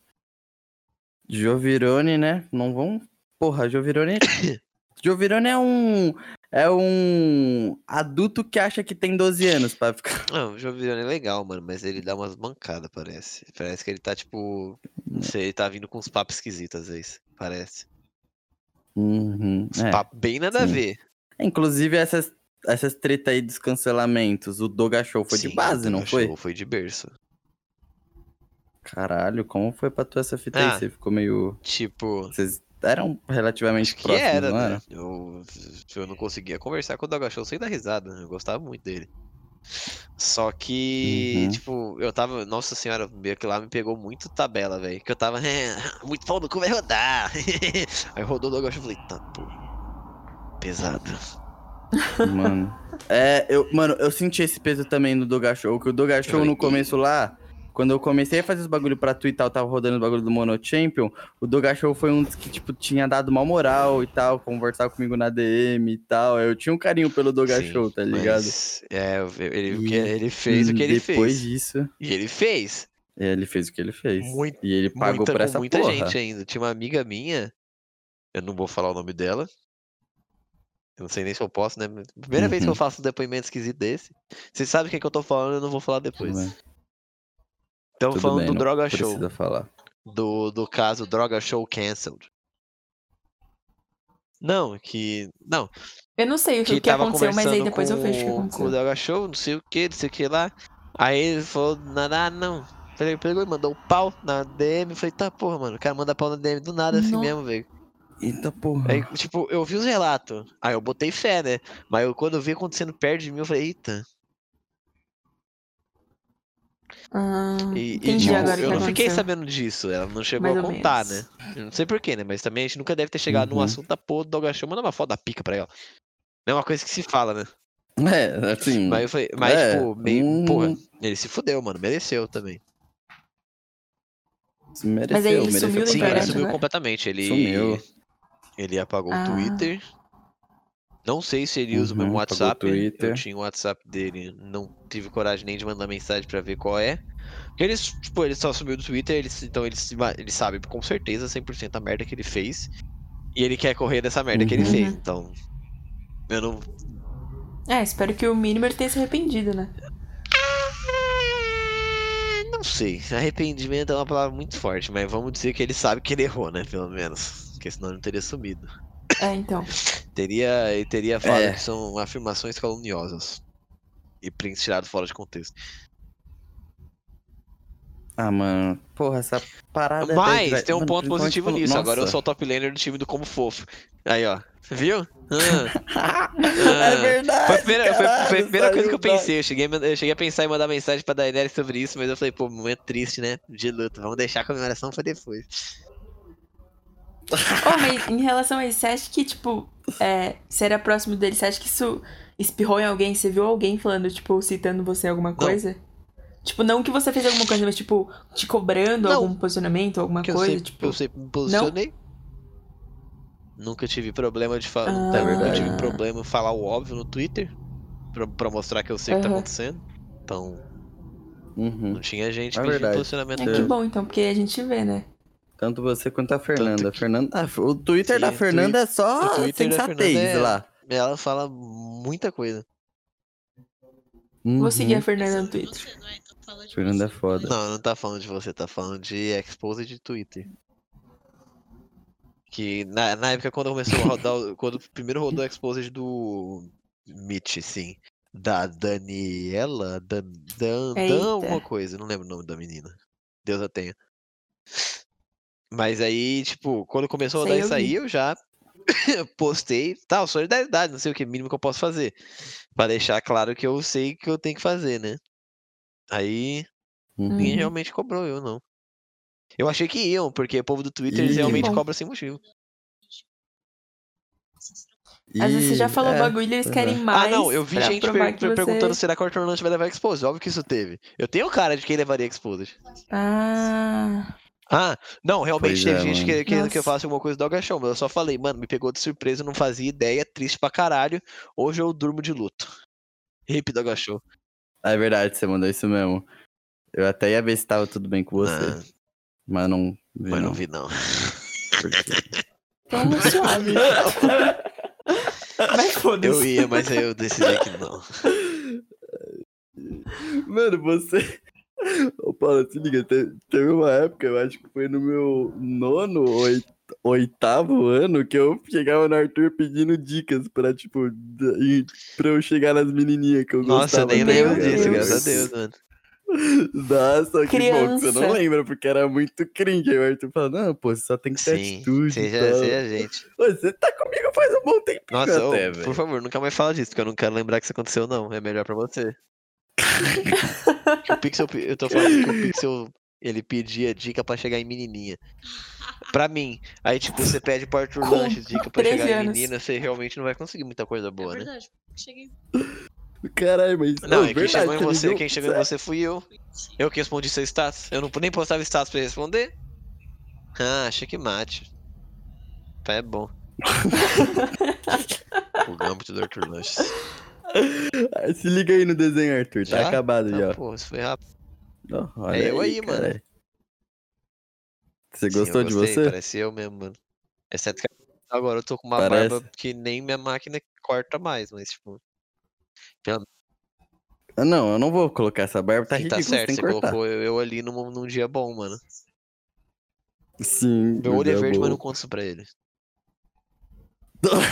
Speaker 1: Jovirone, né? Não vão. Porra,
Speaker 2: *coughs*
Speaker 1: Jovirone. Jovirone é um. É um adulto que acha que tem 12 anos pra ficar.
Speaker 2: Não, o Jovidone é legal, mano, mas ele dá umas bancadas, parece. Parece que ele tá, tipo.
Speaker 1: Hum.
Speaker 2: Não sei, ele tá vindo com uns papos esquisitos às vezes. Parece.
Speaker 1: Uhum,
Speaker 2: Uns
Speaker 1: é.
Speaker 2: papos bem nada a
Speaker 1: sim.
Speaker 2: ver.
Speaker 1: Inclusive, essas, essas treta aí dos cancelamentos. O Doga Show foi
Speaker 2: Sim,
Speaker 1: de base, não
Speaker 2: Doga
Speaker 1: foi?
Speaker 2: Show Foi de berço.
Speaker 1: Caralho, como foi pra tu essa fita
Speaker 2: Ah.
Speaker 1: aí? Você ficou meio.
Speaker 2: Tipo.
Speaker 1: Vocês eram relativamente
Speaker 2: Acho que
Speaker 1: próximos,
Speaker 2: era,
Speaker 1: não
Speaker 2: né? Eu, eu não conseguia conversar com o Doga Show sem dar risada. né? Eu gostava muito dele. Só que,
Speaker 1: Uhum.
Speaker 2: tipo, eu tava. Nossa senhora, meio que lá me pegou muito tabela, velho. Que eu tava. "É, muito pau no cu vai rodar. *laughs* Aí rodou o Doga Show e falei, tá, pô. Pesado.
Speaker 1: Mano. É, eu, mano, eu senti esse peso também no Doga Show, que o Doga Show no começo lá, quando eu comecei a fazer os bagulho pra tu e tal, tava rodando os bagulho do Mono Champion, o Doga Show foi um dos que, tipo, tinha dado mal moral e tal, conversar comigo na DM e tal. Eu tinha um carinho pelo Doga
Speaker 2: Sim,
Speaker 1: Show, tá ligado?
Speaker 2: Mas, é, eu- ele, o
Speaker 1: E-
Speaker 2: que ele fez o que ele
Speaker 1: Depois
Speaker 2: fez.
Speaker 1: disso, é,
Speaker 2: E ele fez.
Speaker 1: ele fez o que ele fez.
Speaker 2: Muito-
Speaker 1: e ele pagou
Speaker 2: muita,
Speaker 1: por
Speaker 2: com
Speaker 1: essa
Speaker 2: muita
Speaker 1: porra. é
Speaker 2: gente ainda. Tinha uma amiga minha, eu não vou falar o nome dela. Eu não sei nem se eu posso, né? Primeira vez que eu
Speaker 1: Uhum.
Speaker 2: faço um depoimento esquisito desse. Vocês sabem o que, é que eu tô falando, eu não vou falar depois.
Speaker 1: Mas
Speaker 2: Então,
Speaker 1: tudo
Speaker 2: falando
Speaker 1: bem,
Speaker 2: do
Speaker 1: não
Speaker 2: Droga Show.
Speaker 1: Precisa falar.
Speaker 2: do, do caso Droga Show Cancelled. Não, que. Não,
Speaker 3: Eu não sei o que,
Speaker 2: que
Speaker 3: que
Speaker 2: tava
Speaker 3: aconteceu, mas aí
Speaker 2: conversando
Speaker 3: depois eu vejo o que
Speaker 2: com- Com o
Speaker 3: aconteceu.
Speaker 2: Droga Show, não sei o que, não sei o que lá. Aí ele falou, nada, não. Pegou, pegou e mandou um pau na DM. Eu Falei, tá porra, mano, o cara manda pau na DM do nada assim
Speaker 3: No-
Speaker 2: mesmo, velho.
Speaker 1: Eita porra.
Speaker 2: Aí, tipo, eu vi os relatos, aí eu botei fé, né? Mas eu, quando eu vi acontecendo perto de mim, eu falei, eita.
Speaker 3: Ah,
Speaker 2: E, e,
Speaker 3: entendi
Speaker 2: tipo,
Speaker 1: Nossa.
Speaker 3: agora o que
Speaker 2: eu não fiquei
Speaker 3: aconteceu.
Speaker 2: sabendo disso, ela não chegou
Speaker 3: Mais
Speaker 2: a
Speaker 3: ou
Speaker 2: contar, né?
Speaker 3: menos.
Speaker 2: Eu não sei porquê, né? Mas também a gente nunca deve ter chegado num
Speaker 1: Uhum.
Speaker 2: assunto da porra do Dogachão. Manda uma foto da pica pra ela. Não é uma coisa que se fala, né?
Speaker 1: É,
Speaker 3: Hum.
Speaker 1: assim.
Speaker 2: Mas, eu falei, mas
Speaker 1: É,
Speaker 2: tipo, meio.
Speaker 1: hum.
Speaker 2: Porra, ele se fudeu, mano. Mereceu também.
Speaker 1: Mereceu,
Speaker 3: Mas aí ele
Speaker 1: mereceu
Speaker 3: sumiu da
Speaker 1: pra
Speaker 2: Sim, ele
Speaker 3: internet,
Speaker 1: caralho.
Speaker 2: sumiu
Speaker 3: agora?
Speaker 2: completamente. Ele.
Speaker 1: Sumiu.
Speaker 2: Ele apagou
Speaker 3: Ah.
Speaker 2: o Twitter. Não sei se ele usa o mesmo
Speaker 1: Uhum, apagou o
Speaker 2: WhatsApp. Eu
Speaker 1: Twitter.
Speaker 2: tinha o WhatsApp dele. Não tive coragem nem de mandar mensagem pra ver qual é. Porque ele, tipo, ele só subiu do Twitter, ele, se- então ele, se ma- ele sabe com certeza 100% a merda que ele fez. E ele quer correr dessa merda que ele
Speaker 1: Uhum.
Speaker 2: fez. Então. Eu não.
Speaker 3: É, espero que o mínimo ele tenha se arrependido, né?
Speaker 2: É, Não sei. Arrependimento é uma palavra muito forte, mas vamos dizer que ele sabe que ele errou, né? Pelo menos. Porque senão ele não teria sumido.
Speaker 3: É, então.
Speaker 2: Teria, ele teria falado
Speaker 1: É.
Speaker 2: que são afirmações caluniosas. E prints tirados fora de contexto.
Speaker 1: Ah, mano, porra, essa parada. é
Speaker 2: Mas
Speaker 1: doida, velho.
Speaker 2: tem um
Speaker 1: Mano,
Speaker 2: ponto
Speaker 1: principalmente
Speaker 2: positivo
Speaker 1: quando-
Speaker 2: nisso. Agora eu
Speaker 1: Nossa.
Speaker 2: sou o top laner do time do Como Fofo. Aí, ó. Viu?
Speaker 1: *laughs*
Speaker 2: Ah,
Speaker 1: é verdade.
Speaker 2: foi a primeira, foi-
Speaker 1: caralho,
Speaker 2: foi a primeira coisa que eu
Speaker 1: saiu da-
Speaker 2: pensei. Eu cheguei, a man- eu cheguei a pensar em mandar mensagem pra Daenerys sobre isso, mas eu falei, pô, momento triste, né? De luto. Vamos deixar a comemoração pra depois.
Speaker 3: Oh, mas em relação a isso, você acha que, tipo, é, você era próximo dele, você acha que isso espirrou em alguém? Você viu alguém falando, tipo, citando você em alguma coisa? Tipo, não que você fez alguma coisa, mas, tipo, te cobrando
Speaker 2: Não.
Speaker 3: algum posicionamento, alguma
Speaker 2: Porque eu
Speaker 3: coisa,
Speaker 2: sempre,
Speaker 3: tipo...
Speaker 2: eu sempre me posicionei. Nunca tive problema de falar.
Speaker 3: Ah.
Speaker 1: É
Speaker 2: Nunca
Speaker 1: verdade.
Speaker 2: tive problema em falar o óbvio no Twitter. Pra, pra mostrar que eu sei o que tá
Speaker 3: Aham.
Speaker 2: acontecendo. Então,
Speaker 1: Uhum.
Speaker 2: não tinha gente
Speaker 1: É
Speaker 2: pedindo
Speaker 1: verdade.
Speaker 2: posicionamento.
Speaker 3: É que bom, então, porque a gente vê, né?
Speaker 1: Tanto você quanto a Fernanda.
Speaker 2: Tanto que-
Speaker 1: Fernanda... ah, O Twitter
Speaker 2: Sim,
Speaker 1: da
Speaker 2: o
Speaker 1: Fernanda é
Speaker 2: o
Speaker 1: só
Speaker 2: Twitter da
Speaker 1: sensatez
Speaker 2: Fernanda é-
Speaker 1: lá.
Speaker 2: Ela fala muita coisa.
Speaker 1: Uhum.
Speaker 3: Vou
Speaker 2: Uhum.
Speaker 3: seguir a Fernanda no Twitter.
Speaker 1: Fernanda é foda.
Speaker 2: Não, não tá falando de você, tá falando de expose de Twitter. Que na, na época quando começou a rodar. o- quando primeiro rodou a expose do Mitch, sim. Da Daniela? Dan, Dan, Dan
Speaker 3: Eita.
Speaker 2: alguma coisa, não lembro o nome da menina. Deus a tenha. Mas aí, tipo, quando começou a
Speaker 3: Isso aí
Speaker 2: rodar isso
Speaker 3: eu vi.
Speaker 2: aí, eu já *laughs* postei, tá, tal, solidariedade, não sei o que, mínimo que eu posso fazer. Pra deixar claro que eu sei o que eu tenho que fazer, né? Aí.
Speaker 1: Uhum.
Speaker 2: Ninguém
Speaker 3: Uhum.
Speaker 2: realmente cobrou, eu não. Eu achei que iam, porque o povo do Twitter eles
Speaker 1: Ih.
Speaker 2: realmente
Speaker 3: Bom.
Speaker 2: cobra sem motivo.
Speaker 3: Às vezes você já
Speaker 1: Ih,
Speaker 3: falou o
Speaker 1: é.
Speaker 3: bagulho e eles
Speaker 1: pois
Speaker 3: querem
Speaker 1: é.
Speaker 3: mais.
Speaker 2: ah, não, eu vi
Speaker 3: pra
Speaker 2: gente
Speaker 3: provar
Speaker 2: per-
Speaker 3: que
Speaker 2: per-
Speaker 3: você-
Speaker 2: perguntando será que o Hortonlante vai levar Exposed. Óbvio que isso teve. Eu tenho cara de quem levaria Exposed.
Speaker 3: Ah.
Speaker 2: Ah, não, realmente
Speaker 1: Pois
Speaker 2: teve
Speaker 1: é,
Speaker 2: gente
Speaker 1: mano.
Speaker 2: que- querendo que eu
Speaker 3: Nossa.
Speaker 2: faça alguma coisa do Dog Show, mas eu só falei, mano, me pegou de surpresa, não fazia ideia, triste pra caralho. Hoje eu durmo de luto. Hip Dog Show.
Speaker 1: Ah, é verdade, você mandou isso mesmo. Eu até ia ver se tava tudo bem com você,
Speaker 2: Ah,
Speaker 1: mas não. vi,
Speaker 2: mas não
Speaker 1: não.
Speaker 2: vi, não.
Speaker 3: Então, suave. Mas
Speaker 2: Eu
Speaker 3: foda-se.
Speaker 2: ia, mas aí eu decidi que não.
Speaker 1: Mano, você. Ô, Paulo, se liga, te- teve uma época, eu acho que foi no meu nono ou oit- oitavo ano, que eu chegava no Arthur pedindo dicas pra, tipo, da- e- pra eu chegar nas menininhas que eu
Speaker 2: Nossa,
Speaker 1: gostava.
Speaker 2: eu nem
Speaker 1: tá
Speaker 2: lembro
Speaker 1: ligado?
Speaker 2: disso,
Speaker 3: Deus.
Speaker 2: graças a Deus, mano.
Speaker 1: Nossa, que bom que você não
Speaker 3: Criança.
Speaker 1: lembra, porque era muito cringe. Aí o Arthur fala, não, pô, você só tem que ter
Speaker 2: Sim,
Speaker 1: atitude. e
Speaker 2: seja,
Speaker 1: tal."
Speaker 2: seja gente.
Speaker 1: Ô, Você tá comigo faz um bom tempo
Speaker 2: Nossa, ô,
Speaker 1: até,
Speaker 2: por
Speaker 1: velho.
Speaker 2: favor, nunca mais fala disso, porque eu não quero lembrar que isso aconteceu, não. É melhor pra você. Que o Pixel, eu tô falando que o Pixel, ele pedia dica pra chegar em menininha. Pra mim. Aí, tipo, você pede pro Arthur
Speaker 3: Com
Speaker 2: Lanches dica pra chegar
Speaker 3: 13
Speaker 2: em
Speaker 3: anos.
Speaker 2: menina, você realmente não vai conseguir muita coisa boa,
Speaker 4: é
Speaker 2: né?
Speaker 4: verdade. Cheguei.
Speaker 1: Caralho, mas...
Speaker 2: Não,
Speaker 1: Ô,
Speaker 2: e quem chegou em
Speaker 1: me
Speaker 2: você,
Speaker 1: deu-
Speaker 2: quem chegou em você fui eu. Eu que respondi seu status. Eu não nem postava status pra responder. Ah, checkmate. Tá, é bom. o gâmbito do Arthur Lanches.
Speaker 1: Ah, *laughs* Se liga aí no desenho, Arthur. Tá
Speaker 2: Já?
Speaker 1: acabado já.
Speaker 2: Ah, pô, isso foi rápido.
Speaker 1: Não,
Speaker 2: É eu aí, mano.
Speaker 1: caralho. Você
Speaker 2: Sim, eu
Speaker 1: gostou de
Speaker 2: gostei,
Speaker 1: você?
Speaker 2: Parece eu mesmo, mano. Exceto que agora eu tô com uma
Speaker 1: Parece.
Speaker 2: barba que nem minha máquina corta mais, mas tipo.
Speaker 1: Ah, Não, eu não vou colocar essa barba, tá
Speaker 2: sim,
Speaker 1: ridículo,
Speaker 2: certo,
Speaker 1: tem
Speaker 2: você
Speaker 1: que cortar.
Speaker 2: colocou eu, eu ali num, num dia bom, mano.
Speaker 1: Sim.
Speaker 2: Meu olho é
Speaker 1: tá
Speaker 2: verde, mas
Speaker 1: *laughs*
Speaker 2: não
Speaker 1: bom.
Speaker 2: conto isso pra ele.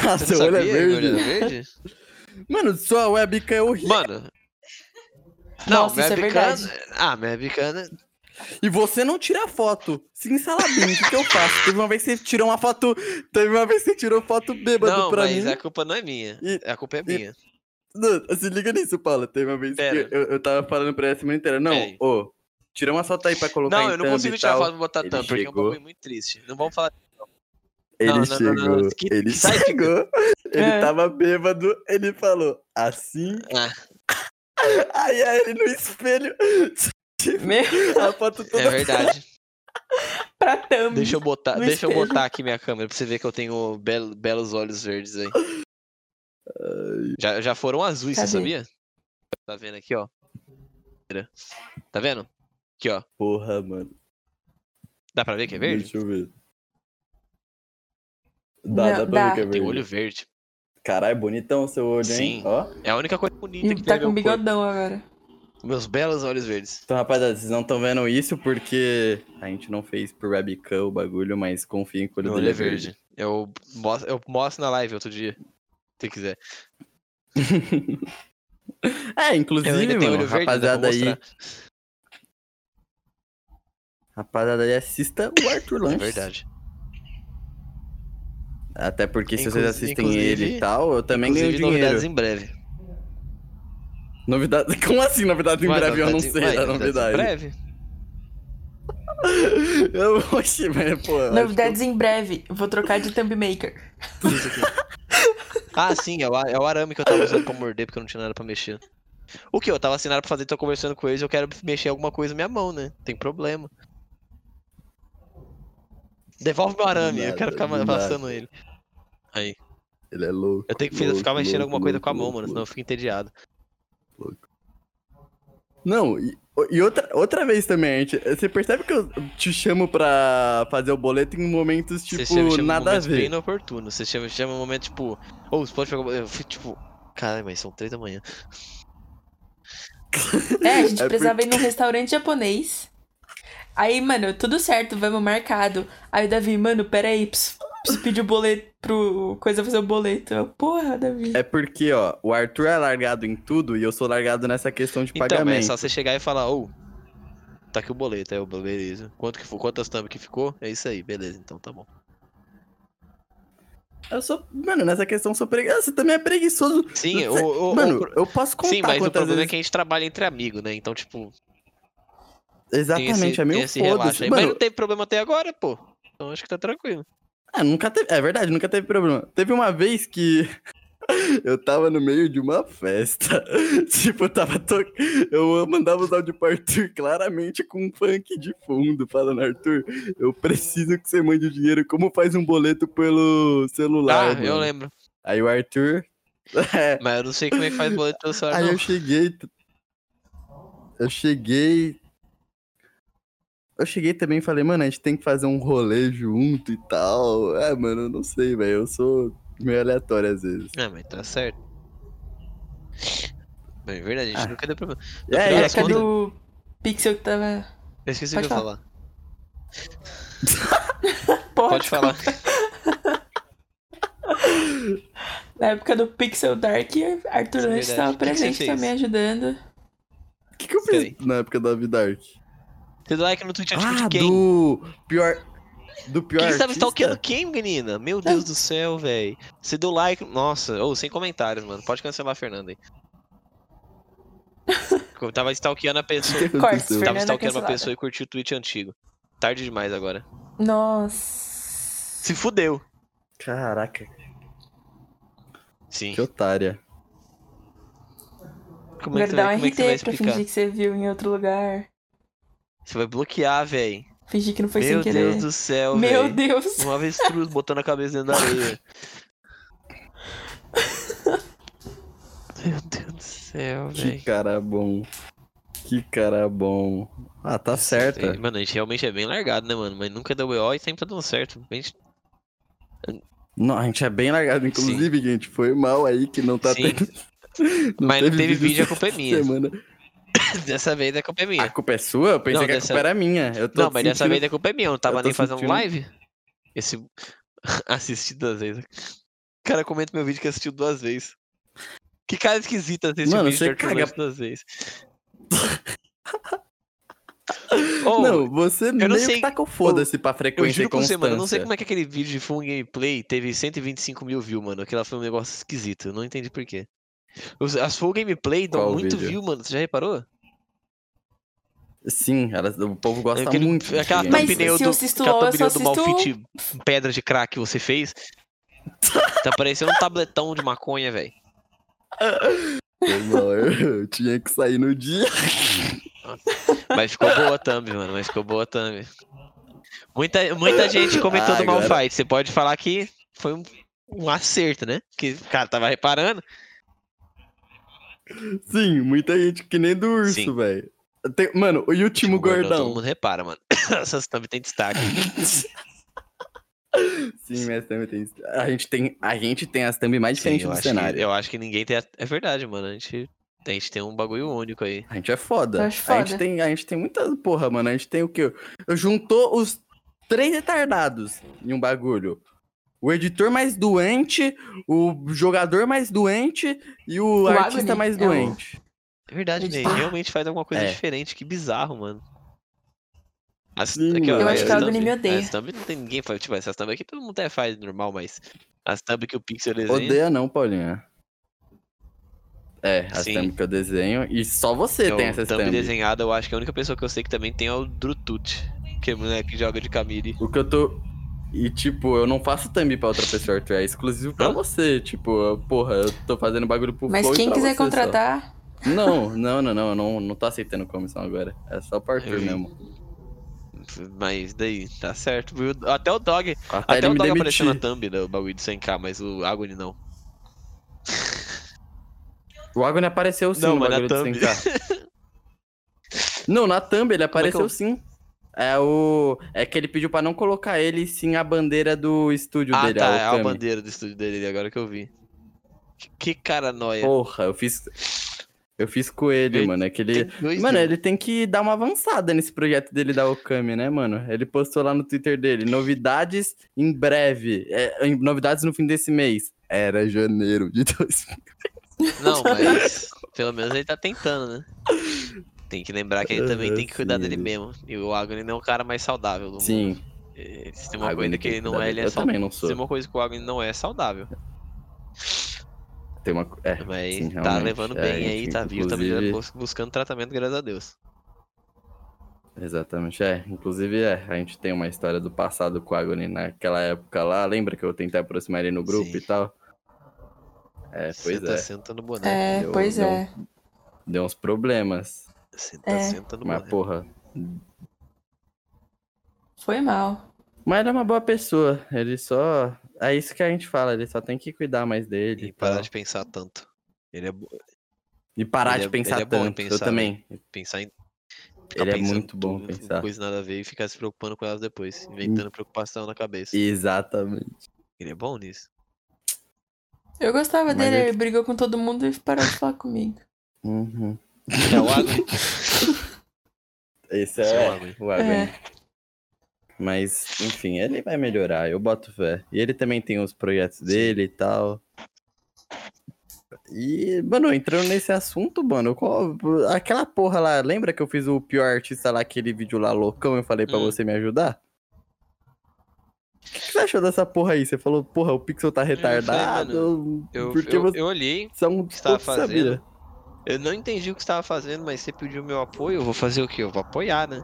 Speaker 1: Ah,
Speaker 2: Você
Speaker 1: seu
Speaker 2: não
Speaker 1: olho é
Speaker 2: sabia que meu olho
Speaker 1: verde?
Speaker 2: era verde?
Speaker 1: Mano, sua webcam é horrível.
Speaker 2: Mano. Não,
Speaker 3: Nossa,
Speaker 2: minha
Speaker 3: isso é
Speaker 2: bicana.
Speaker 3: verdade.
Speaker 2: ah, minha bicana.
Speaker 1: E você não tira foto. Sim, salabim, o que, que eu faço? Teve uma vez que você tirou uma foto. Teve uma vez que você tirou foto bêbado
Speaker 2: Não,
Speaker 1: pra
Speaker 2: mas
Speaker 1: mim.
Speaker 2: a culpa não é minha.
Speaker 1: E-
Speaker 2: A culpa é
Speaker 1: e-
Speaker 2: minha.
Speaker 1: Não, se liga nisso, Paula. Teve uma vez
Speaker 2: Pera.
Speaker 1: que eu, eu tava falando pra ela a semana inteira. Não,
Speaker 2: Peraí.
Speaker 1: ô, tira uma foto aí pra colocar
Speaker 2: Não,
Speaker 1: em
Speaker 2: eu não
Speaker 1: thumb
Speaker 2: consigo
Speaker 1: e
Speaker 2: tirar
Speaker 1: tal.
Speaker 2: foto e botar
Speaker 1: Ele
Speaker 2: tampa, porque é um
Speaker 1: chegou.
Speaker 2: bagulho muito triste. Não
Speaker 1: *laughs*
Speaker 2: vamos falar.
Speaker 1: Ele
Speaker 2: Não, não,
Speaker 1: chegou,
Speaker 2: não, não, que-
Speaker 1: ele
Speaker 2: que sai- *laughs*
Speaker 1: chegou, ele
Speaker 3: É.
Speaker 1: tava bêbado, ele falou assim.
Speaker 2: Ah.
Speaker 1: *laughs* Aí, aí ele no espelho,
Speaker 3: Meu,
Speaker 1: a foto toda.
Speaker 2: É verdade.
Speaker 3: pra thumb.
Speaker 2: Deixa eu botar,
Speaker 3: no
Speaker 2: deixa eu
Speaker 3: espelho.
Speaker 2: botar aqui minha câmera pra você ver que eu tenho belo- belos olhos verdes aí. Já, já foram azuis, você
Speaker 3: Cadê?
Speaker 2: sabia? Tá vendo aqui, ó. Tá vendo? Aqui, ó.
Speaker 1: Porra, mano.
Speaker 2: Dá pra ver que é verde?
Speaker 1: Deixa eu ver. Dá, dá
Speaker 3: Não,
Speaker 1: pra
Speaker 3: dá.
Speaker 1: ver que é
Speaker 2: Tem
Speaker 1: verde.
Speaker 2: olho verde.
Speaker 1: Caralho, é bonitão o seu olho, hein?
Speaker 2: Sim.
Speaker 1: Ó.
Speaker 2: É a única coisa bonita que
Speaker 3: E
Speaker 2: tem
Speaker 3: tá
Speaker 2: no
Speaker 3: com
Speaker 2: meu corpo.
Speaker 3: bigodão agora.
Speaker 2: Meus belos olhos verdes.
Speaker 1: Então, rapaziada, vocês não estão vendo isso porque a gente não fez por webcam o bagulho, mas confiem que o olho
Speaker 2: Meu
Speaker 1: dele
Speaker 2: olho é verde. Eu mostro, eu mostro na live outro dia. Se quiser.
Speaker 1: É,
Speaker 2: Eu
Speaker 1: inclusive,
Speaker 2: ainda tenho
Speaker 1: mano,
Speaker 2: olho verde, dá
Speaker 1: rapaziada
Speaker 2: pra
Speaker 1: aí,
Speaker 2: mostrar. É
Speaker 1: rapaziada aí, assista o Arthur
Speaker 2: É
Speaker 1: Lanches.
Speaker 2: verdade.
Speaker 1: Até porque se vocês
Speaker 2: Inclusi-
Speaker 1: assistem ele
Speaker 2: inclusive-
Speaker 1: e tal, eu também ganho
Speaker 2: Inclusive,
Speaker 1: dinheiro.
Speaker 2: novidades
Speaker 1: Novidades...
Speaker 2: em breve.
Speaker 1: *laughs* Como assim novidades em
Speaker 2: Ué,
Speaker 1: breve? Eu não
Speaker 2: novidades em-
Speaker 1: sei
Speaker 2: ué,
Speaker 1: da
Speaker 2: novidades
Speaker 1: novidade.
Speaker 2: Em breve?
Speaker 1: *laughs* Eu, oxi, mas pô... eu acho
Speaker 3: Novidades em breve. Vou trocar de thumb maker.
Speaker 2: Isso aqui. *laughs* ah, sim, é o, a- é o arame que eu tava usando pra morder, porque eu não tinha nada pra mexer. O que? Eu tava assinado pra fazer, tô conversando com eles, eu quero mexer alguma coisa na minha mão, né? Tem problema. Devolve meu arame, eu
Speaker 1: nada,
Speaker 2: quero ficar
Speaker 1: do
Speaker 2: ma-
Speaker 1: nada.
Speaker 2: amassando ele. Aí.
Speaker 1: que Ele é louco,
Speaker 2: Eu tenho que
Speaker 1: louco,
Speaker 2: ficar mexendo
Speaker 1: louco,
Speaker 2: alguma coisa
Speaker 1: louco,
Speaker 2: com a mão,
Speaker 1: louco,
Speaker 2: mano, senão eu fico entediado.
Speaker 1: Não, e, e outra, outra vez também, a gente, você percebe que eu te chamo pra fazer o boleto em momentos, tipo,
Speaker 2: chama- chama
Speaker 1: nada a
Speaker 2: momentos bem
Speaker 1: ver.
Speaker 2: inoportuno. Você chama, chama um momento tipo. Ou você pode pegar. Eu fico tipo. Caralho, mas são três da manhã.
Speaker 3: É, a gente
Speaker 1: É
Speaker 3: precisava ir num restaurante japonês. Aí, mano, tudo certo, vamos marcado. Aí o Davi, mano, peraí, preciso, preciso pedir o boleto pro coisa fazer o boleto. Eu, Porra, Davi.
Speaker 1: É porque, ó, o Arthur é largado em tudo e eu sou largado nessa questão de
Speaker 2: Então, mas é
Speaker 1: pagamento.
Speaker 2: só você chegar e falar, ô, tá aqui o boleto, aí eu, beleza. Quanto que foi, quantas thumb que ficou? É isso aí, beleza, então tá bom.
Speaker 1: Eu sou, mano, nessa questão eu sou preguiçoso. Você também é preguiçoso.
Speaker 2: Sim,
Speaker 1: Você-
Speaker 2: o, o- o
Speaker 1: mano,
Speaker 2: pro-
Speaker 1: eu posso contar
Speaker 2: sim mas o
Speaker 1: quantas
Speaker 2: problema
Speaker 1: vezes...
Speaker 2: é que a gente trabalha entre amigos, né? Então, tipo, tem
Speaker 1: Exatamente,
Speaker 2: esse,
Speaker 1: é
Speaker 2: tem
Speaker 1: meio
Speaker 2: esse relaxo
Speaker 1: foda-se.
Speaker 2: aí. Mas
Speaker 1: Mano,
Speaker 2: não teve problema até agora, pô. Então acho que tá tranquilo.
Speaker 1: ah, é, nunca teve... é verdade, nunca teve problema. Teve uma vez que *laughs* Eu tava no meio de uma festa. *laughs* Tipo, eu tava to... eu mandava os áudios pro Arthur claramente com um funk de fundo, falando, Arthur, eu preciso que você mande o dinheiro. Como faz um boleto pelo celular?
Speaker 2: Ah, eu
Speaker 1: mano?"
Speaker 2: lembro.
Speaker 1: Aí o Arthur. *laughs* É,
Speaker 2: Mas eu não sei como é que faz boleto
Speaker 1: *laughs*
Speaker 2: pelo celular,
Speaker 1: Aí
Speaker 2: não.
Speaker 1: eu cheguei. t- Eu cheguei. Eu cheguei também e falei, mano, a gente tem que fazer um rolê junto e tal. É, mano, eu não sei, velho. Eu sou meio aleatório às vezes.
Speaker 2: Ah, mas tá certo. Mas É verdade, a
Speaker 1: Ah.
Speaker 2: gente nunca deu problema.
Speaker 1: É,
Speaker 2: final
Speaker 1: e
Speaker 2: das
Speaker 3: Cadê
Speaker 2: contas-
Speaker 3: o Pixel que tava.
Speaker 2: Eu esqueci o que
Speaker 3: Pode
Speaker 2: eu ia falar.
Speaker 3: Pode
Speaker 2: Pode falar.
Speaker 3: *laughs*
Speaker 2: *laughs*
Speaker 3: Na época do Pixel Dark, Arthur
Speaker 2: Isso é
Speaker 3: Lanches estava
Speaker 2: verdade. O que que você
Speaker 3: presente
Speaker 2: fez?
Speaker 3: também ajudando.
Speaker 1: O que, que eu fiz
Speaker 2: Sei.
Speaker 1: na época da Vidark?
Speaker 2: Você deu like no Twitch ativo
Speaker 1: Ah,
Speaker 2: de quem?
Speaker 1: do pior. Do
Speaker 2: Por
Speaker 1: pior.
Speaker 2: que você tava
Speaker 1: artista?
Speaker 2: stalkeando quem, tá menina? Meu Deus do céu, velho. Você deu like. Nossa, ou sem comentários, mano. Pode cancelar a
Speaker 3: *laughs*
Speaker 2: Fernanda aí. Eu tava stalkeando a
Speaker 1: O
Speaker 2: pessoa.
Speaker 1: *laughs* que
Speaker 3: Cortes,
Speaker 1: aconteceu?
Speaker 3: Fernanda
Speaker 2: Tava stalkeando uma
Speaker 3: cancelada.
Speaker 2: pessoa e curtiu o tweet antigo. Tarde demais agora.
Speaker 3: Nossa.
Speaker 2: Se fudeu.
Speaker 1: Caraca,
Speaker 2: Sim.
Speaker 1: que otária.
Speaker 2: Como é
Speaker 3: Agora
Speaker 2: que,
Speaker 3: dá um
Speaker 2: como é que você vai
Speaker 3: RT pra
Speaker 2: explicar?
Speaker 3: fingir que você viu em outro lugar.
Speaker 2: Você vai bloquear, velho.
Speaker 3: Fingir que não foi sem
Speaker 2: Meu
Speaker 3: querer.
Speaker 2: Deus do céu,
Speaker 3: Meu
Speaker 2: velho.
Speaker 3: Deus.
Speaker 2: Um avestruz botando a cabeça dentro da
Speaker 3: *laughs*
Speaker 2: areia. Meu Deus do céu,
Speaker 1: Que
Speaker 2: velho.
Speaker 1: cara bom. Que cara bom. Ah, tá certa.
Speaker 2: Mano, a gente realmente é bem largado, né, mano? Mas nunca deu BO e sempre tá dando certo. Bem-
Speaker 1: Não, a gente é bem largado, inclusive, gente. Foi mal aí que não tá
Speaker 2: Sim.
Speaker 1: tendo. *laughs* não
Speaker 2: Mas não
Speaker 1: teve
Speaker 2: teve
Speaker 1: vídeo
Speaker 2: vídeo, a culpa é minha.
Speaker 1: Semana.
Speaker 2: *laughs* Dessa vez a culpa é
Speaker 1: A
Speaker 2: minha.
Speaker 1: culpa é sua? Eu pensei
Speaker 2: Não,
Speaker 1: que a
Speaker 2: dessa-
Speaker 1: culpa era minha. Eu tô
Speaker 2: Não, mas dessa
Speaker 1: sentindo-
Speaker 2: vez a culpa é minha. Eu não tava
Speaker 1: tô
Speaker 2: nem fazendo
Speaker 1: sentindo-
Speaker 2: live. Esse. *laughs* assisti duas vezes. O cara comenta meu vídeo que assistiu duas vezes. Que cara esquisita assistir o
Speaker 1: Mano,
Speaker 2: vídeo
Speaker 1: você
Speaker 2: de Arthur
Speaker 1: caga-
Speaker 2: Lange
Speaker 1: *laughs*
Speaker 2: duas vezes. Ô,
Speaker 1: Não, você meio
Speaker 2: é não
Speaker 1: não
Speaker 2: sei-
Speaker 1: que tacou foda-se pra
Speaker 2: Eu
Speaker 1: frequência e
Speaker 2: juro pra você,
Speaker 1: constância.
Speaker 2: mano, eu não sei como é que aquele vídeo de Full Gameplay teve 125 mil views, mano. Aquela foi um negócio esquisito, eu não entendi porquê. As Full Gameplay dão
Speaker 1: Qual
Speaker 2: muito
Speaker 1: vídeo?
Speaker 2: view, mano, você já reparou?
Speaker 1: Sim, elas- o povo gosta
Speaker 2: é Aquele-
Speaker 1: muito. de
Speaker 2: Aquela
Speaker 1: games.
Speaker 3: Mas
Speaker 1: *laughs*
Speaker 2: thumbnail
Speaker 3: se
Speaker 2: do,
Speaker 3: eu assisto
Speaker 2: aquela
Speaker 3: LOL, eu
Speaker 2: thumbnail
Speaker 3: só
Speaker 2: do
Speaker 3: assisto-
Speaker 2: Malfit Pedra de Crack que você fez. Tá parecendo um tabletão de maconha, velho.
Speaker 1: Foi mal, eu, eu tinha que sair no dia. *laughs*
Speaker 2: Mas ficou boa a thumb, mano. Mas ficou boa a thumb. Muita, muita gente comentou
Speaker 1: Ah,
Speaker 2: do
Speaker 1: agora-
Speaker 2: Malphite. Você pode falar que foi um, um acerto, né? Que o cara tava reparando.
Speaker 1: Sim, muita gente que nem do
Speaker 2: Sim.
Speaker 1: urso, velho. Tem- Mano, o último
Speaker 2: Todo
Speaker 1: gordão.
Speaker 2: mundo repara, mano. *coughs* Essas thumb tem destaque.
Speaker 1: Sim, mas também tem. A gente tem, a gente tem as thumb mais
Speaker 2: Sim,
Speaker 1: diferentes
Speaker 2: eu,
Speaker 1: do
Speaker 2: acho
Speaker 1: cenário.
Speaker 2: que, eu acho que ninguém tem. a- É verdade, mano. A gente, a gente tem um bagulho único aí.
Speaker 1: A gente é foda.
Speaker 3: Eu acho
Speaker 1: A, gente
Speaker 3: foda.
Speaker 1: tem, a gente tem muita porra, mano. A gente tem o quê? Eu juntou os três retardados em um bagulho. O editor mais doente, o jogador mais doente e o,
Speaker 3: O
Speaker 1: artista
Speaker 3: Agony
Speaker 1: mais
Speaker 3: é o-
Speaker 1: doente.
Speaker 2: É verdade,
Speaker 3: Eles-
Speaker 2: né? Realmente faz alguma coisa
Speaker 1: É.
Speaker 2: diferente. Que bizarro, mano. As-
Speaker 1: Sim,
Speaker 2: aqui, ó,
Speaker 1: mano. Eu
Speaker 2: as
Speaker 1: acho que o
Speaker 2: thumb- é,
Speaker 3: Albany me odeia.
Speaker 2: As thumb não tem ninguém faz. Tipo, essas thumb aqui todo mundo até faz normal, mas. As thumb que o Pixel desenha.
Speaker 1: Odeia não, Paulinha. É, as
Speaker 2: Sim.
Speaker 1: thumb que eu desenho. E só você
Speaker 2: Então,
Speaker 1: tem essas
Speaker 2: thumb
Speaker 1: thumb.
Speaker 2: desenhada, eu acho que a única pessoa que eu sei que também tem é o Drutut, que é o moleque que joga de Camille.
Speaker 1: O que eu tô. E, tipo, eu não faço thumb pra outra pessoa, Arthur. É exclusivo pra
Speaker 2: Hã?
Speaker 1: você. Tipo, eu- porra, eu tô fazendo bagulho pro
Speaker 3: Mas
Speaker 1: Flow e
Speaker 3: quem
Speaker 1: pra
Speaker 3: quiser
Speaker 1: você só.
Speaker 3: contratar,
Speaker 1: Não, não, não, não, eu não, não tô aceitando comissão agora. É só pro Arthur
Speaker 2: Eu vi.
Speaker 1: mesmo.
Speaker 2: Mas daí, tá certo. viu? Até o Dog,
Speaker 1: Até,
Speaker 2: até,
Speaker 1: ele
Speaker 2: o
Speaker 1: me
Speaker 2: Dog apareceu na
Speaker 1: demitir.
Speaker 2: thumb do bagulho de 100k, mas o Agony não.
Speaker 1: O Agony apareceu sim
Speaker 2: Não,
Speaker 1: no
Speaker 2: mas na
Speaker 1: bagulho de 100k.
Speaker 2: *laughs*
Speaker 1: não, na thumb ele apareceu
Speaker 2: eu-
Speaker 1: sim. É o. É que ele pediu pra não colocar ele sim a bandeira do estúdio
Speaker 2: ah,
Speaker 1: dele.
Speaker 2: tá,
Speaker 1: a
Speaker 2: é a
Speaker 1: Okami.
Speaker 2: bandeira do estúdio dele, agora que eu vi. Que, que cara nóia.
Speaker 1: Porra, eu fiz. Eu fiz com ele,
Speaker 2: Ele
Speaker 1: mano. É que
Speaker 2: Tem
Speaker 1: ele.
Speaker 2: dois
Speaker 1: Mano,
Speaker 2: mil.
Speaker 1: ele tem que dar uma avançada nesse projeto dele da Okami, né, mano? Ele postou lá no Twitter dele, novidades em breve. É, em- novidades no fim desse mês. Era janeiro de 2000. *laughs*
Speaker 2: Não, mas pelo menos ele tá tentando, né? Tem que lembrar que ele também
Speaker 1: Ah,
Speaker 2: tem que cuidar
Speaker 1: sim,
Speaker 2: dele
Speaker 1: ele-
Speaker 2: mesmo. E o Agony não é o cara mais saudável do mundo.
Speaker 1: Sim.
Speaker 2: É, Se tem uma
Speaker 1: Agony
Speaker 2: coisa
Speaker 1: tem
Speaker 2: que ele
Speaker 1: que
Speaker 2: não
Speaker 1: cuidar
Speaker 2: é,
Speaker 1: dele.
Speaker 2: ele é
Speaker 1: Eu também não
Speaker 2: saudável. Se tem
Speaker 1: sou.
Speaker 2: uma coisa que o Agony não é, é saudável.
Speaker 1: Tem uma. co- É.
Speaker 2: Mas
Speaker 1: Sim,
Speaker 2: tá
Speaker 1: realmente.
Speaker 2: levando
Speaker 1: É,
Speaker 2: bem aí,
Speaker 1: enfim,
Speaker 2: tá vivo, tá
Speaker 1: inclusive-
Speaker 2: bus- buscando tratamento, graças a Deus.
Speaker 1: Exatamente, é. Inclusive, é, a gente tem uma história do passado com o Agony naquela época lá. Lembra que eu tentei aproximar ele no grupo
Speaker 2: Sim.
Speaker 1: e tal? É, pois
Speaker 2: senta,
Speaker 1: é.
Speaker 2: senta no tá boné.
Speaker 3: É,
Speaker 1: eu-
Speaker 3: pois
Speaker 1: eu-
Speaker 3: é.
Speaker 1: Deu uns problemas.
Speaker 2: Senta,
Speaker 3: É.
Speaker 2: senta no
Speaker 1: Mas,
Speaker 2: tá boné.
Speaker 1: porra.
Speaker 3: Foi mal.
Speaker 1: Mas ele é uma boa pessoa. Ele só. É isso que a gente fala, ele só tem que cuidar mais dele.
Speaker 2: E
Speaker 1: E parar
Speaker 2: parar
Speaker 1: tal.
Speaker 2: de
Speaker 1: de,
Speaker 2: pensar tanto. Ele é bo-
Speaker 1: e parar
Speaker 2: ele
Speaker 1: de
Speaker 2: é-
Speaker 1: pensar
Speaker 2: ele é bom em
Speaker 1: tanto.
Speaker 2: pensar,
Speaker 1: Eu
Speaker 2: né?
Speaker 1: também.
Speaker 2: pensar em.
Speaker 1: Ele é
Speaker 2: pensando
Speaker 1: muito bom
Speaker 2: tudo, assim,
Speaker 1: pensar. Hum.
Speaker 2: Coisa nada a ver e ficar se preocupando com elas depois. Inventando preocupação na cabeça.
Speaker 1: Exatamente.
Speaker 2: Ele é
Speaker 1: *laughs*
Speaker 2: bom nisso.
Speaker 3: Eu gostava
Speaker 1: Mas
Speaker 3: dele,
Speaker 1: ele-
Speaker 3: ele brigou com todo mundo e parou de falar comigo.
Speaker 1: Uhum.
Speaker 2: É o água.
Speaker 1: Esse
Speaker 2: é o
Speaker 1: é
Speaker 2: água.
Speaker 1: o Aven.
Speaker 3: É,
Speaker 1: Mas, enfim, ele vai melhorar, eu boto fé. E ele também tem os projetos dele e tal. E, mano, entrando nesse assunto, mano, qual- aquela porra lá, lembra que eu fiz o pior artista lá, aquele vídeo lá loucão, eu falei pra
Speaker 2: Hum.
Speaker 1: você me ajudar? O que, que você achou dessa porra aí? Você falou, porra, o Pixel
Speaker 2: Hum,
Speaker 1: tá retardado,
Speaker 2: Eu,
Speaker 1: porque
Speaker 2: eu,
Speaker 1: você
Speaker 2: eu olhei,
Speaker 1: é um
Speaker 2: que você tava
Speaker 1: puto sabia.
Speaker 2: eu não entendi o que você tava fazendo, mas você pediu meu apoio, eu vou fazer o quê? Eu vou apoiar, né?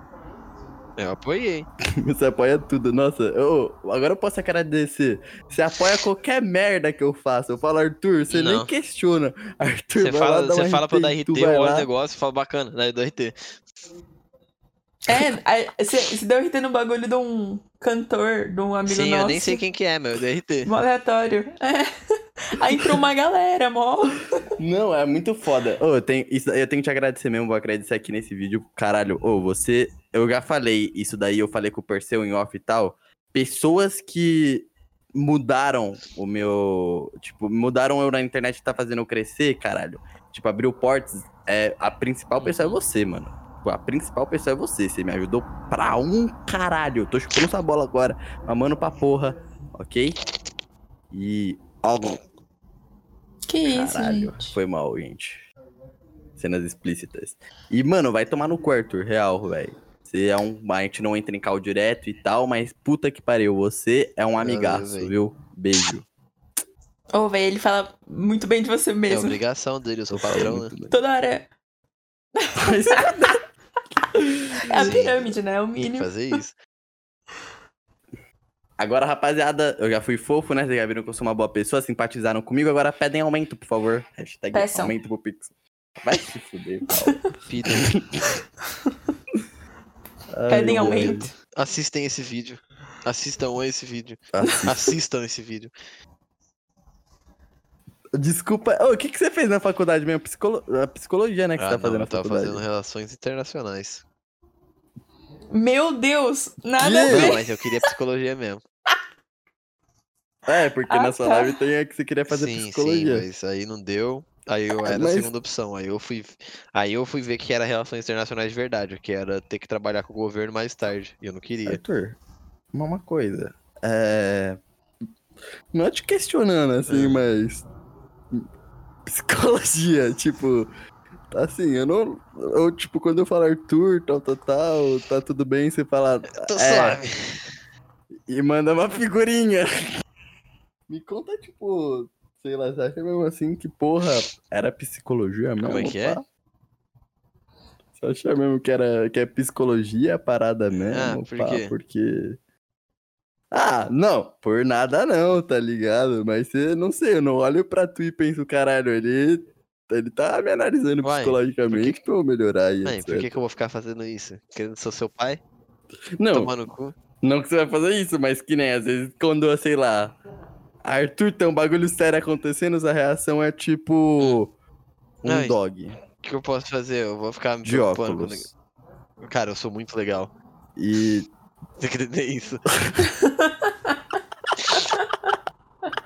Speaker 2: Eu apoiei.
Speaker 1: Você apoia tudo, nossa. Eu, agora eu posso agradecer. Você apoia qualquer merda que eu faço. Eu falo, Arthur, você
Speaker 2: Não.
Speaker 1: nem questiona. Arthur,
Speaker 2: Você
Speaker 1: vai lá
Speaker 2: fala,
Speaker 1: dar
Speaker 2: você
Speaker 1: uma
Speaker 2: fala pra eu dar
Speaker 1: e
Speaker 2: RT,
Speaker 1: tu
Speaker 2: eu
Speaker 1: vai
Speaker 2: olho o
Speaker 1: lá.
Speaker 2: negócio e falo bacana, daí eu dou RT.
Speaker 3: é se, se deu RT no bagulho de um cantor, de um amigo
Speaker 2: Sim,
Speaker 3: nosso.
Speaker 2: eu nem sei quem que é, meu, eu dei RT.
Speaker 3: Mó aleatório. É. Aí entrou uma galera, mó.
Speaker 1: Não, é muito foda. Ô, eu, tenho, isso- eu tenho que te agradecer mesmo. Vou agradecer aqui nesse vídeo. Caralho, ô, você. Eu já falei isso daí. Eu falei com o Perseu em off e tal. Pessoas que mudaram o meu. Tipo, mudaram eu na internet que tá fazendo eu crescer, caralho. Tipo, abriu portas. É, a principal pessoa é você, mano. Tipo, A principal pessoa é você. Você me ajudou pra um caralho. Eu tô chupando essa bola agora. Mamando pra porra. Ok? E. Algo.
Speaker 3: Que isso,
Speaker 1: Caralho,
Speaker 3: gente.
Speaker 1: foi mal, gente. Cenas explícitas. E, mano, vai tomar no quarto, real, velho. Você é um. A gente não entra em cal direto e tal, mas puta que pariu, você é um amigaço,
Speaker 2: véi.
Speaker 1: viu? Beijo.
Speaker 3: Ô, velho, ele fala muito bem de você
Speaker 2: É
Speaker 3: mesmo.
Speaker 2: obrigação dele, *laughs* eu
Speaker 1: *laughs*
Speaker 2: sou
Speaker 1: É
Speaker 2: padrão, né?
Speaker 1: muito bem.
Speaker 3: Toda hora.
Speaker 1: Mas-
Speaker 3: É a
Speaker 2: Sim.
Speaker 3: pirâmide, né? É o
Speaker 2: Tem que
Speaker 3: mínimo.
Speaker 2: fazer isso.
Speaker 1: *laughs* Agora, rapaziada, eu já fui fofo, né? Vocês já viram que eu sou uma boa pessoa, simpatizaram comigo. Agora pedem aumento, por favor. Hashtag
Speaker 3: Peçam.
Speaker 1: aumento pro Pix. Vai se fuder, Paulo.
Speaker 2: Pita.
Speaker 1: Ai,
Speaker 3: *laughs* Pedem
Speaker 1: meu
Speaker 2: um
Speaker 3: aumento.
Speaker 1: Deus.
Speaker 2: Assistem esse vídeo. Assistam esse vídeo.
Speaker 1: Assi-
Speaker 2: Assistam esse vídeo.
Speaker 1: Desculpa. Ô, o que, que você fez na faculdade mesmo? Psicolo... a Psicologia, né? Que você tá
Speaker 2: Ah, não,
Speaker 1: fazendo na
Speaker 2: eu tava
Speaker 1: faculdade.
Speaker 2: fazendo relações internacionais.
Speaker 3: Meu Deus, nada a
Speaker 1: Que?
Speaker 2: Não,
Speaker 3: ver.
Speaker 2: mas eu queria psicologia mesmo.
Speaker 1: É, porque
Speaker 3: Ah,
Speaker 1: na sua
Speaker 3: tá.
Speaker 1: live tem a que você queria fazer
Speaker 2: sim,
Speaker 1: psicologia.
Speaker 2: sim, mas aí não deu. Aí eu
Speaker 1: Ah,
Speaker 2: era
Speaker 1: mas-
Speaker 2: a segunda opção. Aí eu fui, aí eu fui ver que era relações internacionais de verdade, que era ter que trabalhar com o governo mais tarde. E eu não queria.
Speaker 1: Arthur, uma uma coisa. É. Não é te questionando, assim, mas. Psicologia, *laughs* tipo. Assim, eu não. Eu, tipo, quando eu falo Arthur, tal, tal, tal, tá tudo bem, você fala.
Speaker 2: Tô
Speaker 1: É.
Speaker 2: suave.
Speaker 1: E manda uma figurinha. Me conta, tipo. Sei lá, você acha mesmo assim que, porra, era psicologia mesmo?
Speaker 2: Como é que é?
Speaker 1: pá? Você acha mesmo que, era, que é psicologia a parada mesmo?
Speaker 2: Ah, por
Speaker 1: pá?
Speaker 2: quê?
Speaker 1: Porque. Ah, não, por nada não, tá ligado? Mas você, não sei, eu não olho pra tu e penso, caralho, ele, ele tá me analisando
Speaker 2: Uai,
Speaker 1: psicologicamente pra eu melhorar e
Speaker 2: Mãe,
Speaker 1: etc.
Speaker 2: por que, que eu vou ficar fazendo isso? Querendo ser seu pai?
Speaker 1: Não,
Speaker 2: Tomar no cu?
Speaker 1: não que você vai fazer isso, mas que nem às vezes quando, sei lá, Arthur tem um bagulho sério acontecendo, a reação é tipo. Um
Speaker 2: Ai.
Speaker 1: dog
Speaker 2: O que eu posso fazer? Eu vou ficar me
Speaker 1: de
Speaker 2: preocupando com o
Speaker 1: óculos.
Speaker 2: neg- Cara, eu sou muito legal.
Speaker 1: E.
Speaker 2: Você acredita nisso?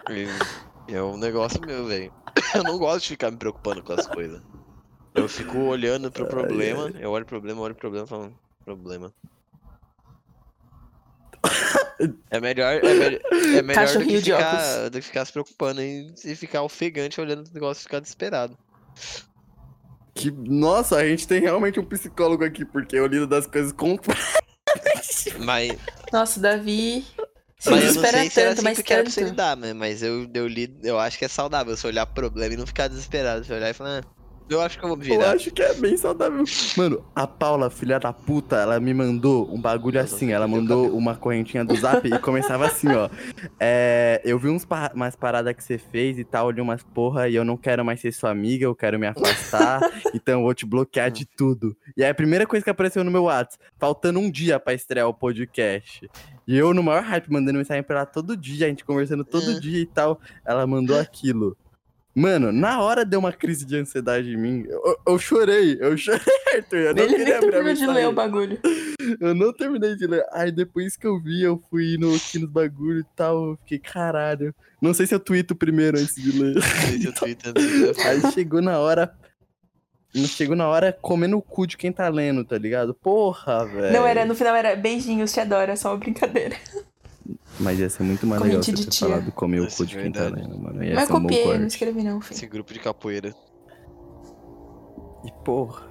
Speaker 2: E é um negócio meu, velho. Eu não gosto de ficar me preocupando com as coisas. Eu fico olhando pro problema, eu olho o problema, olho o problema, falo, problema. É melhor, é, me- é melhor do, que
Speaker 3: Cachorrinho de
Speaker 2: ficar, do que ficar se preocupando e, e ficar ofegante olhando o negócio e ficar desesperado.
Speaker 1: Que, nossa, a gente tem realmente um psicólogo aqui, porque eu lido das coisas contra.
Speaker 2: Mas,
Speaker 3: Nossa, Davi. Você
Speaker 2: mas eu não
Speaker 3: espera
Speaker 2: sei se era
Speaker 3: tanto,
Speaker 2: assim
Speaker 3: mas
Speaker 2: que era pra você
Speaker 3: tanto.
Speaker 2: lidar, né? Mas eu, eu, li, eu acho que é saudável você olhar pro problema e não ficar desesperado. Você olhar e falar, ah, Eu acho que eu vou me
Speaker 1: Eu
Speaker 2: virar.
Speaker 1: acho que é bem saudável. Mano, a Paula, filha da puta, ela me mandou um bagulho
Speaker 2: Nossa,
Speaker 1: assim. Ela
Speaker 2: meu
Speaker 1: mandou
Speaker 2: cabelo.
Speaker 1: uma correntinha do zap e começava assim, ó. É, eu vi uns pa- umas paradas que você fez e tal, olhei umas porra e eu não quero mais ser sua amiga, eu quero me
Speaker 2: *laughs*
Speaker 1: afastar, então eu vou te bloquear de tudo. E aí a primeira coisa que apareceu no meu WhatsApp, faltando um dia pra estrear o podcast. E eu, no maior hype, mandando mensagem pra ela todo dia, a gente conversando
Speaker 2: É.
Speaker 1: todo dia e tal. Ela mandou aquilo. Mano, na hora deu uma crise de ansiedade em mim. Eu, eu chorei, eu chorei, *laughs* Arthur. Eu não
Speaker 3: Ele
Speaker 1: queria
Speaker 3: nem
Speaker 1: abrir a
Speaker 3: terminou de ler o
Speaker 1: mensagem.
Speaker 3: bagulho.
Speaker 1: Eu não terminei de ler. Aí depois que eu vi, eu fui no, aqui nos bagulho e tal. Eu fiquei, caralho. Não sei se eu tweeto primeiro antes de ler.
Speaker 3: *laughs*
Speaker 2: *laughs*
Speaker 1: Então,
Speaker 2: Esse eu tô tentando-
Speaker 1: *laughs* Aí chegou na hora. Chegou na hora comendo o cu de quem tá lendo, tá ligado? Porra,
Speaker 2: É.
Speaker 1: velho.
Speaker 3: Não, era, no final era beijinhos, te adoro, é só uma brincadeira.
Speaker 1: Mas ia ser muito mais legal
Speaker 3: Corrente
Speaker 1: você ter
Speaker 3: de tia.
Speaker 1: falado comer o
Speaker 2: Nossa,
Speaker 1: cu de quem tá
Speaker 2: verdade.
Speaker 1: lendo, mano. Ia
Speaker 3: Mas
Speaker 1: ser um bom
Speaker 3: copiei, não
Speaker 1: corte.
Speaker 3: escrevi não, filho.
Speaker 2: Esse grupo de capoeira.
Speaker 1: E porra.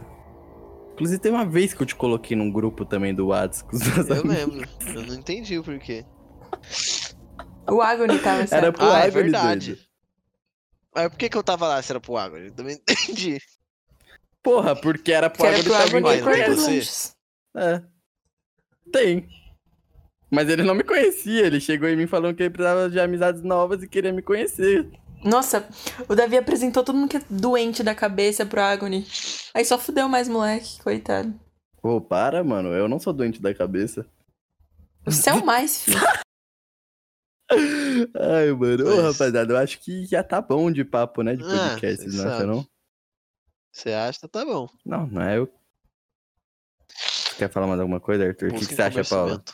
Speaker 1: Inclusive, tem uma vez que eu te coloquei num grupo também do WhatsApp com os meus
Speaker 2: Eu
Speaker 1: amigos.
Speaker 2: lembro. Eu não entendi o porquê.
Speaker 3: O Agony tava certo.
Speaker 1: Era pro
Speaker 2: ah, é
Speaker 1: Agony,
Speaker 2: verdade.
Speaker 1: doido.
Speaker 2: Mas por que, que eu tava lá se era pro Agony? Eu também *laughs* não entendi.
Speaker 1: Porra, porque era
Speaker 3: Que
Speaker 1: pro
Speaker 3: era
Speaker 1: Agony
Speaker 3: pro
Speaker 1: também.
Speaker 3: Agony e
Speaker 2: mais,
Speaker 3: pro
Speaker 2: né,
Speaker 3: Arthur
Speaker 2: você?
Speaker 3: Lanches.
Speaker 1: É. Tem. Mas ele não me conhecia. Ele chegou em mim falando que ele precisava de amizades novas e queria me conhecer.
Speaker 3: Nossa, o Davi apresentou todo mundo que é doente da cabeça pro Agony. Aí só fudeu mais, moleque, coitado.
Speaker 1: Pô, para, mano. Eu não sou doente da cabeça.
Speaker 3: Você é o
Speaker 1: *laughs*
Speaker 3: mais, filho.
Speaker 1: Ai, mano. Ô,
Speaker 2: Mas-
Speaker 1: rapaziada, eu acho que já tá bom de papo, né? De
Speaker 2: Ah,
Speaker 1: podcast, vocês não
Speaker 2: sabe.
Speaker 1: acham, não?
Speaker 2: Você acha? Tá bom.
Speaker 1: Não, não é eu. Você quer falar mais alguma coisa, Arthur? O que, que você acha, Paula?
Speaker 2: né?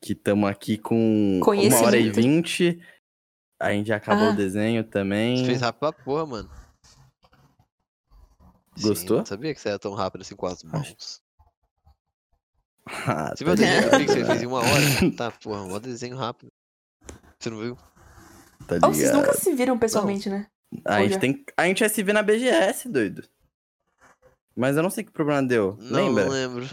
Speaker 1: que estamos aqui com uma hora e
Speaker 3: Conhecimento.
Speaker 1: vinte. A gente já acabou
Speaker 3: Ah.
Speaker 1: o desenho
Speaker 2: Você
Speaker 1: também.
Speaker 2: fez rápido pra porra, mano. Sim,
Speaker 1: Gostou?
Speaker 2: não sabia que você era tão rápido assim com as mãos.
Speaker 1: Ah, tá
Speaker 2: Você viu o desenho que eu vi que você
Speaker 1: ligado,
Speaker 2: fez
Speaker 1: né?
Speaker 2: em
Speaker 1: *laughs*
Speaker 2: uma hora? Tá, porra, mó desenho rápido. Você não viu?
Speaker 1: Tá
Speaker 3: Ou vocês
Speaker 1: ligado.
Speaker 3: nunca se viram pessoalmente, né?
Speaker 1: A, gente
Speaker 3: Olha.
Speaker 1: tem... a gente vai se ver na BGS, doido. Mas eu não sei que problema deu.
Speaker 2: Não, né?
Speaker 1: Lembra?
Speaker 2: não lembro.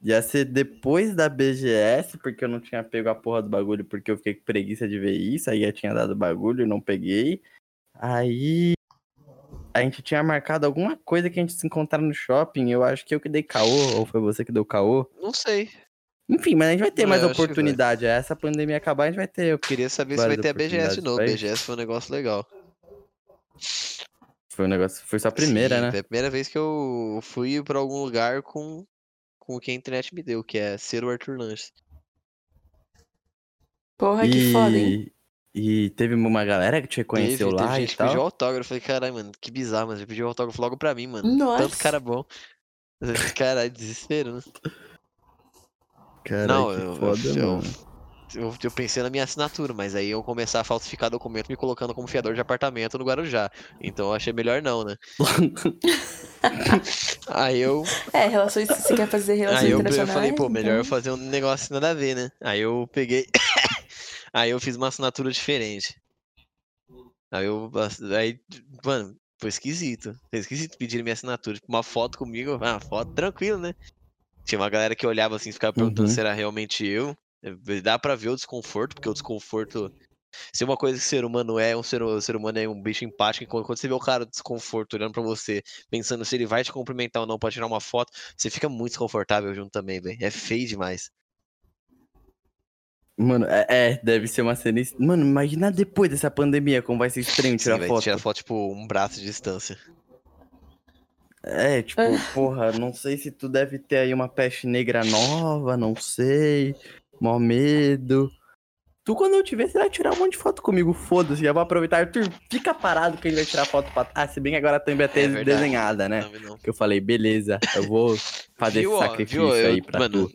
Speaker 1: Ia ser depois da BGS, porque eu não tinha pego a porra do bagulho, porque eu fiquei com preguiça de ver isso. Aí eu tinha dado o bagulho e não peguei. Aí. A gente tinha marcado alguma coisa que a gente se encontrar no shopping. Eu acho que eu que dei caô, ou foi você que deu caô.
Speaker 2: Não sei.
Speaker 1: Enfim, mas a gente vai ter
Speaker 2: É,
Speaker 1: mais
Speaker 2: eu acho que vai.
Speaker 1: oportunidade. Essa pandemia acabar, a gente vai ter.
Speaker 2: Queria saber
Speaker 1: Várias
Speaker 2: se vai ter a BGS de
Speaker 1: oportunidades
Speaker 2: novo.
Speaker 1: pra ir.
Speaker 2: BGS foi um negócio legal.
Speaker 1: Foi um negócio. Foi só a primeira,
Speaker 2: Sim,
Speaker 1: né?
Speaker 2: Foi a primeira vez que eu fui pra algum lugar com, com o que a internet me deu, que é ser o Arthur Lanches.
Speaker 3: Porra, que foda, hein?
Speaker 1: e teve uma galera que te reconheceu
Speaker 2: Teve- teve
Speaker 1: lá
Speaker 2: gente
Speaker 1: e
Speaker 2: que pediu
Speaker 1: tal.
Speaker 2: autógrafo. Eu falei, caralho, mano, que bizarro, mas ele pediu autógrafo logo pra mim, mano.
Speaker 3: Nossa.
Speaker 2: Tanto cara bom. *laughs* Caralho, desespero, né?
Speaker 1: Cara,
Speaker 2: Não,
Speaker 1: que
Speaker 2: eu, eu-
Speaker 1: foda,
Speaker 2: eu-
Speaker 1: mano.
Speaker 2: eu- eu pensei na minha assinatura, mas aí eu começar a falsificar documento me colocando como fiador de apartamento no Guarujá. Então eu achei melhor não,
Speaker 1: *laughs*
Speaker 2: né? *laughs* aí eu,
Speaker 3: É, relações. Você quer fazer
Speaker 2: aí
Speaker 3: relações
Speaker 2: eu, eu
Speaker 3: internacionais?
Speaker 2: falei, pô, melhor eu
Speaker 3: então-
Speaker 2: fazer um negócio nada a ver, né? Aí eu peguei. *coughs* aí eu fiz uma assinatura diferente. Aí eu. Aí, mano, foi esquisito. Foi esquisito pedir minha assinatura. Tipo, uma foto comigo. Ah, uma foto tranquilo, né? Tinha uma galera que olhava assim e ficava perguntando
Speaker 1: Uhum.
Speaker 2: se era realmente eu. Eh, Dá pra ver o desconforto, porque o desconforto. Se uma coisa que o ser humano é, um ser, o ser humano é um bicho empático, enquanto quando você vê o cara do desconforto olhando pra você, pensando se ele vai te cumprimentar ou não pra tirar uma foto, você fica muito desconfortável junto também, velho. É feio demais.
Speaker 1: Mano, é, é, deve ser uma cena. est- Mano, imagina depois dessa pandemia, como vai ser estranho
Speaker 2: Sim,
Speaker 1: tirar
Speaker 2: véi,
Speaker 1: foto.
Speaker 2: Tirar foto, tipo, um braço de distância.
Speaker 1: É,
Speaker 3: *laughs*
Speaker 1: tipo,
Speaker 3: É.
Speaker 1: porra, não sei se tu deve ter aí uma peste negra nova, não sei. Mó medo. Tu, quando eu te ver, você vai tirar um monte de foto comigo, foda-se. Já vou aproveitar. Arthur, fica parado que a gente vai tirar foto pra. Ah, se bem que agora tem a tese
Speaker 2: É verdade.
Speaker 1: desenhada, né?
Speaker 2: Não, vi não.
Speaker 1: Que eu falei, beleza, eu vou
Speaker 2: *laughs*
Speaker 1: fazer
Speaker 2: Viu, ó,
Speaker 1: esse sacrifício
Speaker 2: viu, eu-
Speaker 1: aí pra
Speaker 2: mano,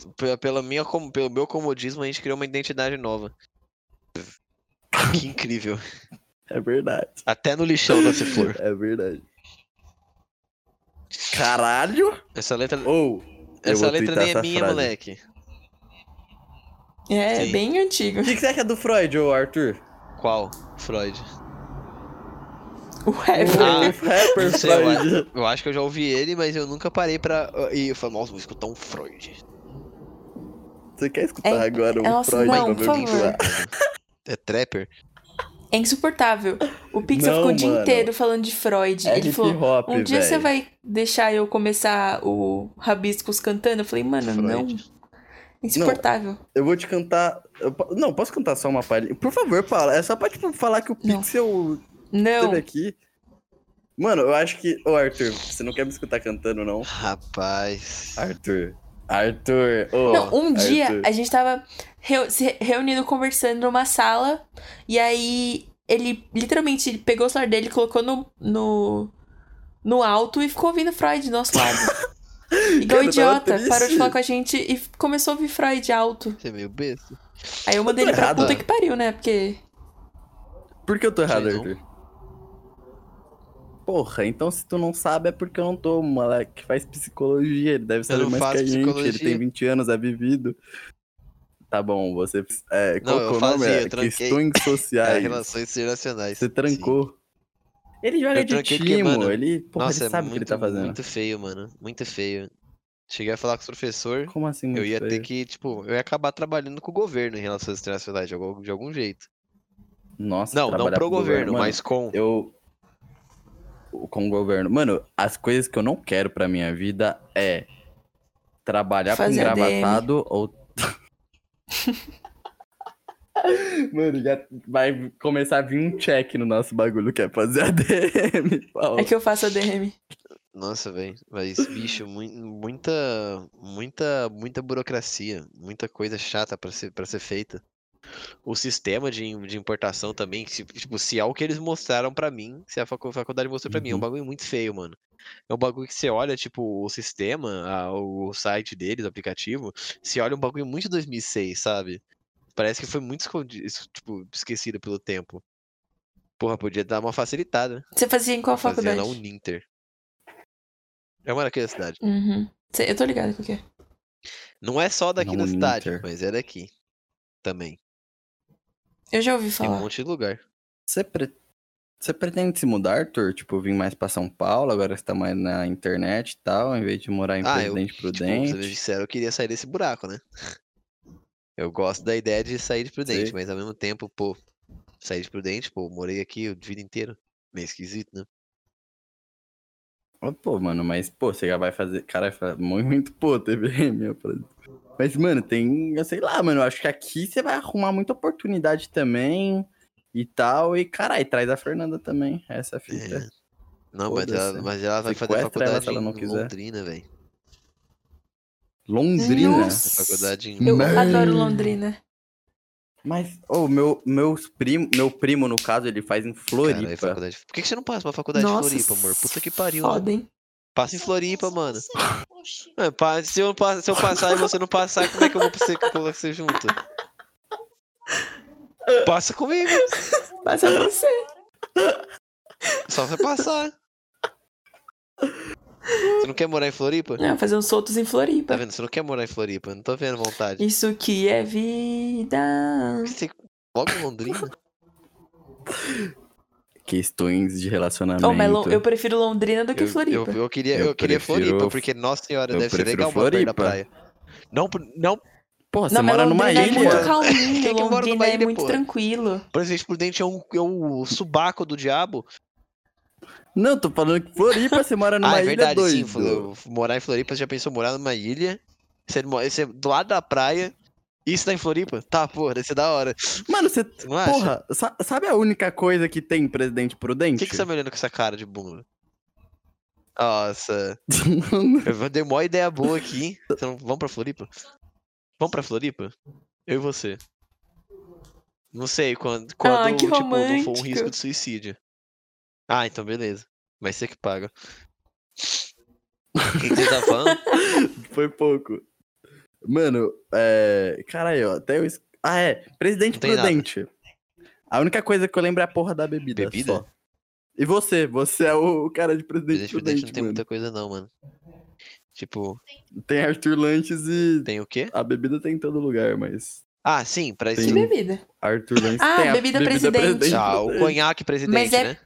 Speaker 1: tu.
Speaker 2: pe- Pela minha, com- pelo meu comodismo, a gente criou uma
Speaker 1: *laughs*
Speaker 2: identidade nova. Que incrível.
Speaker 1: É verdade,
Speaker 2: Até no lixão nasce flor.
Speaker 1: é verdade. Caralho!
Speaker 2: Essa letra,
Speaker 1: Ou. eu
Speaker 2: essa
Speaker 1: vou
Speaker 2: letra
Speaker 1: twittar
Speaker 2: nem é
Speaker 1: essa
Speaker 2: minha,
Speaker 1: frase.
Speaker 2: moleque.
Speaker 3: É,
Speaker 2: Sim.
Speaker 3: bem
Speaker 1: *laughs*
Speaker 3: antigo.
Speaker 1: O que, que você acha do Freud, ô Arthur?
Speaker 2: Qual? Freud.
Speaker 3: O Hefner.
Speaker 1: O rapper
Speaker 2: Não sei, eu
Speaker 1: Freud.
Speaker 2: acho, eu acho que eu já ouvi ele, mas eu nunca parei pra. E eu falei, nossa, vou escutar um Freud.
Speaker 1: Você quer escutar
Speaker 3: É-
Speaker 1: agora um
Speaker 3: nossa,
Speaker 1: Freud
Speaker 3: não,
Speaker 1: pra
Speaker 3: por
Speaker 1: ver o que tu
Speaker 3: favor.
Speaker 1: acha?
Speaker 2: É trapper?
Speaker 3: É insuportável. O Pixel
Speaker 1: Não,
Speaker 3: ficou o dia
Speaker 1: mano.
Speaker 3: inteiro falando de Freud.
Speaker 1: É
Speaker 3: Ele
Speaker 1: hip
Speaker 3: falou:
Speaker 1: hop,
Speaker 3: Um dia você
Speaker 1: velho.
Speaker 3: vai deixar eu começar o Rabiscos cantando? Eu falei, mano, não.
Speaker 2: Freud.
Speaker 3: É Insuportável.
Speaker 1: Eu vou te cantar. eu po- Não, posso cantar só uma palhinha? Por favor, Paula. É só pra tipo, falar que o
Speaker 3: Não.
Speaker 1: Pixel
Speaker 3: Não.
Speaker 1: teve aqui. Mano, eu acho que. Ô, Arthur, você não quer me escutar cantando, não?
Speaker 2: Rapaz.
Speaker 1: Arthur. Arthur. ô,
Speaker 3: Não, um
Speaker 1: Arthur.
Speaker 3: dia a gente tava reu- se re- reunindo, conversando numa sala, e aí ele literalmente ele pegou o celular dele, colocou no, no, no alto e ficou ouvindo Freud do nosso lado.
Speaker 1: *laughs*
Speaker 3: Igual
Speaker 1: Cara, eu tava
Speaker 3: idiota,
Speaker 1: triste.
Speaker 3: parou de falar com a gente e f- começou a ouvir Freud alto.
Speaker 2: Você é meio besta.
Speaker 3: Aí eu mandei ele pra
Speaker 1: errado,
Speaker 3: puta
Speaker 2: né?
Speaker 3: que pariu, né? Porque.
Speaker 1: Por que eu tô errado,
Speaker 2: Sei não.
Speaker 1: Arthur? Porra, então se tu não sabe é porque eu não tô, um moleque que faz psicologia, ele deve saber
Speaker 2: não
Speaker 1: mais que
Speaker 2: faço
Speaker 1: a gente, ele
Speaker 2: psicologia.
Speaker 1: tem 20 anos, é vivido. Tá bom, você... É, qual
Speaker 2: Não,
Speaker 1: que é
Speaker 2: eu
Speaker 1: o nome?
Speaker 2: fazia,
Speaker 1: É
Speaker 2: eu tranquei.
Speaker 1: Questões
Speaker 2: *laughs* É,
Speaker 1: sociais.
Speaker 2: relações internacionais.
Speaker 1: Você trancou. Ele joga
Speaker 2: Eu
Speaker 1: de
Speaker 2: tranquei porque,
Speaker 1: timo,
Speaker 2: mano,
Speaker 1: ele, porra,
Speaker 2: Nossa,
Speaker 1: ele sabe
Speaker 2: é
Speaker 1: o
Speaker 2: muito,
Speaker 1: que ele tá fazendo.
Speaker 2: muito feio, mano. Muito feio. Cheguei a falar com o professor,
Speaker 1: Como assim muito
Speaker 2: eu ia ter
Speaker 1: feio?
Speaker 2: que, tipo, eu ia acabar trabalhando com o governo em relações internacionais, de algum, de algum jeito.
Speaker 1: Nossa,
Speaker 2: Não, não
Speaker 1: trabalhar
Speaker 2: pro
Speaker 1: pro
Speaker 2: governo,
Speaker 1: mano,
Speaker 2: mas com.
Speaker 1: Eu... Com o governo. Mano, as coisas que eu não quero pra minha vida é trabalhar
Speaker 3: Fazer
Speaker 1: com
Speaker 3: ADM.
Speaker 1: engravatado ou... *laughs* Mano, já vai começar a vir um check no nosso bagulho que é fazer ADM, Paulo.
Speaker 3: É que eu faço ADM.
Speaker 2: Nossa, velho. Mas, bicho, mui- muita, muita, muita burocracia, muita coisa chata pra ser, pra ser feita. O sistema de, im- de importação também, que se, tipo, se é o que eles mostraram pra mim, se a facu- faculdade mostrou pra mim, é um
Speaker 1: Uhum.
Speaker 2: bagulho muito feio, mano. É um bagulho que você olha, tipo, o sistema, a- o site deles, o aplicativo, se olha um bagulho muito 2006, sabe? Parece que foi muito escondido, tipo, esquecido pelo tempo. Porra, podia dar uma facilitada.
Speaker 3: Você fazia em qual
Speaker 2: Fazia
Speaker 3: faculdade?
Speaker 2: na Uninter. É uma daquela cidade.
Speaker 3: Uhum. Cê- Eu tô ligada com o que é.
Speaker 2: Não é só daqui da cidade,
Speaker 1: Uninter.
Speaker 2: mas é daqui. Também.
Speaker 3: Eu já ouvi
Speaker 2: Tem um
Speaker 3: falar.
Speaker 2: monte de lugar.
Speaker 1: Você, pre- você pretende se mudar, Arthur? Tipo, vir mais pra São Paulo, agora você tá mais na internet e tal, em vez de morar em
Speaker 2: Ah, eu-
Speaker 1: Presidente
Speaker 2: Tipo, como
Speaker 1: Prudente.
Speaker 2: vocês me disseram, eu queria sair desse buraco, né? *laughs* Eu gosto da ideia de sair de Prudente,
Speaker 1: Sei.
Speaker 2: mas ao mesmo tempo, pô, sair de Prudente, pô, morei aqui a vida inteira. Meio esquisito, né?
Speaker 1: Ô, Pô, mano, mas, pô, você já vai fazer. Caralho, fala muito, muito, pô, *laughs* TVM. eu falei. Mas, mano, tem. Eu sei lá, mano, eu acho que aqui você vai arrumar muita oportunidade também e tal. E, caralho, traz a Fernanda também, essa fita.
Speaker 2: É. Não, mas ela,
Speaker 1: Foda-se.
Speaker 2: mas ela vai fazer
Speaker 1: Sequestra ela se
Speaker 2: faculdade
Speaker 1: ela não
Speaker 2: em
Speaker 1: quiser.
Speaker 2: Londrina, velho.
Speaker 1: Londrina.
Speaker 3: Nossa.
Speaker 2: Faculdade em
Speaker 3: Eu
Speaker 1: Merda.
Speaker 3: adoro Londrina.
Speaker 1: Mas, ô, meu, meus primo, meu primo, no caso, ele faz em
Speaker 2: Caralho,
Speaker 1: Floripa.
Speaker 2: faculdade- Por que que você não passa pra faculdade
Speaker 3: Nossa,
Speaker 2: de Floripa, amor? Puta que pariu, né?
Speaker 3: Foda, hein?
Speaker 2: Passa em Floripa, mano.
Speaker 3: um
Speaker 2: É, pa- Se eu, pa- se eu passar e você não passar, como é que eu vou ser, colocar você junto? Passa comigo.
Speaker 3: Passa pra você.
Speaker 2: Só vai passar. Você não quer morar em Floripa?
Speaker 3: Não, fazer uns soltos em
Speaker 2: Tá
Speaker 3: Floripa.
Speaker 2: vendo? Você não quer morar em Floripa. Não tô vendo vontade.
Speaker 3: Isso que é vida.
Speaker 2: Você... Logo em Londrina?
Speaker 3: é
Speaker 1: Questões de relacionamento.
Speaker 3: Oh, mas Lon- eu prefiro Londrina do que é Floripa.
Speaker 2: Eu, eu queria, eu
Speaker 1: Eu
Speaker 2: queria
Speaker 1: prefiro-
Speaker 2: Floripa, porque, nossa senhora,
Speaker 1: eu
Speaker 2: deve ser
Speaker 1: prefiro
Speaker 2: legal morar perto
Speaker 1: Floripa.
Speaker 2: da praia. Não, por- não,
Speaker 1: Porra, você
Speaker 3: Não, mas
Speaker 1: mora numa
Speaker 3: Londrina é
Speaker 1: ilha.
Speaker 3: muito
Speaker 2: Quem que
Speaker 3: calminho,
Speaker 2: mora numa
Speaker 3: Londrina é
Speaker 2: ilha,
Speaker 3: muito
Speaker 2: pô?
Speaker 3: tranquilo.
Speaker 2: Presidente Prudente é um, é um subaco do diabo.
Speaker 1: Não, tô falando que Floripa, você mora numa
Speaker 2: *laughs* ah, é
Speaker 1: ilha
Speaker 2: verdade,
Speaker 1: doido.
Speaker 2: sim. Flo- Morar em Floripa, você já pensou em morar numa ilha? Você, mo- você do lado da praia. Isso tá em Floripa? Tá, porra, deve ser da hora.
Speaker 1: Mano, você
Speaker 2: Você não acha?
Speaker 1: Porra, sa- sabe a única coisa que tem presidente
Speaker 2: Por
Speaker 1: prudente?
Speaker 2: que, que você tá me olhando com essa cara de bunda? Nossa, eu dei uma ideia boa aqui. Você não- Vamos pra Floripa? Vamos pra Floripa? Eu e você. Não sei, quando, quando
Speaker 3: Ah, que
Speaker 2: tipo, não for um risco
Speaker 3: romântico.
Speaker 2: de suicídio. Ah, então beleza. Mas você que paga. O que que você tá falando?
Speaker 1: *laughs* Foi pouco. Mano, é. Caralho, ó, até eu. es- Ah, é. Presidente
Speaker 2: Não tem nada.
Speaker 1: prudente. A única coisa que eu lembro é a porra da bebida.
Speaker 2: Bebida?
Speaker 1: só. E você? Você é o cara de presidente
Speaker 2: Presidente Prudente
Speaker 1: prudente,
Speaker 2: não tem
Speaker 1: mano.
Speaker 2: muita coisa não, mano. Tipo,
Speaker 1: Tem Arthur Lanches e.
Speaker 2: tem o quê?
Speaker 1: A bebida tem em todo lugar, mas.
Speaker 2: Ah, sim, pra
Speaker 1: Tem
Speaker 3: Que
Speaker 2: esse-
Speaker 3: bebida.
Speaker 1: Arthur Lanches
Speaker 3: Ah,
Speaker 1: tem a
Speaker 3: bebida presidente.
Speaker 2: Ah, o conhaque presidente,
Speaker 3: Mas é-
Speaker 2: né?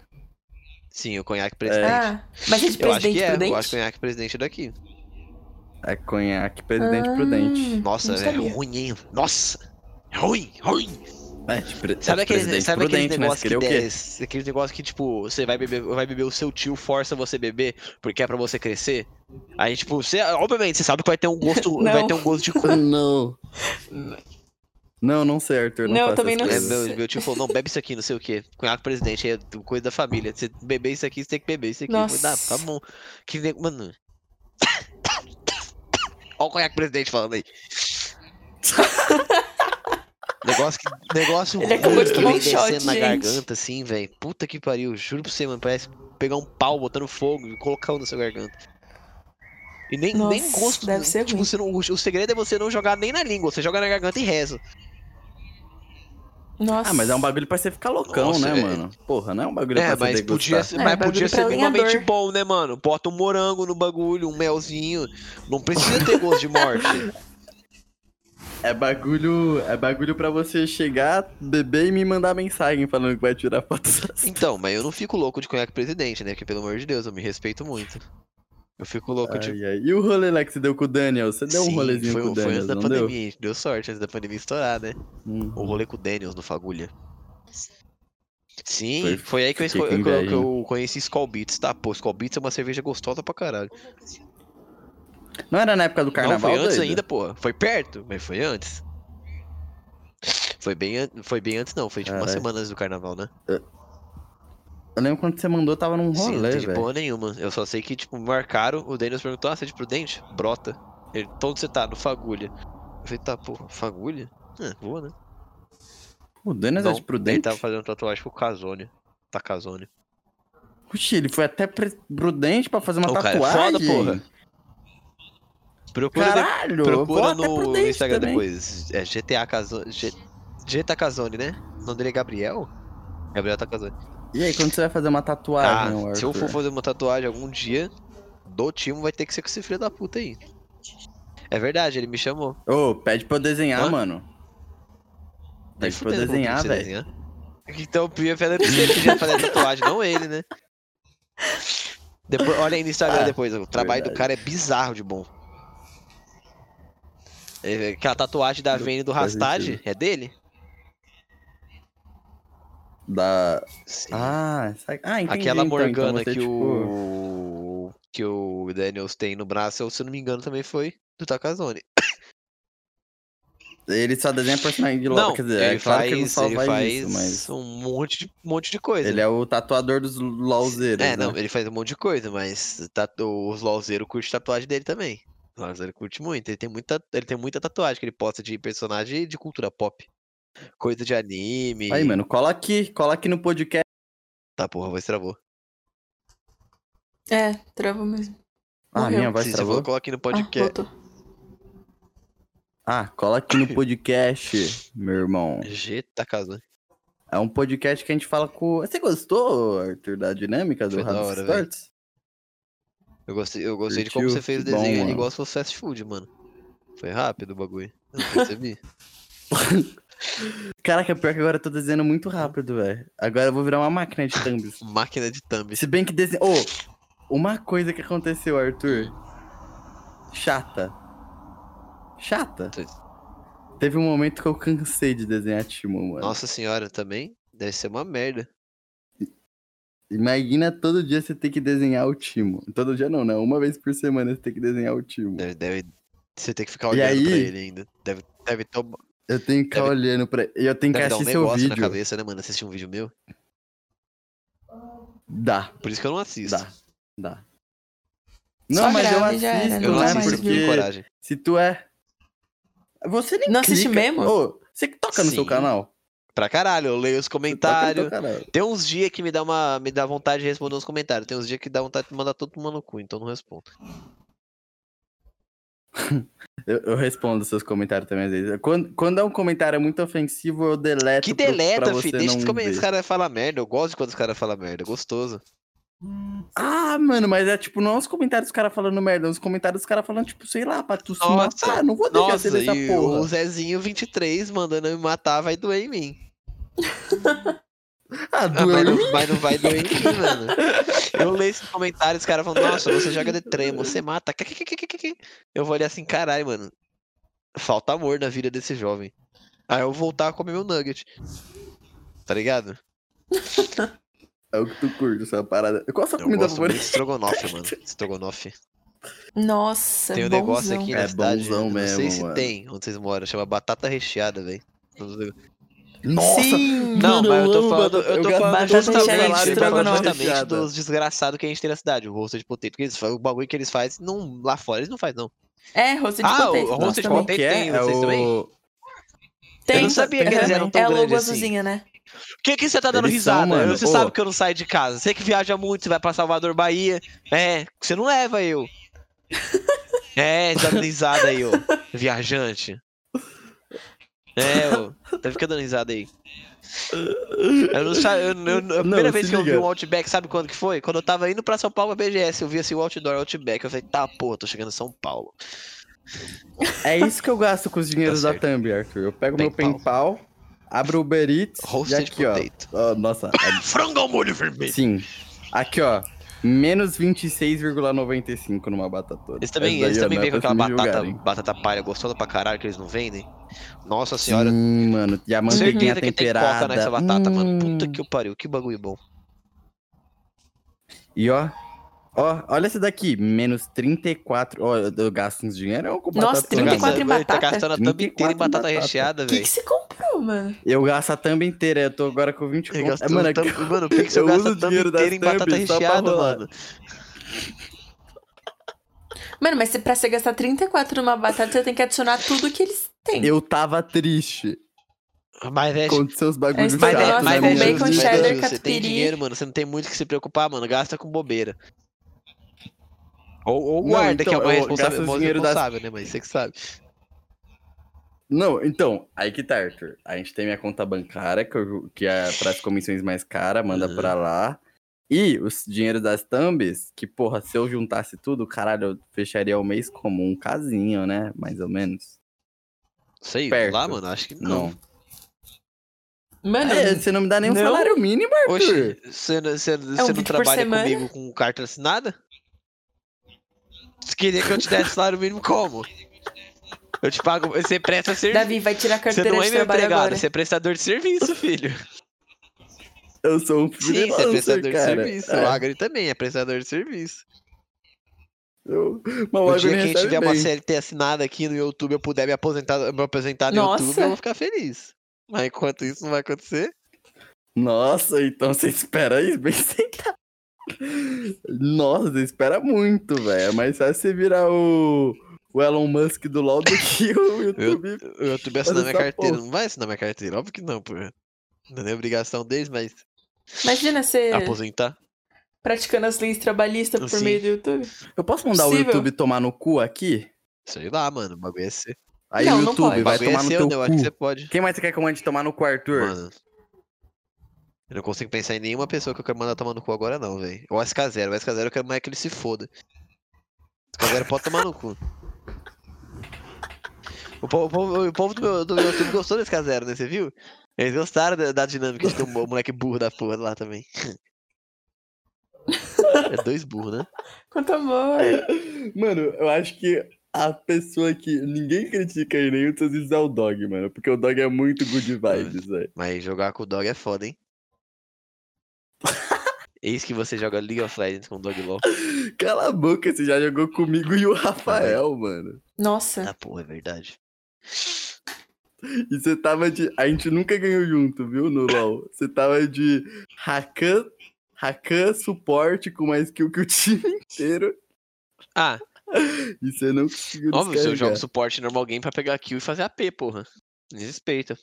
Speaker 2: Sim, o conhaque
Speaker 1: É.
Speaker 2: presidente.
Speaker 3: Ah, mas é de
Speaker 2: eu acho
Speaker 3: presidente
Speaker 2: que é,
Speaker 3: prudente? Hum,
Speaker 2: eu acho que o conhaque presidente daqui.
Speaker 1: É conhaque presidente
Speaker 3: Ah.
Speaker 1: prudente.
Speaker 2: Nossa,
Speaker 3: Não
Speaker 2: é
Speaker 3: sabia.
Speaker 2: ruim, hein? Nossa! É ruim, ruim!
Speaker 1: É, de pre-
Speaker 2: Sabe
Speaker 1: de
Speaker 2: aquele,
Speaker 1: presidente
Speaker 2: sabe aquele
Speaker 1: prudente, né? Você
Speaker 2: negócio que
Speaker 1: queria o quê?
Speaker 2: des- aquele negócio que, tipo, você vai beber, vai beber o seu tio, força você a beber, porque é pra você crescer? Aí, tipo, você, obviamente, você sabe que vai ter um gosto, vai
Speaker 3: *laughs* Não.
Speaker 2: ter um gosto de cu.
Speaker 1: Não. Não, não sei, Arthur. Não,
Speaker 3: Não, eu
Speaker 1: faço
Speaker 3: também
Speaker 1: essas
Speaker 3: não
Speaker 2: É,
Speaker 1: coisas.
Speaker 3: sei.
Speaker 2: meu, meu tio falou, não, bebe isso aqui, não sei o quê. Cunhado presidente, é coisa da família. Você beber isso aqui, você tem que beber isso aqui. Eu falei,
Speaker 3: Nossa.
Speaker 2: "Ah, tá bom. Que nego, mano... Olha o conhaque presidente
Speaker 3: *laughs*
Speaker 2: falando aí. negócio que, negócio
Speaker 3: Ele acabou
Speaker 2: ruim
Speaker 3: de
Speaker 2: que
Speaker 3: tomar
Speaker 2: vem
Speaker 3: um shot,
Speaker 2: descendo na
Speaker 3: gente.
Speaker 2: garganta, assim, velho. Puta que pariu, juro pra você, mano. Parece pegar um pau, botando fogo e colocar um na sua garganta. E nem, nem
Speaker 3: Nossa,
Speaker 2: gosto.
Speaker 3: deve ser
Speaker 2: tipo,
Speaker 3: ruim.
Speaker 2: você não, o segredo é você não jogar nem na língua, você joga na garganta e reza.
Speaker 3: Nossa.
Speaker 1: Ah, mas é um bagulho pra você ficar loucão,
Speaker 2: Nossa,
Speaker 1: né,
Speaker 2: velho.
Speaker 1: mano? Porra, não é um bagulho
Speaker 2: É,
Speaker 1: pra você
Speaker 2: mas
Speaker 1: degustar.
Speaker 2: podia, ser-
Speaker 3: É,
Speaker 2: mas
Speaker 3: bagulho
Speaker 2: podia
Speaker 3: pra
Speaker 2: ser minimamente
Speaker 3: lenhador.
Speaker 2: bom, né, mano? Bota um morango no bagulho, um melzinho. Não precisa ter gosto de
Speaker 3: *laughs*
Speaker 2: morte.
Speaker 1: É bagulho, é bagulho pra você chegar, beber e me mandar mensagem falando que vai tirar foto.
Speaker 2: Então, mas eu não fico louco de conhaque presidente, né? Porque, pelo amor de Deus, eu me respeito muito. Eu fico louco de.
Speaker 1: *laughs* Ai, ai. E o rolê lá que você deu com o Daniel? Você deu
Speaker 2: tipo- Sim,
Speaker 1: um rolezinho
Speaker 2: foi,
Speaker 1: com o
Speaker 2: foi
Speaker 1: Daniel,
Speaker 2: antes da
Speaker 1: não
Speaker 2: pandemia,
Speaker 1: deu?
Speaker 2: a gente deu sorte antes da pandemia estourar, né?
Speaker 1: Hum.
Speaker 2: O rolê com o Daniels no Fagulha. Sim,
Speaker 1: Foi-
Speaker 2: foi, aí que eu,
Speaker 1: fiquei
Speaker 2: esco-
Speaker 1: com
Speaker 2: que eu-
Speaker 1: inveja,
Speaker 2: que eu conheci Skol Beats. Tá, pô, Skol Beats é uma cerveja gostosa pra caralho.
Speaker 1: Não era na época do carnaval?
Speaker 2: Não, foi antes
Speaker 1: doido?
Speaker 2: ainda, porra. Foi perto, mas foi antes. Foi bem, an- foi bem antes, não. Foi tipo uma
Speaker 1: Caralho.
Speaker 2: semana antes do carnaval, né?
Speaker 1: Eu lembro quando você mandou, tava num
Speaker 2: Sim, não
Speaker 1: Um rolê,
Speaker 2: entendi
Speaker 1: velho.
Speaker 2: porra nenhuma. Eu só sei que, tipo, marcaram. O Daniels perguntou: Ah, você é de prudente? Brota. Ele, onde você tá? No Fagulha. Eu falei: Tá, porra, Fagulha? Ah, boa, né?
Speaker 1: O Daniel é
Speaker 2: Não,
Speaker 1: de prudente?
Speaker 2: Ele tava fazendo tatuagem pro Casone. Tá Casone.
Speaker 1: Oxi, ele foi até pre- prudente pra fazer uma
Speaker 2: Ô, cara, é
Speaker 1: tatuagem?
Speaker 2: foda, porra. Procura, de-
Speaker 1: Caralho,
Speaker 2: procura
Speaker 1: vou até
Speaker 2: no, no
Speaker 1: prudente
Speaker 2: Instagram
Speaker 1: também.
Speaker 2: depois. É GTA Casone. G- GTA Casone, né? O nome dele é Gabriel? Gabriel tá Tacazone.
Speaker 1: E aí, quando você vai fazer uma
Speaker 2: Ah,
Speaker 1: tatuagem,
Speaker 2: se eu for
Speaker 1: Arthur?
Speaker 2: fazer uma tatuagem algum dia, do time vai ter que ser com esse filho da puta aí. É verdade, ele me chamou.
Speaker 1: Ô, pede pra eu desenhar,
Speaker 2: Hã?
Speaker 1: mano.
Speaker 2: Nem
Speaker 1: Pede pra eu
Speaker 2: fudendo que eu vou
Speaker 1: desenhar,
Speaker 2: ter que
Speaker 1: velho.
Speaker 2: desenhar. Então o
Speaker 1: *laughs*
Speaker 2: Pia fez ele que já fazia tatuagem, não ele, né? Depois, olha aí no Instagram
Speaker 1: Ah,
Speaker 2: depois, o trabalho do
Speaker 1: verdade.
Speaker 2: cara é bizarro de bom. É, Aquela tatuagem da
Speaker 1: Não
Speaker 2: Vene do
Speaker 1: faz
Speaker 2: Rastad
Speaker 1: sentido.
Speaker 2: é dele?
Speaker 1: Da...
Speaker 2: Sim.
Speaker 1: Ah, sa- ah, entendi. então,
Speaker 2: Aquela
Speaker 1: então
Speaker 2: Morgana
Speaker 1: você,
Speaker 2: que
Speaker 1: tipo,
Speaker 2: o. Que o Daniels tem no braço, se eu não me engano, também foi do Takazone.
Speaker 1: Ele só desenha personagem de LOL,
Speaker 2: Não,
Speaker 1: quer dizer,
Speaker 2: ele
Speaker 1: é claro
Speaker 2: faz,
Speaker 1: que ele não só
Speaker 2: ele
Speaker 1: faz
Speaker 2: faz
Speaker 1: isso, mas...
Speaker 2: um monte de, um monte de coisa.
Speaker 1: Ele é o tatuador dos LOLzeiros, né?
Speaker 2: É, não, ele faz um monte de coisa, mas tatu... os Lauzeiro curte tatuagem dele também. O Lauzeiro curte muito. Ele tem, muita... ele tem muita tatuagem que ele posta de personagem de cultura pop. Coisa de anime.
Speaker 1: Aí, mano, cola aqui, cola aqui no podcast.
Speaker 2: Tá, porra, vai travou.
Speaker 3: É, travou mesmo.
Speaker 1: Ah,
Speaker 3: Morreu.
Speaker 1: minha
Speaker 2: Se
Speaker 1: voz
Speaker 2: você for,
Speaker 1: travou?
Speaker 2: coloque no
Speaker 3: Ah,
Speaker 2: podcast.
Speaker 3: voltou.
Speaker 1: Ah, cola aqui
Speaker 2: *laughs*
Speaker 1: no podcast, meu irmão.
Speaker 2: G tá casando.
Speaker 1: É um podcast que a gente fala com... Você gostou, Arthur, da dinâmica do
Speaker 2: Foi da
Speaker 1: Rato
Speaker 2: hora,
Speaker 1: Sports?
Speaker 2: Eu gostei, eu gostei de como
Speaker 1: Curtiu?
Speaker 2: você fez o
Speaker 1: Que bom,
Speaker 2: desenho ali,
Speaker 1: mano.
Speaker 2: igual se fosse fast food, mano. Foi rápido o bagulho. Eu não
Speaker 1: *laughs*
Speaker 2: percebi.
Speaker 1: Caraca, pior que agora eu tô desenhando muito rápido, velho. Agora eu vou virar uma máquina de assim. thumbs.
Speaker 2: Máquina de thumb.
Speaker 1: Se bem que desenho. Ô, uma coisa que aconteceu, Arthur. Chata. Chata. Teve um momento que eu cansei de desenhar Timon, mano.
Speaker 2: Nossa senhora, também deve ser uma merda.
Speaker 1: Imagina todo dia você ter que desenhar o Timo. Todo dia não, né? Uma vez por semana você tem que desenhar o Timo.
Speaker 2: Deve, deve... Você tem que ficar
Speaker 1: E
Speaker 2: olhando pra
Speaker 1: aí?
Speaker 2: ele ainda. Deve, deve tomar.
Speaker 1: Eu tenho que ficar
Speaker 2: Deve-
Speaker 1: olhando pra. E eu tenho que
Speaker 2: Deve dar um
Speaker 1: assistir seu
Speaker 2: negócio na
Speaker 1: vídeo.
Speaker 2: cabeça, né, mano? Assistir um vídeo meu.
Speaker 1: Dá,
Speaker 2: Por isso que eu não assisto.
Speaker 1: dá, dá. Não,
Speaker 3: Só
Speaker 1: mas
Speaker 3: grave,
Speaker 1: eu
Speaker 3: já era,
Speaker 1: assisto,
Speaker 2: Eu não
Speaker 3: dá
Speaker 1: né?
Speaker 3: mais
Speaker 2: assisto, eu não
Speaker 1: Porque
Speaker 2: tenho coragem.
Speaker 1: se tu é. Você nem
Speaker 3: Não assiste
Speaker 1: clica.
Speaker 3: mesmo?
Speaker 1: Ô, você que toca no seu
Speaker 2: Sim.
Speaker 1: canal.
Speaker 2: Tá Pra caralho, eu leio os
Speaker 1: Você toca no
Speaker 2: comentários.
Speaker 1: seu canal.
Speaker 2: Tem uns dias que me dá, uma, me dá vontade de responder os comentários. Tem uns dias que dá vontade de mandar todo mundo no cu, então eu não respondo.
Speaker 1: Eu, eu respondo seus comentários também, às vezes. Quando, quando é um comentário muito ofensivo, eu deleto.
Speaker 2: Que
Speaker 1: É pro- pra
Speaker 2: deleta,
Speaker 1: você
Speaker 2: fi. Deixa
Speaker 1: não
Speaker 2: os, come- os
Speaker 1: ver.
Speaker 2: caras falar merda. Eu gosto de quando os caras falam merda. é Gostoso.
Speaker 1: Ah, mano, mas é tipo, não é os comentários dos caras falando merda, é os comentários dos caras falando, tipo, sei lá, pra tu se
Speaker 2: Nossa,
Speaker 1: matar. Ah, Não vou deixar você
Speaker 2: Nossa,
Speaker 1: dessa
Speaker 2: e
Speaker 1: porra.
Speaker 2: o Zezinho 23 mandando eu me matar vai doer em mim.
Speaker 1: Ah,
Speaker 2: Ah, mas,
Speaker 1: doeu.
Speaker 2: não, mas não vai doer em mim, mano. Eu leio esses comentários, os caras falam, nossa, você joga de tremo, você mata. kkkk". Eu vou olhar assim, caralho, mano. Falta amor na vida desse jovem. Aí eu voltar a comer meu nugget. Tá ligado?
Speaker 1: É o que tu curte, essa parada. Qual a sua
Speaker 2: Eu
Speaker 1: comida
Speaker 2: gosto muito
Speaker 1: favorita?
Speaker 2: de estrogonofe, mano. Estrogonofe.
Speaker 3: Nossa,
Speaker 2: Tem um
Speaker 3: bonzão.
Speaker 2: negócio aqui na
Speaker 1: É
Speaker 2: cidade,
Speaker 1: bonzão
Speaker 2: eu não sei
Speaker 1: mesmo,
Speaker 2: se
Speaker 1: mano.
Speaker 2: tem onde vocês moram, chama batata recheada, velho.
Speaker 3: Sim!
Speaker 2: Não,
Speaker 1: Mano,
Speaker 2: mas eu tô
Speaker 1: amo
Speaker 2: falando,
Speaker 1: batata-
Speaker 2: eu tô
Speaker 1: eu
Speaker 2: falando
Speaker 3: gosto de batata recheada
Speaker 2: justamente,
Speaker 3: e
Speaker 2: eu tô falando
Speaker 3: estrogonofe.
Speaker 2: justamente
Speaker 1: recheada.
Speaker 2: dos desgraçados que a gente tem na cidade, o rosto de potato, que eles fazem, o bagulho que eles fazem, não, lá fora eles não fazem não.
Speaker 3: É, roasted
Speaker 2: Ah,
Speaker 3: potato.
Speaker 2: o
Speaker 3: nossa,
Speaker 2: roasted
Speaker 3: também.
Speaker 1: Qual
Speaker 2: potato.
Speaker 1: que é?
Speaker 2: Tem
Speaker 1: É
Speaker 2: vocês
Speaker 1: o...
Speaker 3: Tem,
Speaker 2: Eu não sabia que eles eram tão
Speaker 3: É a logo
Speaker 2: grandes assim.
Speaker 3: azulzinha, né?
Speaker 2: Por que que você tá dando
Speaker 1: Eles são,
Speaker 2: risada?
Speaker 1: mano.
Speaker 2: Você
Speaker 1: Ô.
Speaker 2: sabe que eu não saio de casa, você que viaja muito, você vai pra Salvador, Bahia, é, você não leva eu.
Speaker 1: *laughs*
Speaker 2: É, tá dando risada aí, ô, viajante. É, ô, tá ficando dando risada aí. Eu não sa- eu- eu- a primeira
Speaker 1: Não,
Speaker 2: vez
Speaker 1: se
Speaker 2: que eu vi
Speaker 1: liga.
Speaker 2: um Outback, sabe quando que foi? Quando eu tava indo pra São Paulo pra BGS, eu vi assim o outdoor Outback. Eu falei, tá, pô, tô chegando em São Paulo.
Speaker 1: É isso que eu gasto com os dinheiros
Speaker 2: Tá
Speaker 1: da
Speaker 2: certo.
Speaker 1: Thumb, Arthur. Eu pego meu
Speaker 2: Penpal.
Speaker 1: PayPal, abro o Uber Eats e
Speaker 2: Roasted
Speaker 1: aqui, ó.
Speaker 2: potato. É
Speaker 1: ó.
Speaker 2: *coughs*
Speaker 1: Nossa,
Speaker 2: Frango ao molho vermelho.
Speaker 1: sim. Aqui, ó. Menos 26,95 numa batata toda.
Speaker 2: Eles também,
Speaker 1: Essa daí,
Speaker 2: eles
Speaker 1: ó,
Speaker 2: também
Speaker 1: não é
Speaker 2: vêm com
Speaker 1: pra
Speaker 2: aquela
Speaker 1: se me
Speaker 2: batata,
Speaker 1: julgarem.
Speaker 2: batata palha gostosa pra caralho que eles não vendem. Nossa senhora,
Speaker 1: Sim, mano. E a manteiguinha
Speaker 2: certeza que tem
Speaker 1: temperada.
Speaker 2: coca nessa batata, mano. Puta
Speaker 1: Hum.
Speaker 2: que o pariu, que bagulho bom.
Speaker 1: E ó, ó, olha esse daqui, menos 34. Ó, eu, eu gasto uns dinheiro com batata.
Speaker 3: Nossa,
Speaker 2: Tá gastando-
Speaker 3: 34 em
Speaker 2: velho, Tá
Speaker 3: batata?
Speaker 2: gastando a thumb inteira
Speaker 1: 34
Speaker 2: em
Speaker 1: em
Speaker 2: batata
Speaker 1: batata.
Speaker 2: recheada,
Speaker 3: O que,
Speaker 2: velho.
Speaker 3: que você comprou, mano?
Speaker 1: Eu gasto a thumb inteira, eu tô agora com 20
Speaker 2: Ele
Speaker 1: conto.
Speaker 2: gastou
Speaker 1: É, mano,
Speaker 2: o
Speaker 1: aqui-
Speaker 2: thumb- mano, o Pixel
Speaker 1: eu
Speaker 2: gasta
Speaker 1: uso
Speaker 2: a
Speaker 1: o
Speaker 2: thumb
Speaker 1: dinheiro das
Speaker 2: inteira em batata
Speaker 1: thumb só pra
Speaker 2: recheada,
Speaker 1: rolar.
Speaker 2: mano.
Speaker 3: Mano, mas se- pra você gastar 34 numa batata, você tem que adicionar tudo que eles têm.
Speaker 1: eu tava triste
Speaker 2: Mas é
Speaker 1: com seus bagulhos
Speaker 3: Mas é-
Speaker 1: chatos,
Speaker 3: mas
Speaker 1: né,
Speaker 3: é com
Speaker 1: mano?
Speaker 3: bacon, cheddar,
Speaker 2: Você tem
Speaker 3: catupiry.
Speaker 2: dinheiro, mano. Você não tem muito o que se preocupar, mano. Gasta com bobeira. Ou, ou
Speaker 1: Não,
Speaker 2: guarda, que é
Speaker 1: então,
Speaker 2: uma
Speaker 1: eu
Speaker 2: responsável,
Speaker 1: gasto
Speaker 2: uma
Speaker 1: o dinheiro das-
Speaker 2: responsável, né? Mas você que sabe.
Speaker 1: Não, então, aí que tá, Arthur. A gente tem minha conta bancária, que, eu- que é para as comissões mais caras, manda
Speaker 2: Uhum.
Speaker 1: pra lá. E os dinheiros das thumbs, que, porra, se eu juntasse tudo, caralho, eu fecharia o mês como um casinho, né? Mais ou menos.
Speaker 2: Sei,
Speaker 1: Perto.
Speaker 2: lá, mano, acho que não.
Speaker 1: Não.
Speaker 3: Mano,
Speaker 1: É, você não me dá nem um
Speaker 3: Não.
Speaker 1: salário mínimo, Arthur.
Speaker 2: Oxe, você, não- você, você não
Speaker 3: É um vídeo por
Speaker 2: trabalha
Speaker 3: semana.
Speaker 2: comigo com carta assinada? Você queria que eu te desse salário mínimo como? Eu te pago, você presta serviço.
Speaker 3: Davi vai tirar a
Speaker 2: Você
Speaker 3: carteira
Speaker 2: não é
Speaker 3: de
Speaker 2: meu
Speaker 3: trabalho
Speaker 2: empregado,
Speaker 3: agora.
Speaker 2: você é prestador de
Speaker 1: *laughs*
Speaker 2: serviço, filho.
Speaker 1: Eu sou um
Speaker 2: Sim, você é
Speaker 1: freelancer,
Speaker 2: prestador
Speaker 1: cara.
Speaker 2: de serviço.
Speaker 1: É,
Speaker 2: O Agri também é prestador de serviço.
Speaker 1: eu- Mas o
Speaker 2: O
Speaker 1: Agri
Speaker 2: dia que a gente
Speaker 1: recebe
Speaker 2: tiver
Speaker 1: bem.
Speaker 2: uma CLT assinada aqui no YouTube, eu puder me aposentar, me aposentar no
Speaker 3: Nossa.
Speaker 2: YouTube, eu vou ficar feliz. Mas enquanto isso não vai acontecer,
Speaker 1: Nossa, então você espera isso bem *laughs* sentado. Nossa, você espera muito, velho. É mais fácil você virar o... o Elon Musk do LoL do que
Speaker 2: *laughs*
Speaker 1: o YouTube.
Speaker 2: o YouTube assinar
Speaker 1: Olha
Speaker 2: minha
Speaker 1: essa
Speaker 2: carteira.
Speaker 1: porra.
Speaker 2: Não vai assinar minha carteira, óbvio que não, pô. Não é nem obrigação deles, mas
Speaker 3: Imagina você
Speaker 2: aposentar.
Speaker 3: praticando as leis trabalhistas por
Speaker 2: Ah, Sim.
Speaker 3: meio do YouTube.
Speaker 1: Eu posso mandar o
Speaker 3: Possível.
Speaker 1: YouTube tomar no cu aqui?
Speaker 2: Sei lá, mano, o bagulho é seu.
Speaker 1: Aí
Speaker 3: Não,
Speaker 1: o
Speaker 3: não
Speaker 1: YouTube
Speaker 3: pode.
Speaker 2: O
Speaker 1: vai
Speaker 2: bagulho é
Speaker 1: tomar no
Speaker 2: seu,
Speaker 1: teu
Speaker 2: né? Eu acho que você
Speaker 1: cu.
Speaker 2: pode.
Speaker 1: Quem mais você quer que eu mande tomar no cu, Arthur?
Speaker 2: Mano. Eu não consigo pensar em nenhuma pessoa que eu quero mandar tomar no cu agora, não, velho. O SK0. O SK0 é eu quero mais que ele se foda. O SK0 pode tomar no cu. O povo, o povo- o povo do, meu, do meu YouTube gostou do SK0, né? Você viu? Eles gostaram da, da dinâmica de ter um mo- moleque burro da porra lá também. *laughs* É dois burros, né?
Speaker 3: Quanto amor.
Speaker 2: É.
Speaker 1: Mano, eu acho que a pessoa que ninguém critica aí nenhum dos seus vídeos é o Dog, mano. Porque o Dog é muito good vibes, velho.
Speaker 2: Mas jogar com o dog é foda, hein? Eis que você joga League of Legends com o dog LOL.
Speaker 1: Cala a boca, você já jogou comigo e o Rafael, mano.
Speaker 3: Nossa.
Speaker 2: Ah, porra, é verdade.
Speaker 1: E você tava de. A gente nunca ganhou junto, viu, no LOL? Você tava de Rakan, Rakan suporte com mais skill que o *laughs* time inteiro.
Speaker 2: Ah,
Speaker 1: E você não conseguiu
Speaker 2: Óbvio, se eu jogo
Speaker 1: descarregar.
Speaker 2: suporte normal game pra pegar kill e fazer AP, porra. Me Respeita.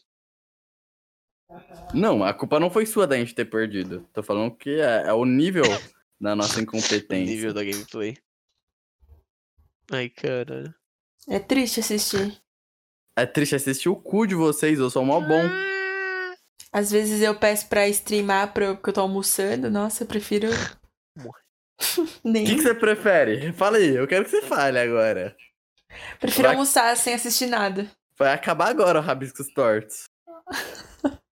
Speaker 1: Não, a culpa não foi sua da gente ter perdido. Tô falando que é, é o nível *laughs* da nossa
Speaker 2: O
Speaker 1: incompetência.
Speaker 2: nível da gameplay. Ai, caralho.
Speaker 3: É triste assistir.
Speaker 1: É triste assistir o cu de vocês, eu sou mó bom.
Speaker 3: Às vezes eu peço pra streamar pra eu- porque eu tô almoçando. Nossa, eu prefiro.
Speaker 1: O que,
Speaker 3: *laughs* Nem.
Speaker 1: que você prefere? Fala aí, eu quero que você fale agora.
Speaker 3: Prefiro
Speaker 1: Vai-
Speaker 3: almoçar sem assistir nada.
Speaker 1: Vai acabar agora o Rabiscos Tortos.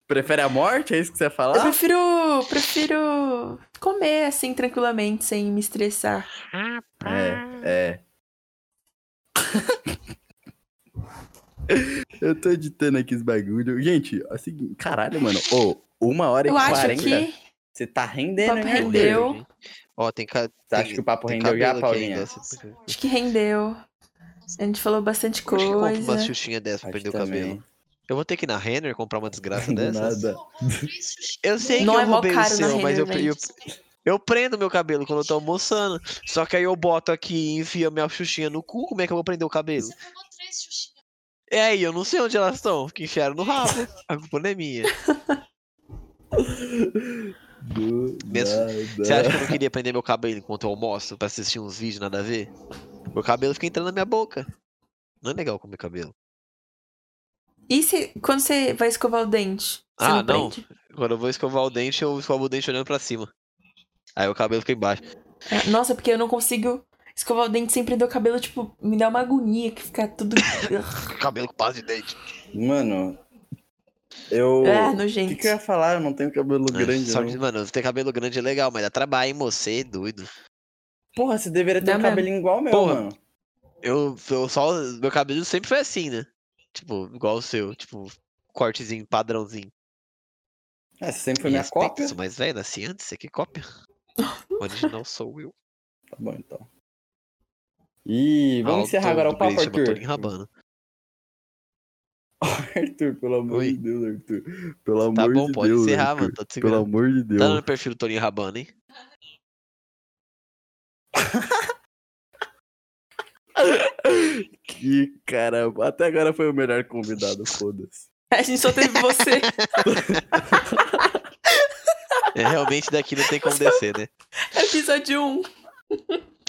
Speaker 1: Prefere a morte? É isso que você ia
Speaker 3: Eu
Speaker 2: Ah.
Speaker 1: falar?
Speaker 3: prefiro. Prefiro comer assim tranquilamente, sem me estressar. Ah.
Speaker 1: É, é. *laughs* Eu tô editando aqui os bagulho. Gente, é o seguinte, caralho, mano. Ô, uma hora e
Speaker 3: Eu acho
Speaker 1: quarenta.
Speaker 3: que
Speaker 5: Você tá rendendo,
Speaker 3: Papo
Speaker 5: né?
Speaker 3: rendeu.
Speaker 5: Arthur?
Speaker 2: Ó, tem ca...
Speaker 5: Você
Speaker 2: tem-
Speaker 5: acha Tá, que o papo
Speaker 2: tem
Speaker 5: rendeu já,
Speaker 2: cabelo aqui ainda,
Speaker 5: Paulinha?
Speaker 2: você-
Speaker 3: acho que rendeu. A gente falou bastante
Speaker 2: Eu acho é que eu compro
Speaker 3: coisa.
Speaker 2: umas xuxinhas dessas pra
Speaker 1: Acho
Speaker 2: perder o
Speaker 1: também.
Speaker 2: cabelo. Eu vou ter que ir na Renner comprar
Speaker 5: *laughs*
Speaker 2: uma desgraça
Speaker 1: *laughs* Do
Speaker 2: dessas.
Speaker 1: nada.
Speaker 2: Eu sei
Speaker 3: Não
Speaker 2: que
Speaker 3: é
Speaker 2: eu
Speaker 3: mó
Speaker 2: roubei o
Speaker 3: caro na
Speaker 2: seu, mas eu,
Speaker 3: Renner,
Speaker 2: eu, eu prendo meu cabelo quando eu tô almoçando. Só que aí eu boto aqui e enfio minha xuxinha no cu. Como é que eu vou prender o cabelo? É aí, eu não sei onde elas estão. Que enfiaram no rabo. A culpa não é minha.
Speaker 1: Do
Speaker 2: Mesmo-
Speaker 1: nada.
Speaker 2: Você acha que eu não queria prender meu cabelo enquanto eu almoço pra assistir uns vídeos nada a ver? Meu cabelo fica entrando na minha boca. Não é legal comer cabelo.
Speaker 3: E se quando você vai escovar o dente? Você
Speaker 2: Ah, não.
Speaker 3: prende?
Speaker 2: Quando eu vou escovar o dente, eu escovo o dente olhando pra cima. Aí o cabelo fica embaixo.
Speaker 3: É, Nossa, porque eu não consigo escovar o dente sem prender o cabelo, tipo, me dá uma agonia que fica tudo.
Speaker 2: Cabelo com pasta de dente.
Speaker 1: Mano, eu...
Speaker 3: ah,
Speaker 1: O
Speaker 3: nojento.
Speaker 1: que, que eu ia falar? Eu não tenho cabelo grande, né?
Speaker 2: É, Só
Speaker 1: não.
Speaker 2: que, mano, ter cabelo grande é legal, mas dá trabalho, hein, moço? Você é doido.
Speaker 1: Porra, você deveria ter
Speaker 3: Dá
Speaker 1: um
Speaker 3: mesmo.
Speaker 1: cabelinho igual o meu,
Speaker 2: Porra.
Speaker 1: mano.
Speaker 2: Eu, eu só. Meu cabelo sempre foi assim, né? Tipo, igual o seu. Tipo, cortezinho, padrãozinho.
Speaker 1: É, você sempre foi minha
Speaker 2: Respeito
Speaker 1: cópia.
Speaker 2: isso, Mas, velho, nasci antes, você que cópia. Original sou eu.
Speaker 1: Tá bom, então. E vamos
Speaker 2: Alto
Speaker 1: encerrar agora o
Speaker 2: do
Speaker 1: papo,
Speaker 2: Christian Botorin
Speaker 1: Arthur.
Speaker 2: Rabano.
Speaker 1: *laughs* Arthur, pelo amor
Speaker 2: Oi.
Speaker 1: de Deus, Arthur. Pelo amor
Speaker 2: Tá
Speaker 1: de Deus.
Speaker 2: bom, pode encerrar,
Speaker 1: Arthur.
Speaker 2: mano. Tô te
Speaker 1: Pelo
Speaker 2: segurando.
Speaker 1: amor de
Speaker 2: Tá no
Speaker 1: Deus.
Speaker 2: perfil do Torinho Rabano, hein?
Speaker 1: Que caramba. Até agora foi o melhor convidado, foda-se.
Speaker 3: A gente só teve você. *laughs*
Speaker 2: É, realmente daqui não tem como descer, né?
Speaker 3: Episódio 1.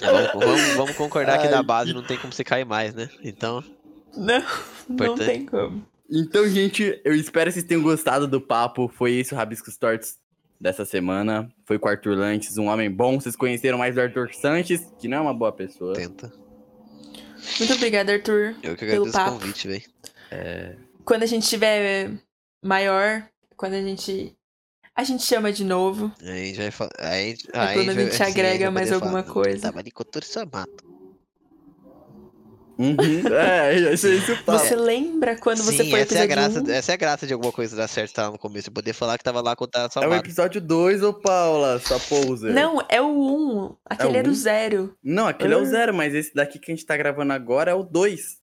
Speaker 2: Vamos, vamos- vamos concordar que da
Speaker 1: Ai,
Speaker 2: base não tem como você cair mais, né? Então,
Speaker 3: Não, não
Speaker 2: Importante.
Speaker 3: tem como.
Speaker 1: Então, gente, eu espero que vocês tenham gostado do papo. Foi isso, Rabiscos Tortos dessa semana. Foi com o Arthur Lantes, um homem bom. Vocês conheceram mais do Arthur Sanches, que não é uma boa pessoa.
Speaker 2: tenta.
Speaker 3: Muito obrigada, Arthur.
Speaker 2: Eu que
Speaker 3: Pelo
Speaker 2: agradeço o
Speaker 3: papo.
Speaker 2: convite, velho.
Speaker 3: Quando a gente tiver eh, maior, quando a gente. A gente chama de novo.
Speaker 2: Aí a gente vai falar. Aí, a gente-
Speaker 1: É
Speaker 3: pelo
Speaker 2: aí
Speaker 3: menos a gente
Speaker 2: vai- assim, aí
Speaker 3: agrega
Speaker 2: vai
Speaker 3: mais
Speaker 2: poder
Speaker 3: alguma
Speaker 2: falar,
Speaker 3: coisa.
Speaker 2: Tava ali com o Torinho Samato.
Speaker 1: Uhum. É, esse é isso o papo.
Speaker 3: Você lembra quando você
Speaker 2: Sim,
Speaker 3: foi
Speaker 2: essa é, a
Speaker 1: um.
Speaker 2: graça,
Speaker 3: episódio 1?
Speaker 2: essa é a graça de alguma coisa dar certo lá no começo. Eu poder falar que tava lá com o Torinho
Speaker 1: É o
Speaker 2: Samato.
Speaker 1: episódio 2, ô Paula, sua poser.
Speaker 3: Não, é o 1. Aquele
Speaker 1: É o
Speaker 3: era o
Speaker 1: um?
Speaker 3: zero.
Speaker 1: Não, aquele é o
Speaker 3: Ah.
Speaker 1: zero, mas esse daqui que a gente tá gravando agora é o 2.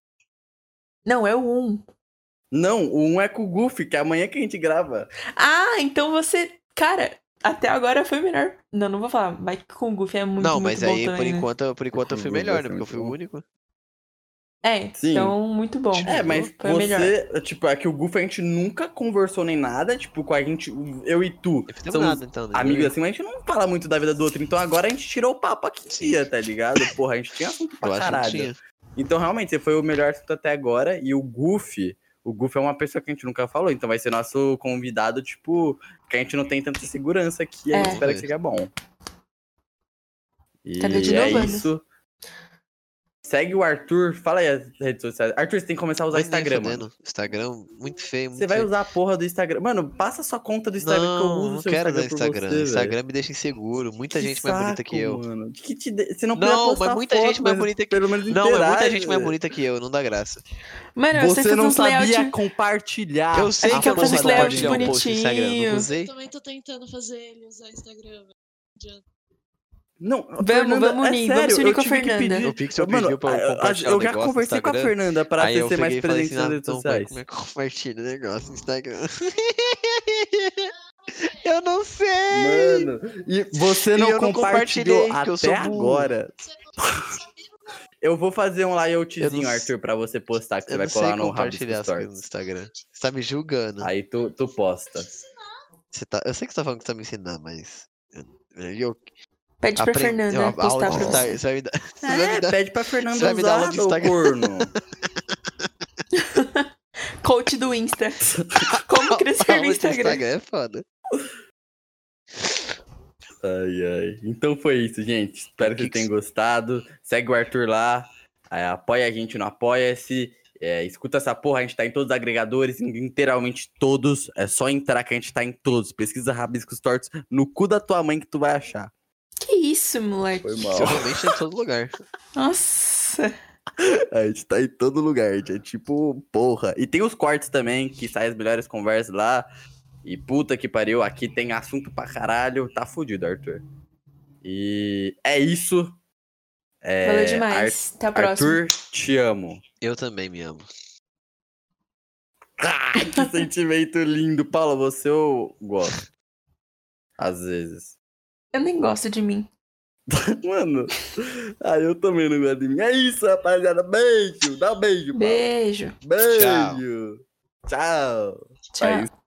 Speaker 3: Não, é o 1.
Speaker 1: Não, o 1 um é com o Goofy, que é amanhã que a gente grava.
Speaker 3: Ah, então você. Cara, até agora foi o melhor. Não, não vou falar. Vai que com o Goofy é muito,
Speaker 2: não,
Speaker 3: muito
Speaker 2: mas
Speaker 3: bom
Speaker 2: aí, por
Speaker 3: também, né?
Speaker 2: enquanto, por enquanto eu fui
Speaker 1: Foi
Speaker 2: melhor, né?
Speaker 1: muito
Speaker 2: Porque eu fui o
Speaker 1: bom.
Speaker 2: único.
Speaker 3: É,
Speaker 1: Sim.
Speaker 3: então muito bom.
Speaker 1: É, mas
Speaker 3: Foi o
Speaker 1: você, tipo, é que o Goofy a gente nunca conversou nem nada, tipo, com a gente, eu e tu,
Speaker 2: Eu fiz
Speaker 1: somos
Speaker 2: nada, então. né?
Speaker 1: amigos assim, mas a gente não fala muito da vida do outro, então agora a gente tirou o papo aqui em dia, tá ligado? Porra, a gente tinha assunto
Speaker 2: Eu
Speaker 1: pra
Speaker 2: acho que não tinha.
Speaker 1: caralho. Então, realmente, você foi o melhor assunto até agora, e o Goofy, o Goofy é uma pessoa que a gente nunca falou, então vai ser nosso convidado, tipo, que a gente não tem tanta segurança aqui, aí
Speaker 3: É.
Speaker 1: eu espero que seja bom. E
Speaker 3: Cadê de
Speaker 1: é
Speaker 3: novo, Ana?
Speaker 1: isso. Segue o Arthur, fala aí as redes sociais. Arthur, você tem que começar a usar
Speaker 2: Mas nem
Speaker 1: Instagram, mano.
Speaker 2: fudendo. Instagram, muito feio, muito
Speaker 1: Você vai
Speaker 2: feio.
Speaker 1: usar a porra do Instagram. Mano, passa sua conta do Instagram
Speaker 2: não,
Speaker 1: que eu uso
Speaker 2: não
Speaker 1: o seu
Speaker 2: quero
Speaker 1: Instagram.
Speaker 2: usar
Speaker 1: por
Speaker 2: Instagram.
Speaker 1: você, velho.
Speaker 2: Instagram me deixa inseguro. Muita
Speaker 1: Que
Speaker 2: gente mais bonita que
Speaker 1: saco,
Speaker 2: eu.
Speaker 1: Mano. Que que te de- Você não,
Speaker 2: Não,
Speaker 1: precisa postar
Speaker 2: mas muita
Speaker 1: foto,
Speaker 2: gente mais
Speaker 1: mas
Speaker 2: bonita que-
Speaker 1: Pelo menos
Speaker 2: Não, é muita
Speaker 1: interage,
Speaker 2: gente mais
Speaker 1: velho.
Speaker 2: bonita que eu, não dá graça.
Speaker 3: Mano, você, fez
Speaker 1: Você não
Speaker 3: uns layout.
Speaker 1: sabia compartilhar.
Speaker 2: Eu sei
Speaker 3: Ah,
Speaker 2: que eu não
Speaker 3: fazer
Speaker 2: sei
Speaker 3: uns layout
Speaker 2: compartilhar um post no Instagram,
Speaker 3: bonitinho.
Speaker 2: não usei.
Speaker 4: Também tô tentando fazer ele usar Instagram. velho. Não adianta.
Speaker 1: Não,
Speaker 3: Vamos,
Speaker 1: Fernanda,
Speaker 3: vamos
Speaker 1: é
Speaker 3: unir,
Speaker 1: sério,
Speaker 3: vamos se unir
Speaker 1: eu
Speaker 3: com a
Speaker 1: tive que
Speaker 3: Fernanda.
Speaker 1: pedir-
Speaker 2: O Pixel
Speaker 1: Mano,
Speaker 2: pediu pra eu
Speaker 1: a- a-
Speaker 2: compartilhar
Speaker 1: eu
Speaker 2: um
Speaker 1: já
Speaker 2: negócio no
Speaker 1: conversei com a
Speaker 2: Instagram,
Speaker 1: Fernanda pra
Speaker 2: Aí
Speaker 1: você
Speaker 2: eu
Speaker 1: ser mais
Speaker 2: peguei e falei
Speaker 1: presente
Speaker 2: assim,
Speaker 1: nas
Speaker 2: ah,
Speaker 1: redes
Speaker 2: então vai,
Speaker 1: sociais.
Speaker 2: como é que compartilha o negócio no
Speaker 1: *laughs*
Speaker 2: Instagram? eu não sei!
Speaker 1: Mano, e você
Speaker 2: E
Speaker 1: não
Speaker 2: eu
Speaker 1: compartilhou
Speaker 2: não compartilhei, que eu
Speaker 1: até
Speaker 2: sou burro.
Speaker 1: agora.
Speaker 4: Você não sabia
Speaker 1: Eu vou fazer um
Speaker 2: Eu
Speaker 1: layoutzinho,
Speaker 2: não-
Speaker 1: Arthur, pra você postar, que você
Speaker 2: eu
Speaker 1: vai
Speaker 2: não sei
Speaker 1: colar no
Speaker 2: compartilhar
Speaker 1: Rabisco
Speaker 2: as coisas no
Speaker 1: Stories.
Speaker 2: Instagram. Você tá me julgando.
Speaker 1: Aí tu, tu posta.
Speaker 2: Você tá... Eu sei que você tá falando que você tá me ensinando, mas... Eu, eu
Speaker 3: Pede pra
Speaker 2: aprendi-
Speaker 3: Fernanda
Speaker 2: eu- a aula
Speaker 3: postar
Speaker 2: de
Speaker 3: pra
Speaker 2: Instagram,
Speaker 3: você.
Speaker 2: Você vai me dar... *laughs* você vai me
Speaker 1: É,
Speaker 2: dar-
Speaker 1: pede pra Fernanda
Speaker 2: Você vai me dar
Speaker 1: usar,
Speaker 2: aula de
Speaker 1: meu
Speaker 2: Instagram?
Speaker 1: corno.
Speaker 2: *laughs*
Speaker 3: Coach do
Speaker 2: *laughs*
Speaker 3: Insta. Como crescer
Speaker 2: Aula
Speaker 3: no
Speaker 2: de
Speaker 3: Instagram.
Speaker 2: Instagram é foda.
Speaker 1: Ai, ai. Então foi isso, gente. Espero que
Speaker 2: Que que
Speaker 1: tenham gostado. Segue o Arthur lá. é, apoia a gente no Apoia-se. é, escuta essa porra, a gente tá em todos os agregadores, em literalmente todos. É só entrar que a gente tá em todos. Pesquisa Rabiscos Tortos no cu da tua mãe que tu vai achar.
Speaker 3: Que isso, moleque.
Speaker 1: *laughs* Foi mal.
Speaker 2: é Isso eu realmente em todo lugar.
Speaker 3: Nossa.
Speaker 6: A gente tá em todo lugar, gente. É tipo, porra.
Speaker 1: E tem os cortes também, que saem as melhores conversas lá. E puta que pariu, aqui tem assunto pra caralho. Tá fudido, Arthur. E é isso. É,
Speaker 3: Valeu demais. Até a
Speaker 1: Ar-
Speaker 3: próxima.
Speaker 1: Arthur, te amo.
Speaker 2: Eu também me amo.
Speaker 6: Ah,
Speaker 1: Que sentimento lindo. Paula, você eu gosto. Às vezes.
Speaker 3: Eu nem gosto de mim.
Speaker 6: Mano, ah, eu também não gosto de mim. É isso, rapaziada. um Beijo, dá beijo, Paulo.
Speaker 3: Beijo.
Speaker 6: Beijo. Tchau.
Speaker 3: Tchau.
Speaker 6: Aí